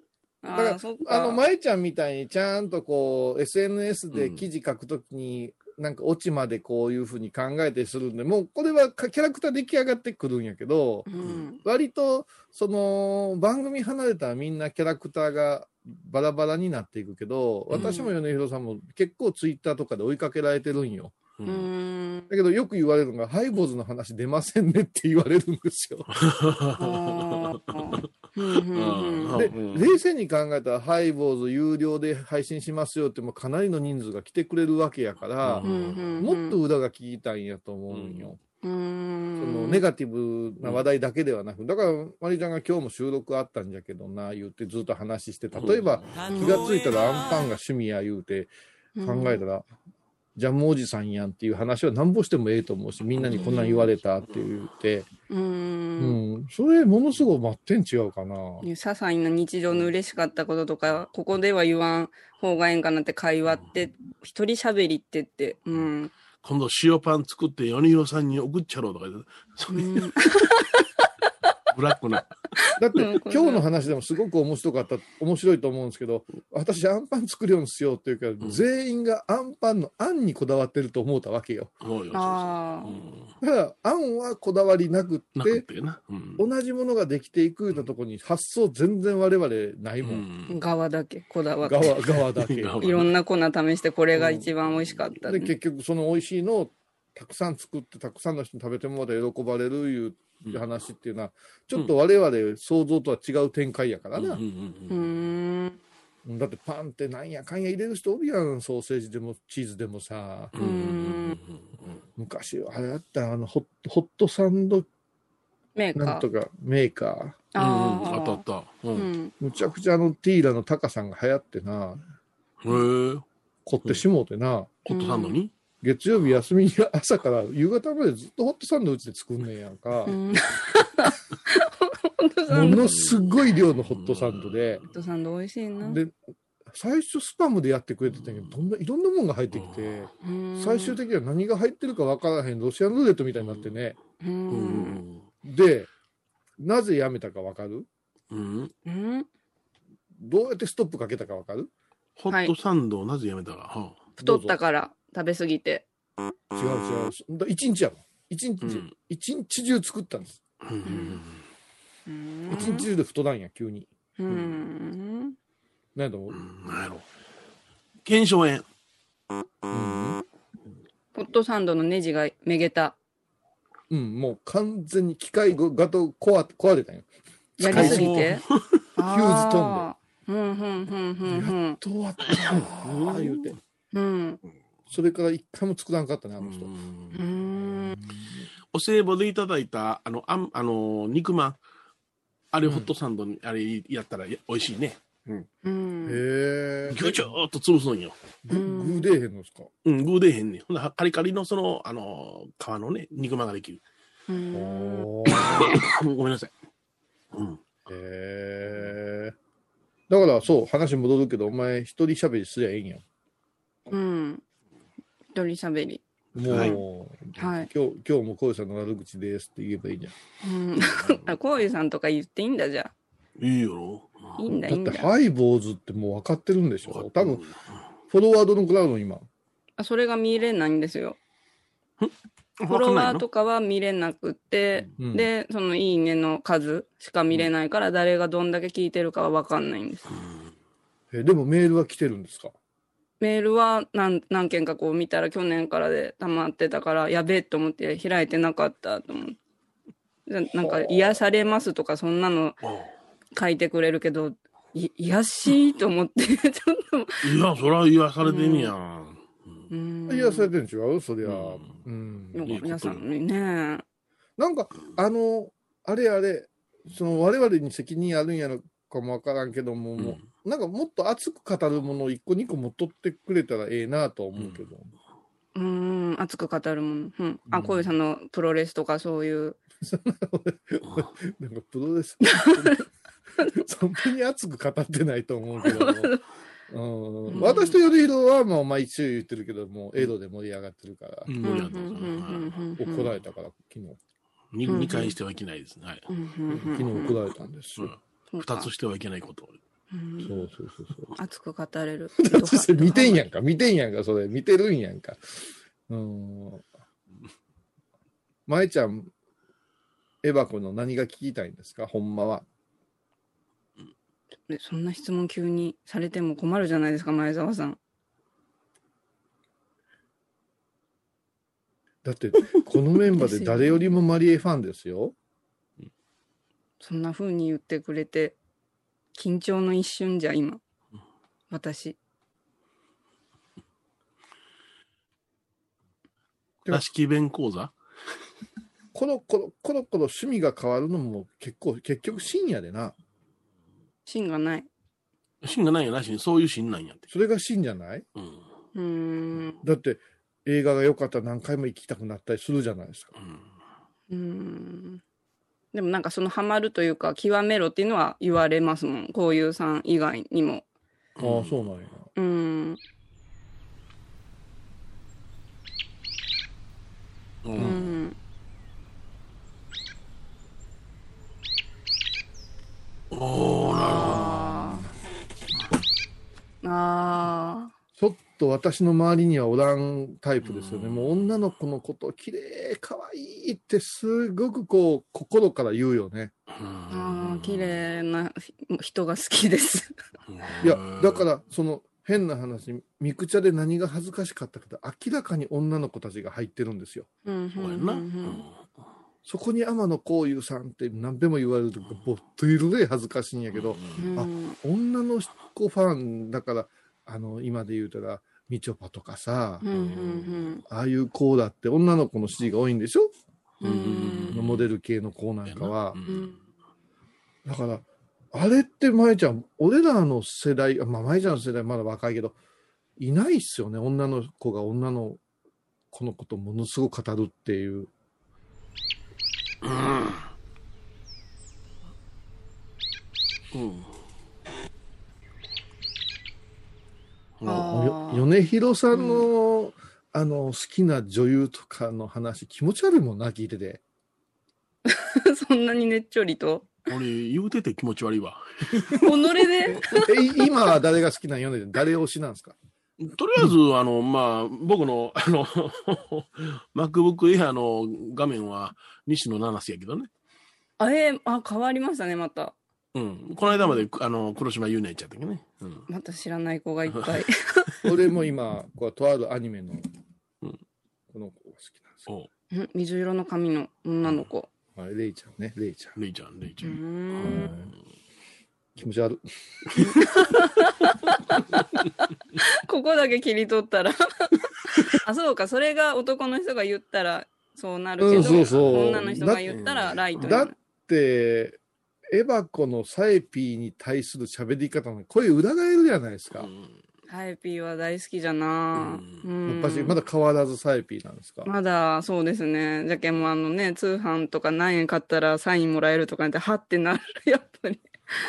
[SPEAKER 1] あ
[SPEAKER 2] だか
[SPEAKER 1] あ、
[SPEAKER 2] ら
[SPEAKER 1] そっ
[SPEAKER 2] あ
[SPEAKER 1] か。
[SPEAKER 2] の、まえちゃんみたいにちゃんとこう、SNS で記事書くときに、なんかオチまでこういうふうに考えてするんで、もうこれはかキャラクター出来上がってくるんやけど
[SPEAKER 1] う、ん。
[SPEAKER 2] 割と、その、番組離れたらみんなキャラクターがバラバラになっていくけど、
[SPEAKER 3] うん
[SPEAKER 2] 私も米広さんも結構ツイッターとかで追いかけられてるんよ。
[SPEAKER 3] う
[SPEAKER 1] うー
[SPEAKER 3] ん
[SPEAKER 1] ん。
[SPEAKER 2] だけどよく言われるのが、ハイボーズの話出ませんねって言われるんですよ。
[SPEAKER 1] あーうんうんうん
[SPEAKER 3] あ
[SPEAKER 2] で、
[SPEAKER 3] うん
[SPEAKER 2] 冷静に考えたら、ハイボーズ有料で配信しますよって、もうかなりの人数が来てくれるわけやから
[SPEAKER 1] う、んうんうん
[SPEAKER 2] もっと裏が聞きたいんやと思うんよ。
[SPEAKER 1] うーん
[SPEAKER 2] そのネガティブな話題だけではなく、だから、マリちゃんが今日も収録あったんじゃけどな、言ってずっと話して、例えば、気がついたらアンパンが趣味や言うて考えたら、ジャムおじさんやんっていう話はなんぼしてもええと思うし、みんなにこんなん言われたって言って、
[SPEAKER 1] うー。
[SPEAKER 2] うんん、それものすごい待ってん違うかな。
[SPEAKER 1] ね些細な日常の嬉しかったこととか、ここでは言わん方がええんかなって会話って、一人喋りってって、うん。
[SPEAKER 3] 今度塩パン作って米広さんに送っちゃろうとか言って、
[SPEAKER 1] うん
[SPEAKER 3] ブラックな。
[SPEAKER 2] だって
[SPEAKER 1] うんこれ
[SPEAKER 2] 今日の話でもすごく面白かった面白いと思うんですけど私アンパン作るようにしようっていうから
[SPEAKER 3] ん
[SPEAKER 2] 全員がアンパンのあんにこだわってると思うたわけよ
[SPEAKER 3] そうよそうそう
[SPEAKER 1] あー
[SPEAKER 3] うん
[SPEAKER 2] だからあんはこだわりなくっ
[SPEAKER 3] なく
[SPEAKER 2] て
[SPEAKER 3] てな。うん
[SPEAKER 2] 同じものができていくようなとこに発想全然我々ないうもん、
[SPEAKER 3] ん
[SPEAKER 1] 側だけ、こだわって。
[SPEAKER 2] 側側だけ
[SPEAKER 3] 側
[SPEAKER 1] いろんな粉試して、これが一番美味しかったね、
[SPEAKER 2] で結局その美味しいのをたくさん作ってたくさんの人に食べてもらって喜ばれるいう話っていうのはちょっと我々想像とは違う展開やからな、
[SPEAKER 3] うんうん
[SPEAKER 1] う
[SPEAKER 3] うん
[SPEAKER 1] ーん。
[SPEAKER 2] だってパンってなんやかんや入れる人おるやんソーセージでもチーズでもさ
[SPEAKER 3] うんうんうん
[SPEAKER 2] 昔あれだったあのホッホットサンド
[SPEAKER 1] メー
[SPEAKER 2] な
[SPEAKER 1] カ
[SPEAKER 2] んと
[SPEAKER 1] ー。
[SPEAKER 2] かメーカー
[SPEAKER 3] うんうん
[SPEAKER 1] ー
[SPEAKER 3] あったあった。
[SPEAKER 1] う
[SPEAKER 3] う
[SPEAKER 1] ん
[SPEAKER 3] へ
[SPEAKER 1] ん。
[SPEAKER 2] むちゃくちゃあのティーラのタカさんが流行ってな
[SPEAKER 3] え。
[SPEAKER 2] 凝ってしもうてな、
[SPEAKER 3] ホットサンドに
[SPEAKER 2] 月曜日休みに朝から夕方までずっとホットサンドうちで作んねんやんか、
[SPEAKER 1] うん。ホットサン
[SPEAKER 2] も
[SPEAKER 1] ド。ホ
[SPEAKER 2] のすごい量のホットサンドで、
[SPEAKER 1] ットサンド美味しいな。
[SPEAKER 2] で最初スパムでやってくれてたんやけどどんないろんなもんが入ってきて、
[SPEAKER 1] うん
[SPEAKER 2] 最終的には何が入ってるかわからへんロシアンルーレットみたいになってね、
[SPEAKER 1] う。
[SPEAKER 3] うんん
[SPEAKER 2] で、なぜやめたかわかる
[SPEAKER 3] うん。
[SPEAKER 1] うん。
[SPEAKER 2] どうやってストップかけたかわかる
[SPEAKER 3] ホットサンドをなぜやめたか。は
[SPEAKER 1] 太ったから、食べ過ぎて。
[SPEAKER 2] 違う違う。だ一日やもん。一日、
[SPEAKER 3] うん
[SPEAKER 2] 一日中作ったんです。
[SPEAKER 3] あうん
[SPEAKER 1] うん
[SPEAKER 2] 一日中で太らんや、急に。
[SPEAKER 1] うん。
[SPEAKER 2] なんやと思
[SPEAKER 3] う
[SPEAKER 2] う、
[SPEAKER 3] んなんやろ。腱鞘炎。
[SPEAKER 2] うん、
[SPEAKER 1] ホットサンドのネジがめげた。
[SPEAKER 2] うん、もう完全に機械ごがと壊壊れたんよ。
[SPEAKER 1] やりすぎて。ヒュ
[SPEAKER 2] ーズ飛
[SPEAKER 1] んで。うん、うん、うん、うん、
[SPEAKER 2] どうやったのああ言うて。
[SPEAKER 1] うん。
[SPEAKER 2] それから一回も作らんかったね、あの人。
[SPEAKER 3] うん
[SPEAKER 1] うん。
[SPEAKER 3] お歳暮でいただいた、あの、あんあの肉まん。あれ、ホットサンドに、あれ、やったらや美味しいね。
[SPEAKER 1] うん。うん。
[SPEAKER 2] へえ。
[SPEAKER 3] ぎゅちょーっと潰すんよ。
[SPEAKER 2] ぐぐでえへんのですか
[SPEAKER 3] うん、具出えへんねん。ほんならカリカリのその、あの、皮のね、肉まんができる。
[SPEAKER 1] うん
[SPEAKER 3] ごめんなさい。うん。
[SPEAKER 2] へえ。だからそう、話戻るけど、お前一人喋りすりゃええんや。
[SPEAKER 1] うん。一人喋り。
[SPEAKER 2] もう、
[SPEAKER 3] はい
[SPEAKER 1] はい。
[SPEAKER 2] 今日今日もこうさんの悪口ですって言えばいいじゃん。
[SPEAKER 1] うん。あ、こういうさんとか言っていいんだじゃ
[SPEAKER 3] いいよ
[SPEAKER 1] あ。いいんだ、いいん
[SPEAKER 2] だっ
[SPEAKER 1] だ
[SPEAKER 2] て、。ハイボーズってもう分かってるんでし
[SPEAKER 3] な。
[SPEAKER 2] ょ多分、フォロワードのクラウド今。
[SPEAKER 1] あそれが見れないんですよ。
[SPEAKER 3] フ
[SPEAKER 1] フォロワーとかは見れなくて、
[SPEAKER 2] うん
[SPEAKER 1] で、そのいいねの数しか見れないから、誰がどんだけ聞いてるかはわかんないんです。
[SPEAKER 2] えでもメールは来てるんですか
[SPEAKER 1] メールは何何件かこう見たら去年からで溜まってたから、やべえと思って開いてなかったと思って。じゃなんか、癒されますとか、そんなの書いてくれるけど、い癒しいと思って、 ちょっと。
[SPEAKER 3] いや、そら癒されてんやん。
[SPEAKER 1] うん
[SPEAKER 2] いや、それで違うそりゃ。
[SPEAKER 3] う
[SPEAKER 2] うん。
[SPEAKER 1] なんか
[SPEAKER 3] いいこと
[SPEAKER 1] 皆さんにね。
[SPEAKER 2] なんか、あの、あれあれ、その我々に責任あるんやのかもわからんけども、
[SPEAKER 3] うん
[SPEAKER 2] もうなんかもっと熱く語るものを一個二個も取ってくれたらええなとは思うけど。
[SPEAKER 1] うーん、熱く語るもの。うん。
[SPEAKER 2] う
[SPEAKER 1] あ、
[SPEAKER 2] ん
[SPEAKER 1] こういうさんのプロレスとかそういう。
[SPEAKER 2] なんかプロレス、 そんなに熱く語ってないと思うけども、うん、私と頼宏はもう毎週言ってるけど、もうエロで盛り上がってるから、
[SPEAKER 1] うん、うん、
[SPEAKER 3] 無
[SPEAKER 1] うん
[SPEAKER 3] 理やった、
[SPEAKER 1] うん、
[SPEAKER 2] 怒られたから、昨日、
[SPEAKER 3] に二回してはいけないですね。はい。
[SPEAKER 1] うんうん
[SPEAKER 2] 昨日怒られたんですよ。
[SPEAKER 1] うん
[SPEAKER 3] 二つしてはいけないこと。
[SPEAKER 1] うん
[SPEAKER 2] そうそうそうそう。
[SPEAKER 1] 熱く語れ る。
[SPEAKER 2] それ見てんやんか、見てんやんか、それ、見てるんやんか。うん。舞ちゃん、エバコの何が聞きたいんですか、ほんまは。
[SPEAKER 1] ねそんな質問急にされても困るじゃないですか、前澤さん。
[SPEAKER 2] だって、このメンバーで誰よりもマリエファンですよ。
[SPEAKER 1] そんな風に言ってくれて、緊張の一瞬じゃ、今。私。
[SPEAKER 2] でも
[SPEAKER 3] 倉敷弁講座
[SPEAKER 2] コロコロコロコロ趣味が変わるのも結構結局深夜でな
[SPEAKER 1] 芯がない。
[SPEAKER 3] 芯がないやなしに、そういう芯なんやって。
[SPEAKER 2] それが真じゃない
[SPEAKER 3] うん。
[SPEAKER 1] うーん。
[SPEAKER 2] だって映画が良かったら何回も行きたくなったりするじゃないですか
[SPEAKER 1] うー
[SPEAKER 3] うん
[SPEAKER 1] ん。でもなんかそのハマるというか、極めろっていうのは言われますもん。こういうさん以外にも。
[SPEAKER 2] ああそうなんや
[SPEAKER 1] うん。
[SPEAKER 3] う。
[SPEAKER 1] うんん。
[SPEAKER 2] と私の周りにはおらんタイプですよね。
[SPEAKER 3] うん
[SPEAKER 2] もう女の子のことを綺麗、可愛いってすごくこう心から言うよね。
[SPEAKER 1] ああ、綺麗なひ人が好きです。
[SPEAKER 2] いや、だからその変な話、ミクチャで何が恥ずかしかったかって明らかに女の子たちが入ってるんですよ。
[SPEAKER 1] うんう
[SPEAKER 3] こ
[SPEAKER 1] ん
[SPEAKER 3] れ
[SPEAKER 1] うんう
[SPEAKER 3] な、
[SPEAKER 1] ん
[SPEAKER 2] そこに天野幸雄さんって何でも言われるとぼっといるで恥ずかしいんやけど、
[SPEAKER 1] うん
[SPEAKER 2] あ女の子ファンだから、あの、今で言うたら、みちょぱとかさ、
[SPEAKER 1] うんうん
[SPEAKER 2] ああいう子だって女の子の C が多いんでしょ、
[SPEAKER 1] うんうん
[SPEAKER 2] モデル系の子なんかは
[SPEAKER 1] う
[SPEAKER 3] う。
[SPEAKER 1] ん
[SPEAKER 3] ん
[SPEAKER 2] だから、あれって舞ちゃん、俺らの世代、あまあ舞ちゃんの世代まだ若いけど、いないっすよね。女の子が女の子のことものすごく語るっていう。
[SPEAKER 3] うん
[SPEAKER 1] あー
[SPEAKER 2] 米広さんの、あの、好きな女優とかの話、気持ち悪いもんな、聞いてて。
[SPEAKER 1] そんなにねっちょりと。
[SPEAKER 3] 俺言うてて気持ち悪いわ
[SPEAKER 1] 己で。
[SPEAKER 2] え、今は誰が好きなん米で誰推しなんですか
[SPEAKER 3] とりあえず、あの、まあ、僕の、あの、MacBook Air の画面は西野七瀬やけどね。
[SPEAKER 1] あれ、あ、変わりましたね、また。
[SPEAKER 3] うん。この間まで、あの、黒島優奈ちゃったけどね。うん。
[SPEAKER 1] また知らない子がいっぱ い。
[SPEAKER 2] 俺も今、こうとあるアニメの、
[SPEAKER 3] うん
[SPEAKER 2] この子が好きなんですよ。
[SPEAKER 3] お
[SPEAKER 1] うん水色の髪の女の子。
[SPEAKER 2] はい、レイちゃんね、レイちゃん。
[SPEAKER 3] レイちゃん、レイ
[SPEAKER 1] う
[SPEAKER 3] ちゃん。
[SPEAKER 1] ん。
[SPEAKER 2] 気持ち悪い。
[SPEAKER 1] ここだけ切り取ったら あそうかそれが男の人が言ったらそうなるけど、
[SPEAKER 2] うんそうそう
[SPEAKER 1] 女の人が言ったらライトにな
[SPEAKER 2] だっ
[SPEAKER 1] る
[SPEAKER 2] て、エバコのサエピーに対する喋り方の声裏返るじゃないですか。
[SPEAKER 1] タイピーは大好きじゃな
[SPEAKER 3] う
[SPEAKER 1] うん
[SPEAKER 2] 昔まだ変わらずサエピーなんですか。
[SPEAKER 1] まだそうですねじゃけんもあのね通販とか何円買ったらサインもらえるとかってはってなるやっぱり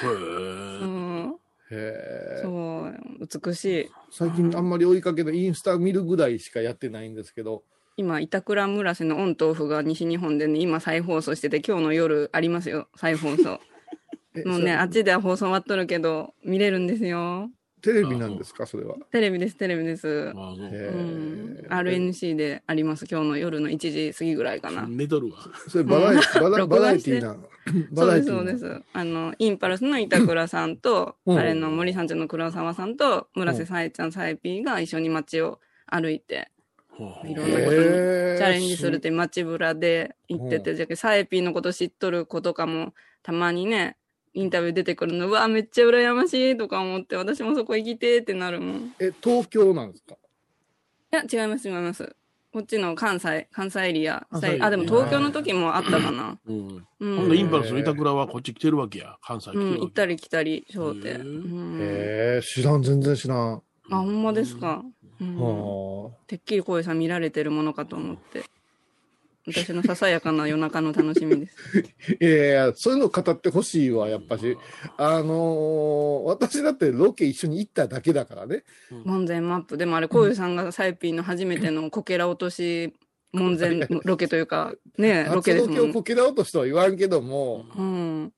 [SPEAKER 1] うん
[SPEAKER 3] へ
[SPEAKER 2] へえ。
[SPEAKER 1] そう美しい
[SPEAKER 2] 最近あんまり追いかけないインスタ見るぐらいしかやってないんですけど、
[SPEAKER 1] 今板倉村瀬のオンとオフが西日本でね今再放送してて今日の夜ありますよ再放 送
[SPEAKER 2] え
[SPEAKER 1] もう
[SPEAKER 2] そ
[SPEAKER 1] ね
[SPEAKER 2] れ
[SPEAKER 1] あっちでは放送終わっとるけど見れるんですよ
[SPEAKER 2] テレビなんですかそれは。
[SPEAKER 1] テレビです、テレビです。
[SPEAKER 3] まあ、
[SPEAKER 1] う
[SPEAKER 3] そ
[SPEAKER 2] へ
[SPEAKER 1] ん
[SPEAKER 2] え。
[SPEAKER 1] RNC であります。今日の夜の1時過ぎぐらいかな
[SPEAKER 3] う。。寝とるわ。
[SPEAKER 2] それバ ラエティ、バラ
[SPEAKER 1] 録
[SPEAKER 2] バラ
[SPEAKER 1] 画
[SPEAKER 2] エ
[SPEAKER 1] して
[SPEAKER 2] ティな。バ
[SPEAKER 1] そう
[SPEAKER 2] ラ
[SPEAKER 1] で
[SPEAKER 2] エ
[SPEAKER 1] す、
[SPEAKER 2] ティ
[SPEAKER 1] そ
[SPEAKER 2] な
[SPEAKER 1] うです。あの、インパルスの板倉さんと、
[SPEAKER 2] うん
[SPEAKER 1] あれの森三中の黒沢さんと、村瀬さえちゃん、さえぴーが一緒に街を歩いて、いろんなことにチ
[SPEAKER 2] へえ
[SPEAKER 1] ャレンジするって街ぶらで行ってて、じゃけさえぴーのこと知っとる子とかも、たまにね、インタビュー出てくるの、うわ、めっちゃ羨ましいとか思って、私もそこ行きてーってなるもん。
[SPEAKER 2] え、東京なんですか
[SPEAKER 1] いや、違います、違います。こっちの関西、関西エリア。
[SPEAKER 3] 関西
[SPEAKER 1] あ、でも東京の時もあったかな。
[SPEAKER 3] うん。
[SPEAKER 1] う
[SPEAKER 3] 今度イン
[SPEAKER 1] ん。
[SPEAKER 3] パルスの板倉はこっち来てるわけや。関西来て
[SPEAKER 1] うん、
[SPEAKER 3] る
[SPEAKER 1] 行
[SPEAKER 3] わ
[SPEAKER 1] っ
[SPEAKER 3] け
[SPEAKER 1] た。り来たり、しょうて。
[SPEAKER 3] へー
[SPEAKER 1] うん
[SPEAKER 2] へえ、知らん、全然知らん。
[SPEAKER 1] あ、ほんまですか。うん
[SPEAKER 2] はあ。
[SPEAKER 1] てっきり小江さん見られてるものかと思って。私のささやかな夜中の楽しみです。
[SPEAKER 2] いやいや、そういうの語ってほしいわ、やっぱし。あのー私だってロケ一緒に行っただけだからね。
[SPEAKER 1] 門前マップ。でもあれ、小江さんがサイピーの初めてのこけら落とし門前ロケというか、ねロケ
[SPEAKER 2] 初
[SPEAKER 1] で
[SPEAKER 2] ロ
[SPEAKER 1] す
[SPEAKER 2] ケ
[SPEAKER 1] も
[SPEAKER 2] を
[SPEAKER 1] ん。
[SPEAKER 2] こけら落としとは言わんけども、
[SPEAKER 1] うん。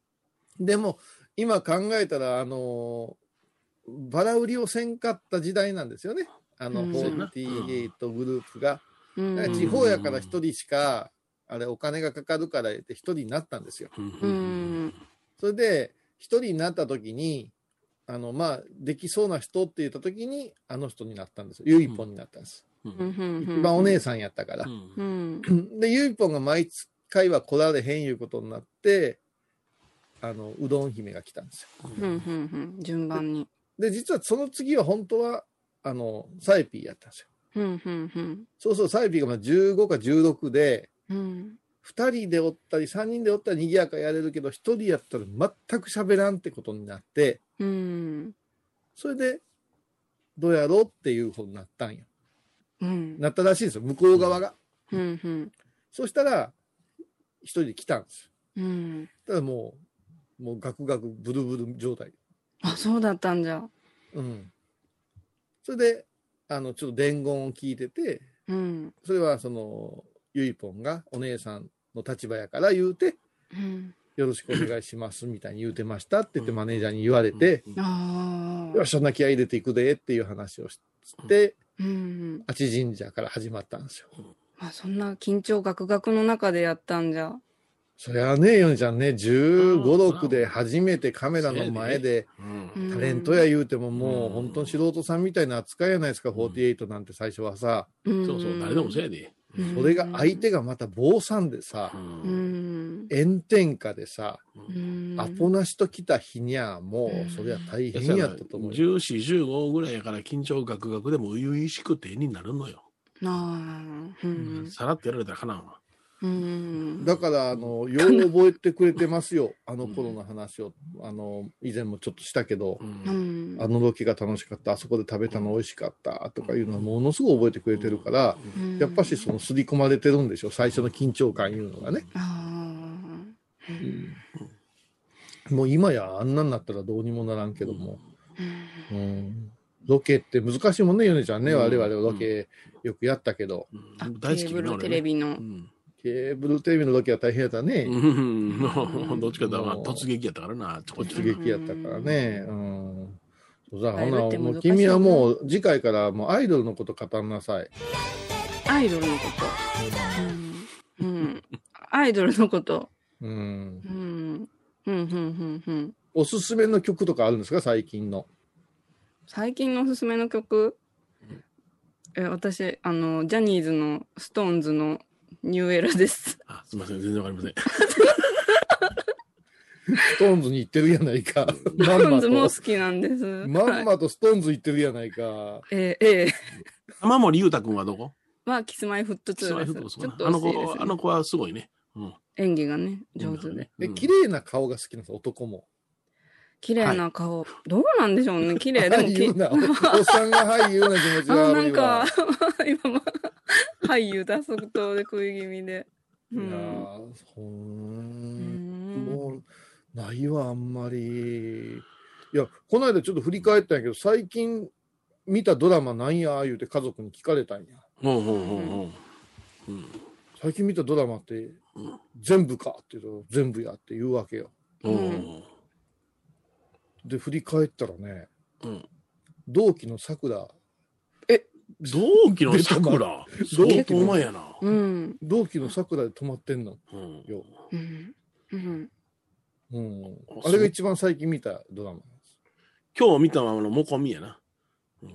[SPEAKER 2] でも、今考えたら、あのーバラ売りをせんかった時代なんですよね。あの、
[SPEAKER 1] うん
[SPEAKER 2] 48グループが。
[SPEAKER 1] う
[SPEAKER 2] だから
[SPEAKER 1] ん。
[SPEAKER 2] 地方やから一人しか、あれお金がかかるからって一人になったんですよ。
[SPEAKER 3] うん
[SPEAKER 1] う
[SPEAKER 3] うん
[SPEAKER 1] ん。
[SPEAKER 2] それで、一人になった時に、あの、まあ、できそうな人って言った時に、あの人になったんですよ。ゆいぽんになったんです。
[SPEAKER 3] うん
[SPEAKER 1] うんうんうん
[SPEAKER 2] 一番お姉さんやったから
[SPEAKER 3] う。
[SPEAKER 1] うんん。
[SPEAKER 2] で、ゆいぽんが毎回は来られへんいうことになって、あの、うどん姫が来たんですよ。
[SPEAKER 1] うんうんうん。順番に。
[SPEAKER 2] で、実はその次は本当は、あの、サイピーやったんですよ。
[SPEAKER 1] うんうんうん。
[SPEAKER 2] そうそう、サイピーがまあ15か16で、
[SPEAKER 1] うん。
[SPEAKER 2] 2人でおったり3人でおったら賑やかやれるけど、1人やったら全く喋らんってことになって、
[SPEAKER 1] うん。
[SPEAKER 2] それで、どうやろうっていう方になったんや。
[SPEAKER 1] うん。
[SPEAKER 2] なったらしいんですよ、向こう側が。
[SPEAKER 1] うん。うん。
[SPEAKER 2] そしたら、1人で来たんですよ。
[SPEAKER 1] うん。
[SPEAKER 2] ただもう、もうガクガクブルブル状態。
[SPEAKER 1] あ、そうだったんじゃ。
[SPEAKER 2] うん。それで、あの、ちょっと伝言を聞いてて、
[SPEAKER 1] うん。
[SPEAKER 2] それはその、ゆいぽんがお姉さんの立場やから言うて、
[SPEAKER 1] うん。
[SPEAKER 2] よろしくお願いしますみたいに言うてましたって言ってマネージャーに言われて、
[SPEAKER 3] うん
[SPEAKER 1] あ
[SPEAKER 2] よし、そんな気合い入れていくでっていう話をして、
[SPEAKER 1] あ。うん。
[SPEAKER 2] あち神社から始まったんですよ。
[SPEAKER 1] まあ、そんな緊張ガクガクの中でやったんじゃ。
[SPEAKER 2] そりゃね、ヨネちゃんね、15、6で初めてカメラの前で、
[SPEAKER 3] うん
[SPEAKER 1] うん
[SPEAKER 2] タレントや言うてももう
[SPEAKER 3] うん
[SPEAKER 2] 本当に素人さんみたいな扱いやないですか、48なんて最初はさ、
[SPEAKER 1] うん
[SPEAKER 3] そうそう、誰でもそうやで。
[SPEAKER 2] それが相。手がまた坊さんでさ
[SPEAKER 3] う、
[SPEAKER 1] うんん。
[SPEAKER 2] 炎天下でさ、
[SPEAKER 1] うん
[SPEAKER 2] アポなしと来た日にゃ、もうそりゃ大変やったと思うよ。
[SPEAKER 3] 14、15ぐらいやから緊張ガクガクでも初々しくて絵になるのよ。
[SPEAKER 1] ああ。うん。
[SPEAKER 3] さらってやられたらかなんわ。
[SPEAKER 1] うん。
[SPEAKER 2] だから、あの、よう覚えてくれてますよ。あの頃の話を、あの、以前もちょっとしたけど
[SPEAKER 3] う、ん
[SPEAKER 1] うん。
[SPEAKER 2] あのロケが楽しかった、あそこで食べたの美味しかったとかいうのはものすごい覚えてくれてるから、
[SPEAKER 1] うん
[SPEAKER 2] やっぱしその刷り込まれてるんでしょ、最初の緊張感いうのがね。
[SPEAKER 1] ああ。うん
[SPEAKER 2] もう今やあんなになったらどうにもならんけども。うんロケって難しいもんね、ヨネちゃんね。
[SPEAKER 3] うん
[SPEAKER 2] 我々はロケよくやったけど、
[SPEAKER 3] うん
[SPEAKER 1] あ
[SPEAKER 3] 大好き
[SPEAKER 1] ケーブルテレビの
[SPEAKER 3] う。ん
[SPEAKER 2] ケーブルテレビのロケは大変やったね。
[SPEAKER 3] うんもうどっちかだわ
[SPEAKER 2] もう
[SPEAKER 3] 突撃やったからな、ちょこちょ
[SPEAKER 2] 刺
[SPEAKER 3] こ。
[SPEAKER 2] 激やったからね。うん。そうだ、
[SPEAKER 1] ラ
[SPEAKER 2] ほ
[SPEAKER 1] イブって
[SPEAKER 2] な、も
[SPEAKER 1] 難
[SPEAKER 2] う
[SPEAKER 1] しいね
[SPEAKER 2] 君はもう次回からもうアイドルのこと語んなさい。
[SPEAKER 1] アイドルのこと。うん。うん。アイドルのこと。
[SPEAKER 2] うん。
[SPEAKER 1] うん。うん、うん、うん、うん。
[SPEAKER 2] おすすめの曲とかあるんですか最近の。
[SPEAKER 1] 最近のおすすめの曲え、私、あの、ジャニーズの、ストーンズの、ニューエラです。
[SPEAKER 3] あすみません、全然わかりません。
[SPEAKER 2] ストーンズに行ってるやないか。
[SPEAKER 1] ス
[SPEAKER 2] ま
[SPEAKER 1] ト
[SPEAKER 2] ん
[SPEAKER 1] ーン
[SPEAKER 2] ま
[SPEAKER 1] ズも好
[SPEAKER 2] と。
[SPEAKER 1] きなんです。
[SPEAKER 2] まん
[SPEAKER 1] はい
[SPEAKER 2] まとストーンズ行ってるやないか。
[SPEAKER 1] えー、えー、
[SPEAKER 3] 玉森裕太君はどこ
[SPEAKER 1] は、キスマイフットツーです。
[SPEAKER 3] そう
[SPEAKER 1] ちょ
[SPEAKER 3] や
[SPEAKER 1] っと
[SPEAKER 3] あの
[SPEAKER 1] 惜しいです
[SPEAKER 3] 子、
[SPEAKER 1] ね、
[SPEAKER 3] あの子はすごいね。うん
[SPEAKER 1] 演技がね、上手で。。
[SPEAKER 2] え、
[SPEAKER 3] うん
[SPEAKER 2] 綺麗な顔が好きなんです男も。
[SPEAKER 1] 綺麗な顔。どうなんでしょうね、綺麗。でも
[SPEAKER 2] 俳
[SPEAKER 1] き
[SPEAKER 2] 優、な、おおっさんが俳優な気持ち
[SPEAKER 1] あー
[SPEAKER 2] があ
[SPEAKER 1] な
[SPEAKER 2] る
[SPEAKER 1] ん
[SPEAKER 2] よ。
[SPEAKER 1] か、 今、まあ、俳優脱足党で食い気味で。
[SPEAKER 2] いうや
[SPEAKER 1] ん。
[SPEAKER 2] ーほーん。
[SPEAKER 1] うん
[SPEAKER 2] もうないわあんまりいやこの間ちょっと振り返ったんやけど最近見たドラマなんや言うて家族に聞かれたんや
[SPEAKER 3] ほうほうほうほう。うん
[SPEAKER 2] 最近見たドラマって
[SPEAKER 3] うん
[SPEAKER 2] 全部かって言うと全部やって言うわけよ
[SPEAKER 3] ほうほ
[SPEAKER 2] で振り返ったらね
[SPEAKER 3] ううん
[SPEAKER 2] 同期のさくら
[SPEAKER 3] 同期のさくら、
[SPEAKER 2] 同期
[SPEAKER 3] 相当うまいやな。
[SPEAKER 1] うん。
[SPEAKER 2] 同期のさくらで泊まってんの
[SPEAKER 3] うん
[SPEAKER 2] よ、
[SPEAKER 1] うん。うん。
[SPEAKER 2] うん
[SPEAKER 3] あ、
[SPEAKER 2] あれが一番最近見たドラマ
[SPEAKER 3] 今日見たままのモコミやな。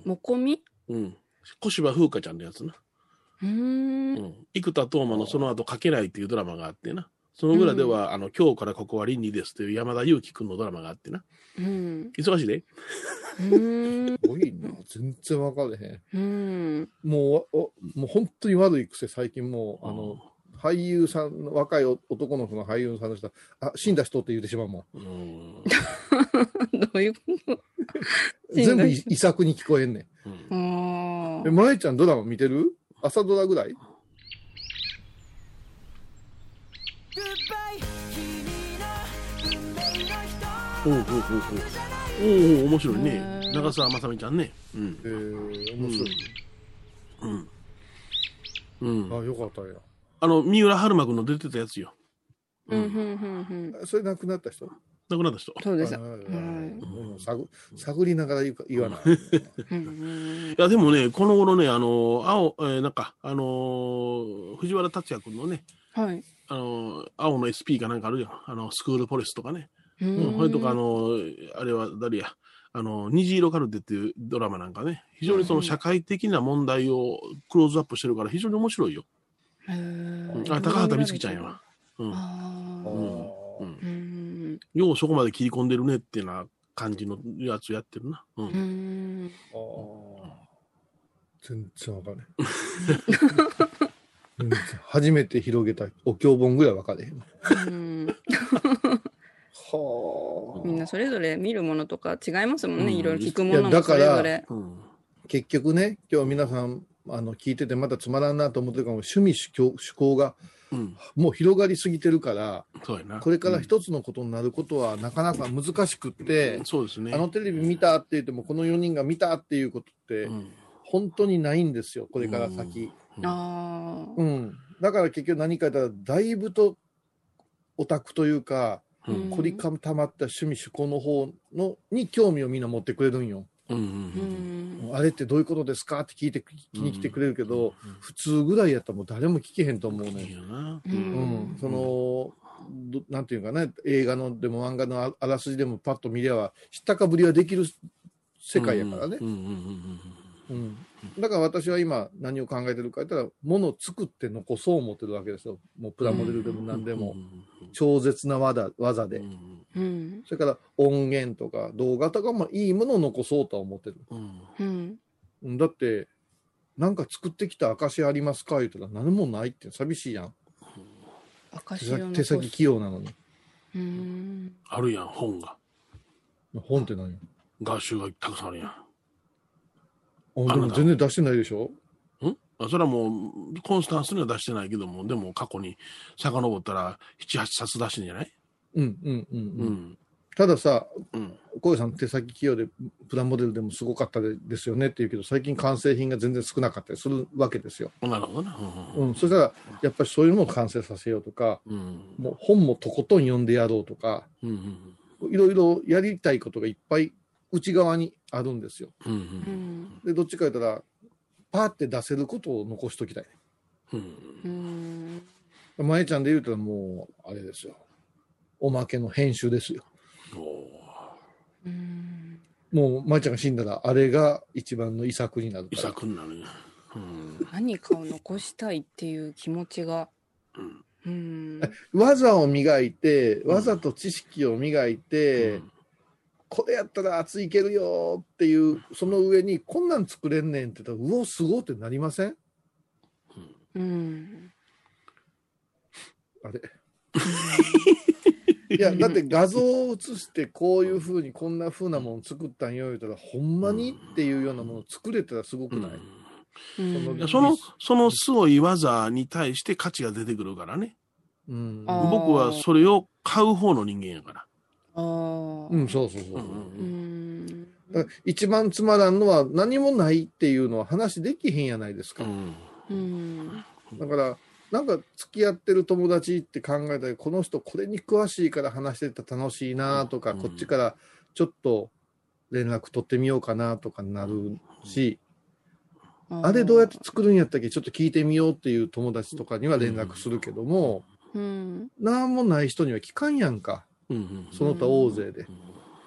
[SPEAKER 1] もこみ
[SPEAKER 3] うん。小芝風花ちゃんのやつな。
[SPEAKER 1] うー。
[SPEAKER 3] うんん。生田斗真のその後かけないっていうドラマがあってな。その裏では、あの、今日からここは倫理ですっていう山田裕貴くんのドラマがあってな。
[SPEAKER 1] うん。
[SPEAKER 3] 忙しいで。
[SPEAKER 1] うん。
[SPEAKER 2] すごいな全然分かれへ
[SPEAKER 1] う
[SPEAKER 2] ん
[SPEAKER 1] ん。
[SPEAKER 2] もうおもう本当に悪い癖最近もうあの俳優さんの若い男の子の俳優さんの人はあ死んだ人って言うてしまうもん
[SPEAKER 3] うん。
[SPEAKER 1] どういうこと死んだ人
[SPEAKER 2] 全部い遺作に聞こえんね
[SPEAKER 3] うん
[SPEAKER 1] あー
[SPEAKER 2] んえまえちゃんドラマ見てる朝ドラぐらい
[SPEAKER 3] ほうほうほうほう。おお、面白いね
[SPEAKER 1] へ。ー
[SPEAKER 3] 長澤まさみちゃんね。うん
[SPEAKER 2] え。ー、面白い、
[SPEAKER 3] うん。うん。
[SPEAKER 2] あよかったんや
[SPEAKER 3] あの、三浦春馬くんの出てたやつよ。
[SPEAKER 1] うん。うん。うん。うん。
[SPEAKER 2] それ亡くなった人
[SPEAKER 3] 亡くなった人。
[SPEAKER 1] そうです。
[SPEAKER 2] あー
[SPEAKER 3] い
[SPEAKER 2] うん探探りながら言うか言わない、
[SPEAKER 1] うん
[SPEAKER 3] いや、でもね、この頃ね、あの、青、えーなんか、あのー藤原達也君のね、
[SPEAKER 1] はい。
[SPEAKER 3] あのー青の SP かなんかあるよ。あの、スクールポリスとかね。
[SPEAKER 1] う
[SPEAKER 3] うん、それとか、あのーあれは誰や。あの、虹色カルテっていうドラマなんかね、非常にその社会的な問題をクローズアップしてるから非常に面白いよ。
[SPEAKER 1] へ
[SPEAKER 3] うん
[SPEAKER 1] ー
[SPEAKER 3] あ、高畑美月ちゃんやわ。。うん。
[SPEAKER 1] あ
[SPEAKER 2] あ
[SPEAKER 1] ー
[SPEAKER 2] ー
[SPEAKER 3] う。
[SPEAKER 1] うんん。
[SPEAKER 3] ようそこまで切り込んでるねってな感じのやつやってるな。うん。
[SPEAKER 1] うん。
[SPEAKER 2] あー全然わかんない全然初めて広げたお経本ぐらい分かれへんは
[SPEAKER 1] うん
[SPEAKER 2] あ
[SPEAKER 1] みんなそれぞれ見るものとか違いますもんね。
[SPEAKER 3] うん
[SPEAKER 1] いろいろ聞くもの
[SPEAKER 2] いや
[SPEAKER 1] も
[SPEAKER 2] だ
[SPEAKER 1] そ
[SPEAKER 2] か
[SPEAKER 1] れ
[SPEAKER 2] ら
[SPEAKER 1] ぞれ。
[SPEAKER 3] うん。
[SPEAKER 2] 結局ね今日皆さんあの聞いててまたつまらんなと思ってるかも趣味趣向趣向が
[SPEAKER 3] うん。
[SPEAKER 2] もう広がりすぎてるから
[SPEAKER 3] そうやな。
[SPEAKER 2] これから一つのことになることはなかなか難しくって
[SPEAKER 3] うん、そうですね。
[SPEAKER 2] あのテレビ見たって言ってもこの4人が見たっていうことって
[SPEAKER 3] うん
[SPEAKER 2] 本当にないんですよこれから先。
[SPEAKER 1] ああ。
[SPEAKER 2] うん、だから結局何か言ったらだいぶとオタクというか
[SPEAKER 3] う
[SPEAKER 1] うん
[SPEAKER 3] ん
[SPEAKER 2] 凝り固まった趣味趣向の方のに興味をみんな持ってくれるんよ。
[SPEAKER 3] うんう
[SPEAKER 1] うんん
[SPEAKER 2] あれってどういうことですかって聞いて聞きに来てくれるけど、
[SPEAKER 3] うん
[SPEAKER 2] 普通ぐらいやったらもう誰も聞けへんと思う
[SPEAKER 3] いい
[SPEAKER 2] ね。
[SPEAKER 3] よな
[SPEAKER 1] う
[SPEAKER 2] うんん、そのどなんていうかね映画のでも漫画のああらすじでもパッと見りゃ知ったかぶりはできる世界やからね
[SPEAKER 3] う、んうんうんうん
[SPEAKER 2] うんだから私は今何を考えてるか言ったら物を作って残そう思ってるわけですよもうプラモデルでも何でも、
[SPEAKER 3] うんうん
[SPEAKER 2] 超絶な技技で、
[SPEAKER 3] うん
[SPEAKER 1] うん
[SPEAKER 2] それから音源とか動画とかもいいものを残そうとは思ってる
[SPEAKER 3] うん
[SPEAKER 1] うん
[SPEAKER 2] うんだってなんか作ってきた証ありますか言ったら何もないって寂しいやん手
[SPEAKER 1] 証を
[SPEAKER 2] 先
[SPEAKER 1] 残
[SPEAKER 2] 手
[SPEAKER 1] す
[SPEAKER 2] 先器用なのに
[SPEAKER 1] うん
[SPEAKER 3] あるやん本が
[SPEAKER 2] 本って何
[SPEAKER 3] 画集がたくさんあるやん
[SPEAKER 2] あでも全然出してないでしょ
[SPEAKER 3] んあそれはもうコンスタンスには出してないけどもでも過去に遡ったら78冊出してんじゃない
[SPEAKER 2] うんうんうん
[SPEAKER 3] う
[SPEAKER 2] うん、
[SPEAKER 3] ん
[SPEAKER 2] たださ
[SPEAKER 3] うん
[SPEAKER 2] 小さん手先器用でプラモデルでもすごかったでですよねって言うけど最近完成品が全然少なかったりするわけですよ、
[SPEAKER 3] なるほどな
[SPEAKER 2] う
[SPEAKER 3] うん
[SPEAKER 2] ん、そしたらやっぱりそういうのを完成させようとか
[SPEAKER 3] うん
[SPEAKER 2] もう本もとことん読んでやろうとか
[SPEAKER 3] うんうん
[SPEAKER 2] いろいろやりたいことがいっぱい内側にあるんですよ
[SPEAKER 3] うんう
[SPEAKER 1] うんん
[SPEAKER 2] でどっちか言ったらパーって出せることを残しときたい
[SPEAKER 3] うん
[SPEAKER 1] うん
[SPEAKER 2] まえちゃんで言うたらもうあれですよおまけの編集ですよ
[SPEAKER 3] お
[SPEAKER 1] うん
[SPEAKER 2] もうまえちゃんが死んだらあれが一番の遺作になる
[SPEAKER 3] 遺
[SPEAKER 2] から
[SPEAKER 3] 作になるやんうん
[SPEAKER 1] 何かを残したいっていう気持ちが
[SPEAKER 3] うん
[SPEAKER 1] うん
[SPEAKER 2] 技を磨いて技と知識を磨いて、
[SPEAKER 3] うん
[SPEAKER 2] これやったら熱いけるよっていうその上にこんなん作れんねんって言ったらうおすごってなりません
[SPEAKER 1] うん
[SPEAKER 2] あれいやだって画像を写してこういうふうにこんなふうなもの作ったんよ言うたらほんまにっていうようなもの作れたらすごくない、
[SPEAKER 1] うん
[SPEAKER 3] いやそのそのすごい技に対して価値が出てくるからね
[SPEAKER 2] うん
[SPEAKER 1] あー
[SPEAKER 3] 僕はそれを買う方の人間やから
[SPEAKER 1] ああ
[SPEAKER 2] うん、そうそうそうう。
[SPEAKER 3] んうん
[SPEAKER 1] ん
[SPEAKER 2] だから一番つまらんのは何もないっていうのは話できへんやないです
[SPEAKER 3] う
[SPEAKER 2] か。
[SPEAKER 3] ん
[SPEAKER 1] うん
[SPEAKER 2] だから、なんか付き合ってる友達って考えたら、この人これに詳しいから話してたら楽しいなとか、
[SPEAKER 3] うん
[SPEAKER 2] こっちからちょっと連絡取ってみようかなとかなるし、あれどうやって作るんやったっけちょっと聞いてみようっていう友達とかには連絡するけども、
[SPEAKER 1] うん
[SPEAKER 2] なんもない人には聞かんやんか。
[SPEAKER 3] うんうん
[SPEAKER 2] その他大勢で。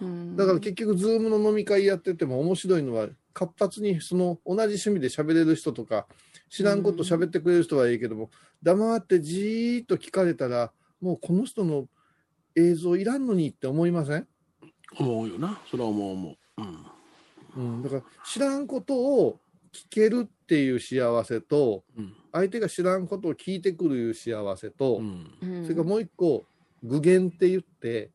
[SPEAKER 1] うん
[SPEAKER 2] だから結局、ズームの飲み会やってても面白いのは、活発にその同じ趣味で喋れる人とか、知らんこと喋ってくれる人はいいけども、黙ってじーっと聞かれたら、もうこの人の映像いらんのにって思いません、
[SPEAKER 3] 思うよなそれは思う思ううん
[SPEAKER 2] うん、だから知らんことを聞けるっていう幸せと、
[SPEAKER 3] うん
[SPEAKER 2] 相手が知らんことを聞いてくるいう幸せと、
[SPEAKER 3] うん
[SPEAKER 2] それからもう一個、具現って言って、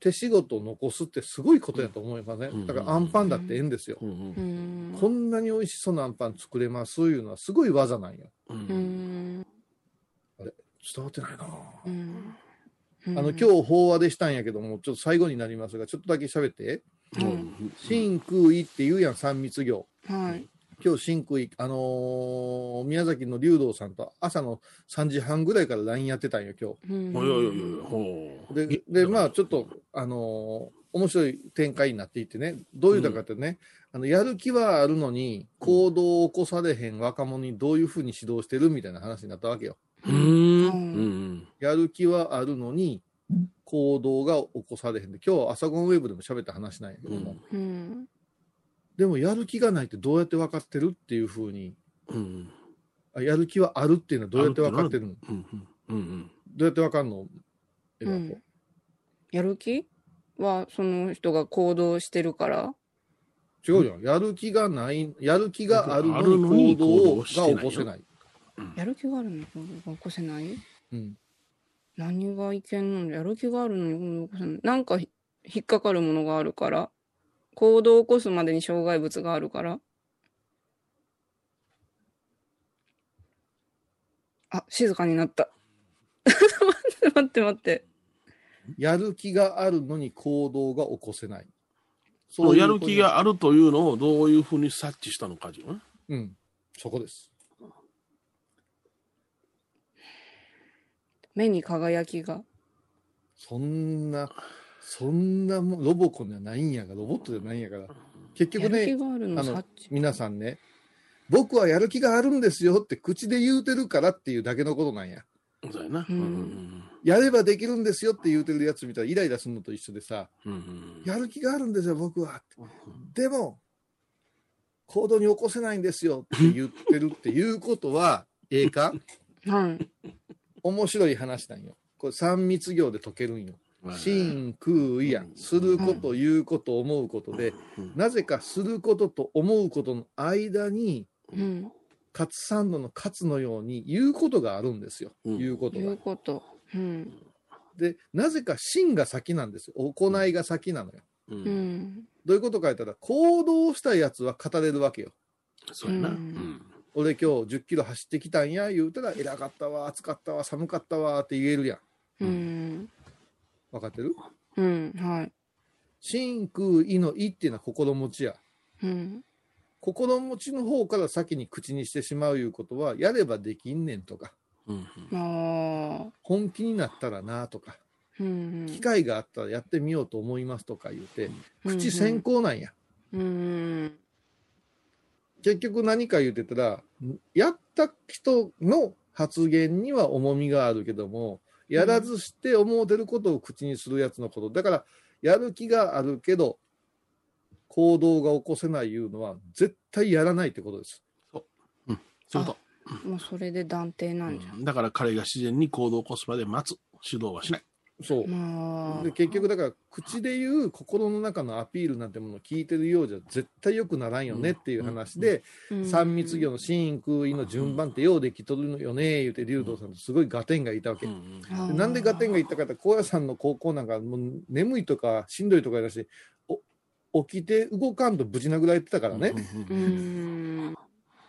[SPEAKER 2] 手仕事を残すってすごいことやと思いません、
[SPEAKER 3] うん
[SPEAKER 2] だからアンパンだってええんですよ。
[SPEAKER 3] うん
[SPEAKER 1] う
[SPEAKER 3] うん
[SPEAKER 1] ん
[SPEAKER 2] こんなに美味しそうなあんパン作れますいうのはすごい技なんよ。
[SPEAKER 3] うん
[SPEAKER 1] うん
[SPEAKER 2] 伝わってないなぁ。
[SPEAKER 1] うん
[SPEAKER 2] あの、今日法話でしたんやけども、ちょっと最後になりますが、ちょっとだけ喋って。
[SPEAKER 1] うん
[SPEAKER 3] うん
[SPEAKER 2] 真空医って言うやん、三密行。
[SPEAKER 1] はい
[SPEAKER 2] 今日真空医、あのー宮崎の竜道さんと朝の3時半ぐらいから LINE やってたんよ、今
[SPEAKER 1] うん
[SPEAKER 3] おいおいおいおいほう
[SPEAKER 2] 日。で、で、まあちょっと、あのー面白い展開になっていってね、どういうだかってね、あの、やる気はあるのに、行動を起こされへん若者にどういうふうに指導してるみたいな話になったわけよ。
[SPEAKER 3] うーん
[SPEAKER 1] う
[SPEAKER 3] うんんうん
[SPEAKER 2] やる気はあるのに、行動が起こされへんで、今日は朝ゴンウェブでも喋った話なんやけども、
[SPEAKER 3] うん
[SPEAKER 1] うん
[SPEAKER 2] でもやる気がないってどうやって分かってるっていうふうに、
[SPEAKER 3] うん
[SPEAKER 2] あやる気はあるっていうのはどうやって分かってるの
[SPEAKER 3] うんうんうん
[SPEAKER 2] どうやって分かんのえなこ
[SPEAKER 1] うんやる気はその人が行動してるから
[SPEAKER 2] 違うじゃん。やる気がない、やる気があるの
[SPEAKER 3] あるの
[SPEAKER 2] に
[SPEAKER 3] に
[SPEAKER 2] 行動
[SPEAKER 3] 行
[SPEAKER 2] が
[SPEAKER 3] 動
[SPEAKER 2] 起
[SPEAKER 3] してないよ
[SPEAKER 2] こせない。
[SPEAKER 1] やる気があるのに行動が起こせない
[SPEAKER 2] うん、
[SPEAKER 1] 何がいけんのやる気があるのに起こせないなんかひ引っかかるものがあるから行動を起こすまでに障害物があるからあ静かになった 待って待って
[SPEAKER 2] やる気があるのに行動が起こせない。
[SPEAKER 3] そのやる
[SPEAKER 2] そういうこと
[SPEAKER 3] 気があるというのをどういうふうに察知したのかじゃ
[SPEAKER 2] うん、そこです。
[SPEAKER 1] 目に輝きが
[SPEAKER 2] そんな、そんなもんロボコンじゃないんやが、ロボットじゃないんやから、結
[SPEAKER 1] や
[SPEAKER 2] 局
[SPEAKER 1] る気
[SPEAKER 2] ね、
[SPEAKER 1] があるの、
[SPEAKER 2] あの
[SPEAKER 1] さっち。
[SPEAKER 2] 皆さんね、僕はやる気があるんですよって口で言うてるからっていうだけのことなんや。
[SPEAKER 3] そうやな。
[SPEAKER 1] うん
[SPEAKER 2] やればできるんですよって言うてるやつ見たらイライラするのと一緒でさ、
[SPEAKER 3] うんうん
[SPEAKER 2] やる気があるんですよ、僕は。でも、行動に起こせないんですよって言ってるっていうこと は、ええか
[SPEAKER 1] はい。
[SPEAKER 2] 面白い話なんよ。これ三密行で解けるんよ。
[SPEAKER 3] うん
[SPEAKER 2] 真空や
[SPEAKER 3] うん
[SPEAKER 2] すること、言うこと、思うことで、
[SPEAKER 3] うん
[SPEAKER 2] なぜかすることと思うことの間に、
[SPEAKER 1] うん。
[SPEAKER 2] カツサンドのカツのように言うことがあるんですよ。
[SPEAKER 3] うん
[SPEAKER 2] 言うこと
[SPEAKER 1] い
[SPEAKER 2] が
[SPEAKER 1] う。こと。うん。
[SPEAKER 2] で、なぜか真が先なんですよ。行いが先なのよ。
[SPEAKER 3] う
[SPEAKER 1] うんん。
[SPEAKER 2] どういうことか言ったら、行動したやつは語れるわけよ。
[SPEAKER 3] そうやな。
[SPEAKER 1] う
[SPEAKER 3] うんん
[SPEAKER 2] 俺今日10キロ走ってきたんや、言うたら、偉かったわ、暑かったわ、寒かったわって言えるやん。
[SPEAKER 1] うん。
[SPEAKER 2] 分かってる
[SPEAKER 1] うん。はい。
[SPEAKER 2] 真空意の意っていうのは心持ちや。
[SPEAKER 1] うん。
[SPEAKER 2] 心持ちの方から先に口にしてしまういうことは、やればできんねんとか、
[SPEAKER 3] うん
[SPEAKER 1] ああ。
[SPEAKER 2] 本気になったらなとか、
[SPEAKER 1] うん。
[SPEAKER 2] 機会があったらやってみようと思いますとか言うて、
[SPEAKER 1] うん
[SPEAKER 2] 口先。行なんや。
[SPEAKER 1] うん。
[SPEAKER 2] 結局何か言うてたら、やった人の発言には重みがあるけども、やらずして思うてることを口にするやつのこと。だから、やる気があるけど、行動が起こせないいうのは、絶対やらないってことです。
[SPEAKER 3] そういうこ
[SPEAKER 1] もうそれで断定な
[SPEAKER 3] と
[SPEAKER 1] んじゃ。
[SPEAKER 3] うんだから彼が自然に行動を起こすまで待つ。主導はしない。
[SPEAKER 2] そう。
[SPEAKER 1] まあ。
[SPEAKER 2] で結局だから口で言う心の中のアピールなんてものを聞いてるようじゃ絶対良くならんよねっていう話で、
[SPEAKER 1] うん
[SPEAKER 2] 三密業の真空位の順番ってようできとるのよね言うて竜道さんとすごい合点がいたわけ、
[SPEAKER 3] うんうん
[SPEAKER 1] あー
[SPEAKER 2] でなんで合点がいったかって高野山の高校なんかもう眠いとかしんどいとかだしお起きて動かんとぶち殴られてたからね、
[SPEAKER 1] う
[SPEAKER 3] うん
[SPEAKER 1] ん。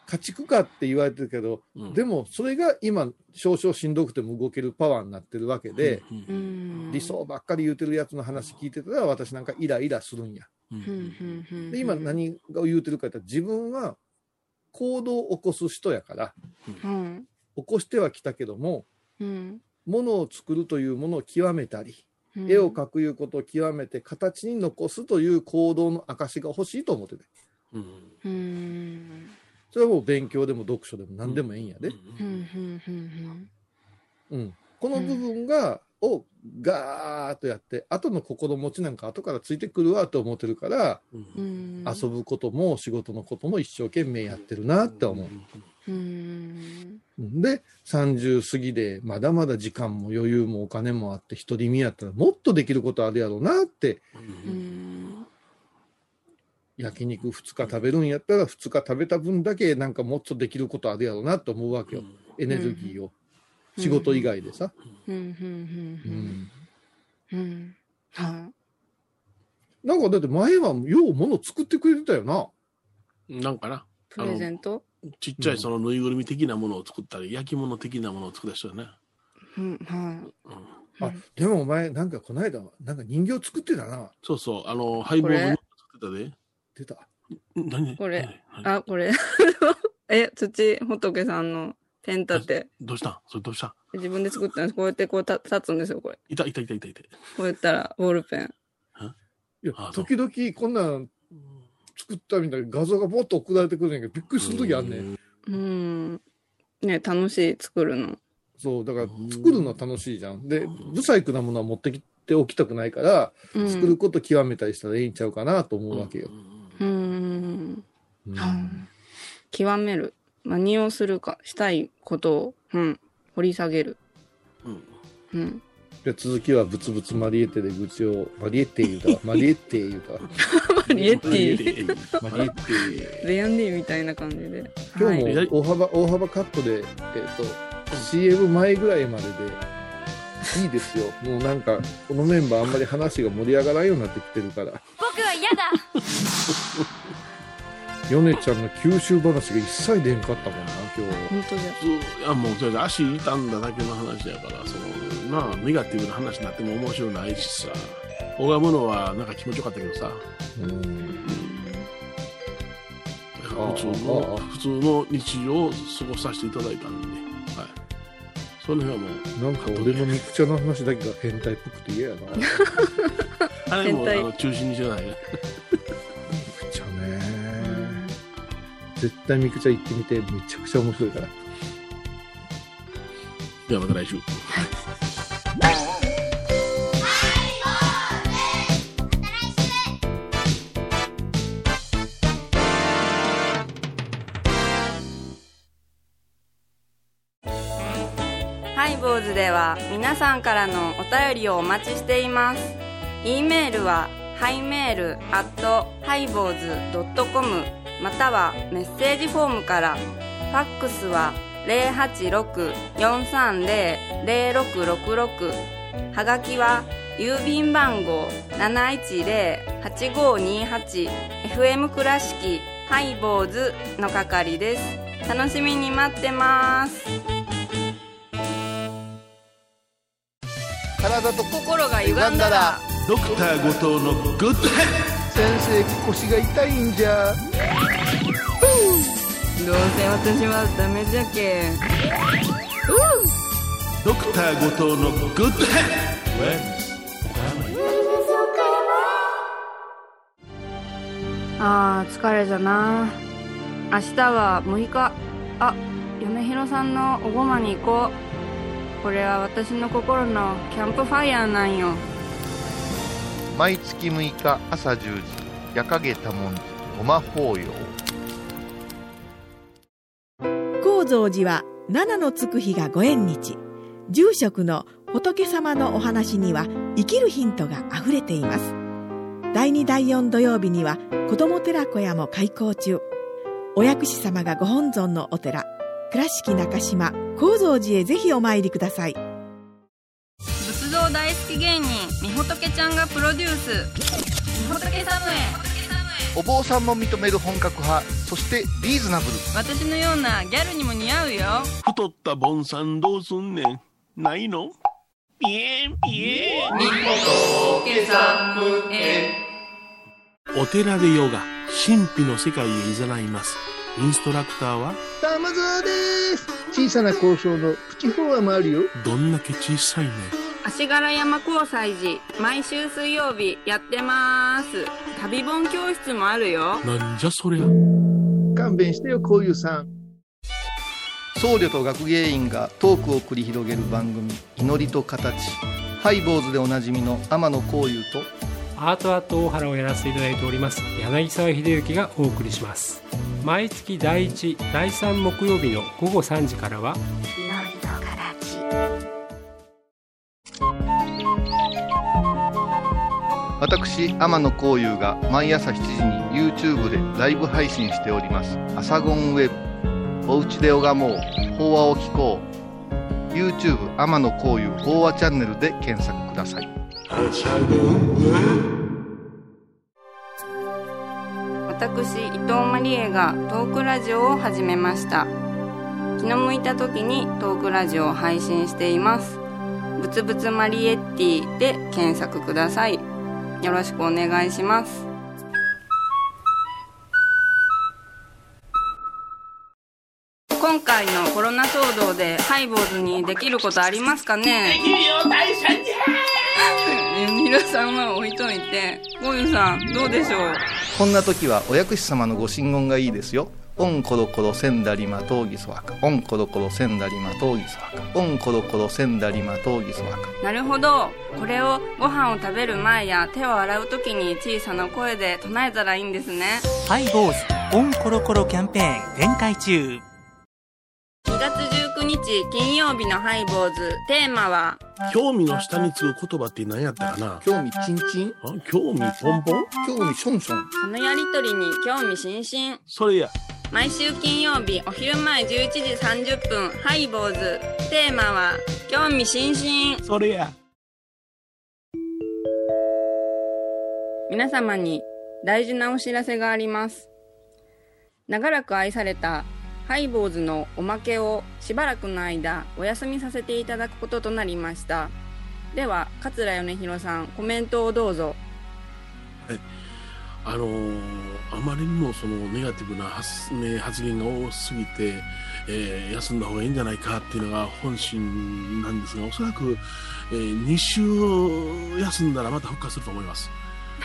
[SPEAKER 2] 家畜かって言われてるけど、
[SPEAKER 3] うん
[SPEAKER 2] でもそれが今少々しんどくても動けるパワーになってるわけで、
[SPEAKER 3] うん
[SPEAKER 1] う
[SPEAKER 3] うん
[SPEAKER 1] ん。
[SPEAKER 2] 理想ばっかり言うてるやつの話聞いてたら私なんかイライラするんや。
[SPEAKER 3] うん
[SPEAKER 1] うん。うん。うん。
[SPEAKER 2] で今何が言うてるかって言ったら自分は行動を起こす人やから
[SPEAKER 1] うん。
[SPEAKER 2] 起こしてはきたけども
[SPEAKER 1] うん。
[SPEAKER 2] ものを作るというものを極めたり、絵を描くいうことを極めて形に残すという行動の証が欲しいと思ってて
[SPEAKER 3] うん
[SPEAKER 1] うん。
[SPEAKER 2] それはもう勉強でも読書でも何でもええんやで、
[SPEAKER 1] うん。うん。うん。
[SPEAKER 2] うん、この部分が、をガーッとやって後の心持ちなんか後からついてくるわと思ってるから、
[SPEAKER 3] うん
[SPEAKER 1] うん。うん。
[SPEAKER 2] 遊ぶことも仕事のことも一生懸命やってるなって思う。
[SPEAKER 1] うん。
[SPEAKER 2] で、30過ぎで、まだまだ時間も余裕もお金もあって、一人身やったらもっとできることあるやろうなって、
[SPEAKER 1] うん。
[SPEAKER 2] 焼肉2日食べるんやったら、2日食べた分だけなんかもっとできることあるやろうなと思うわけよ。エネルギーを。
[SPEAKER 1] うん
[SPEAKER 2] 仕事以外でさ。
[SPEAKER 1] うん。うん。うん。うん。は。
[SPEAKER 2] なんかだって前はよう物作ってくれてたよな。
[SPEAKER 3] なんかない
[SPEAKER 1] プレゼント
[SPEAKER 3] ちっちゃいそのぬいぐるみ的なものを作ったり、焼き物的なものを作った人だね。
[SPEAKER 1] うん。は
[SPEAKER 3] う
[SPEAKER 2] あ、
[SPEAKER 3] ん
[SPEAKER 2] でもお前、なんかこの間、なんか人形作ってたな。
[SPEAKER 3] そうそう、あの、ハイボールの作って
[SPEAKER 2] 出た。
[SPEAKER 3] たで。ん何
[SPEAKER 1] これ
[SPEAKER 3] 何
[SPEAKER 1] い。あ、これ。え、土仏さんのペン立て。
[SPEAKER 3] どうしたんそれどうしたん
[SPEAKER 1] 自分で作ったんです。こうやってこうた立つんですよ、これ。
[SPEAKER 3] いたいたいたいたいた。
[SPEAKER 1] こうやったら、ボールペン。
[SPEAKER 2] いや
[SPEAKER 3] あ、そう
[SPEAKER 2] 時々こんなん作ったみたいな画像がぼっと送られてくるんやけど、びっくりするときあんねん。
[SPEAKER 1] うん。ね、楽しい、作るの。
[SPEAKER 2] そう、だから
[SPEAKER 3] うん
[SPEAKER 2] 作るのは楽しいじゃん。で、不細工なものは持ってきておきたくないから、
[SPEAKER 1] うん
[SPEAKER 2] 作ること極めたりしたらいいんちゃうかなと思うわけよ。
[SPEAKER 1] うん。
[SPEAKER 2] うん
[SPEAKER 1] ん極める。何をするか、したいことを、うん。掘り下げる。
[SPEAKER 3] うん
[SPEAKER 1] うん。
[SPEAKER 2] じゃあ続きはブツブツマリエッテで愚痴を、マリエッテ言うた わ。マリエッテ言うたわ。
[SPEAKER 1] マリエッティ。
[SPEAKER 3] ィ。マリエッティ。
[SPEAKER 1] レアンディみたいな感じで。
[SPEAKER 2] 今
[SPEAKER 1] はい
[SPEAKER 2] 日も大幅、大幅カットで、えっ、と、CM 前ぐらいまでで、いいですよ。もうなんか、このメンバーあんまり話が盛り上がらんようになってきてるから、
[SPEAKER 5] 僕は嫌だ
[SPEAKER 2] ヨネちゃんの九州話が一切出んかったもんな、今日。
[SPEAKER 1] 本当じゃ。
[SPEAKER 3] そういやもうそうや足痛んだだけの話やからそのまあネガティブな話になっても面白ないしさ拝むのはなんか気持ちよかったけどさ
[SPEAKER 2] うん
[SPEAKER 3] 普通
[SPEAKER 2] あああ
[SPEAKER 3] の
[SPEAKER 2] あ
[SPEAKER 3] 普通の日常を過ごさせていただいたんで、はい、その辺はも
[SPEAKER 2] な
[SPEAKER 3] う
[SPEAKER 2] んか俺のミクチャの話だけが変態っぽくて嫌やな。ミ
[SPEAKER 3] あれも
[SPEAKER 1] 変
[SPEAKER 3] あ
[SPEAKER 1] 態
[SPEAKER 3] の中心にしてくださいね
[SPEAKER 2] クチャね。絶対ミクチャ行ってみて、めちゃくちゃ面白いから。
[SPEAKER 3] ではまた来週
[SPEAKER 1] ハイボーズでは皆さんからのお便りをお待ちしています。e メールはハイメールアットハイボーズドットコムまたはメッセージフォームから。ファックスは086-430-0666はがきは郵便番号710-8528 FM 倉敷ハイボーズの係です。楽しみに待ってます。
[SPEAKER 7] 体と
[SPEAKER 1] 心が歪んだら。
[SPEAKER 3] ドクター後藤のグッドヘッ
[SPEAKER 6] 先生腰が痛いんじゃ
[SPEAKER 1] どうせ私はダメじゃけ
[SPEAKER 3] ドクター後藤のグッドヘッド
[SPEAKER 1] ああ疲れじゃな明日は6日あ嫁ひろさんのおごまに行こうこれは私の心のキャンプファイヤーなんよ
[SPEAKER 7] 毎月6日朝10時夜影多文字ごま法要
[SPEAKER 9] 高蔵寺は七のつく日がご縁日住職の仏様のお話には生きるヒントがあふれています第2第4土曜日には子ども寺小屋も開校中お薬師様がご本尊のお寺倉敷中島・高蔵寺へぜひお参りください
[SPEAKER 1] 仏像大好き芸人みほとけちゃんがプロデュースみほとけサムへ
[SPEAKER 7] お坊さんも認める本格派そしてリーズナブル
[SPEAKER 1] 私のようなギャルにも似合うよ
[SPEAKER 3] 太ったボンさんどうすんねんないのピエンピエンお寺でヨガ神秘の世界へ誘いますインストラクターは
[SPEAKER 2] 玉沢です小さな交渉のプチフォアもあるよ。
[SPEAKER 3] どんだけ小さいね
[SPEAKER 1] 足柄山交際時毎週水曜日やってます旅本教室もあるよ
[SPEAKER 3] なんじゃそりゃ
[SPEAKER 2] 勘弁してよ、こういうさん。
[SPEAKER 7] 僧侶と学芸員がトークを繰り広げる番組「祈りと形」ハイボーズでおなじみの天野幸雄と
[SPEAKER 10] アートアート大原をやらせていただいております柳沢秀行がお送りします毎月第1第3木曜日の午後3時からは
[SPEAKER 7] 私天野幸雄が毎朝7時に YouTube でライブ配信しております「アサゴンウェブ」「おうちで拝もう法話を聞こう」YouTube 天野幸雄法話チャンネルで検索ください
[SPEAKER 1] 私伊藤マリエがトークラジオを始めました気の向いた時にトークラジオを配信していますぶつぶつマリエッティで検索くださいよろしくお願いします今回のコロナ騒動でハイボーズにできることありますかねできるよ 大社じゃ皆さんは置いといてゴユさんどうでしょう
[SPEAKER 7] こんな時はお薬師様のご神言がいいですよ。オンコロコロセンダリマトウギソワカ。オンコロコロセンダリマトウギソワカ。オンコロコロセンダリマトウギソワカ。
[SPEAKER 1] なるほどこれをご飯を食べる前や手を洗う時に小さな声で唱えたらいいんですね
[SPEAKER 8] ハイボーズオンコロコロキャンペーン展開中
[SPEAKER 1] 2月19日金曜日のハイボーズテーマは
[SPEAKER 3] 興味の下につく言葉って何やったかな
[SPEAKER 2] 興味チンチン
[SPEAKER 3] あ興味ポンポン
[SPEAKER 2] 興味ションション
[SPEAKER 1] 「このやりとりに興味津々
[SPEAKER 3] それや」
[SPEAKER 1] 毎週金曜日お昼前11時30分ハイボーズテーマは「興味津々」
[SPEAKER 3] それや
[SPEAKER 1] 皆様に大事なお知らせがあります。長らく愛されたハイボーズのおまけをしばらくの間お休みさせていただくこととなりました。では、桂米広さん、コメントをどうぞ。
[SPEAKER 3] あのーあまりにもそのネガティブな発,、ね、発言が多すぎて、えー休んだ方がいいんじゃないかっていうのが本心なんですが、おそらく、え2週休んだらまた復活すると思います。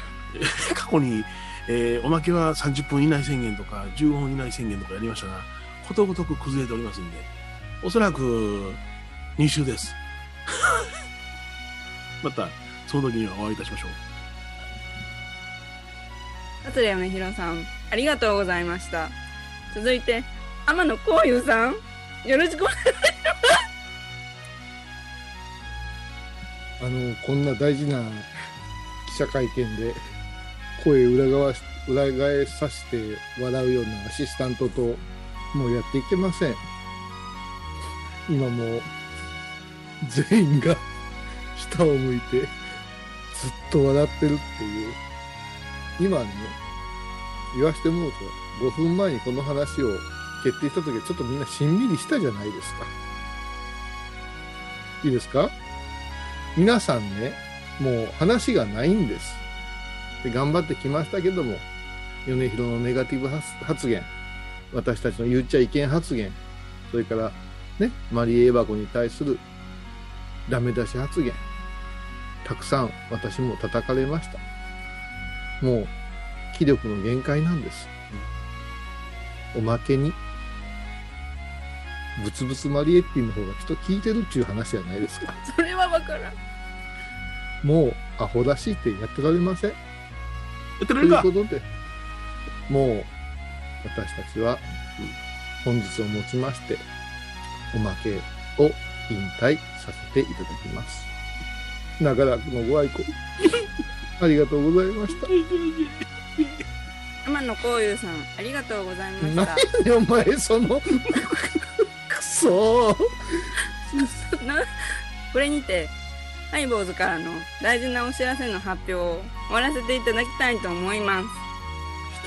[SPEAKER 3] えー過去に、えーおまけは30分以内宣言とか15分以内宣言とかやりましたが、ことごとく崩れておりますんで、おそらく2週です。 また、その時にはお会いいたしましょう。
[SPEAKER 1] 桂米宏さん、ありがとうございました。続いて、天野幸雄さん、よろしくお願いし
[SPEAKER 2] あのこんな大事な記者会見で声裏側し裏返させて笑うようなアシスタントともうやっていけません今もう全員が下を向いてずっと笑ってるっていう今ね言わしてもうと5分前にこの話を決定した時はちょっとみんなしんみりしたじゃないですかいいですか皆さんね、もう話がないんです。で頑張ってきましたけども、米広のネガティブ発発言、私たちの言っちゃいけん発言、それから、ね、マリエ・エバコに対するダメ出し発言、たくさん私も叩かれました。もう、気力の限界なんです。おまけに、ブツブツマリエッティの方が人聞いてるっていう話じゃないですか。
[SPEAKER 1] ます。それはわからん。
[SPEAKER 2] もうアホらしいってやってられません。や
[SPEAKER 3] ってら
[SPEAKER 2] れるかということで、もう私たちは本日をもちまして、おまけを引退させていただきます。長らくのご愛 顧、ありがとうございました。
[SPEAKER 1] 天野幸雄さん、ありがとうございま
[SPEAKER 2] な
[SPEAKER 1] し
[SPEAKER 2] んでお前その、くそー
[SPEAKER 1] た。なこれにて、ハイボーズからの大事なお知らせの発表を終わらせていただきたいと思います。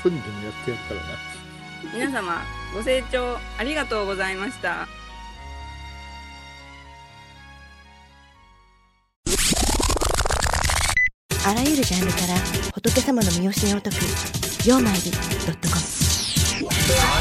[SPEAKER 2] 一人でもやってやるからな。
[SPEAKER 1] 皆様、ご清聴ありがとうございました。
[SPEAKER 11] あらゆるジャンルから仏様の身教えを解く「曜マイルドットコム」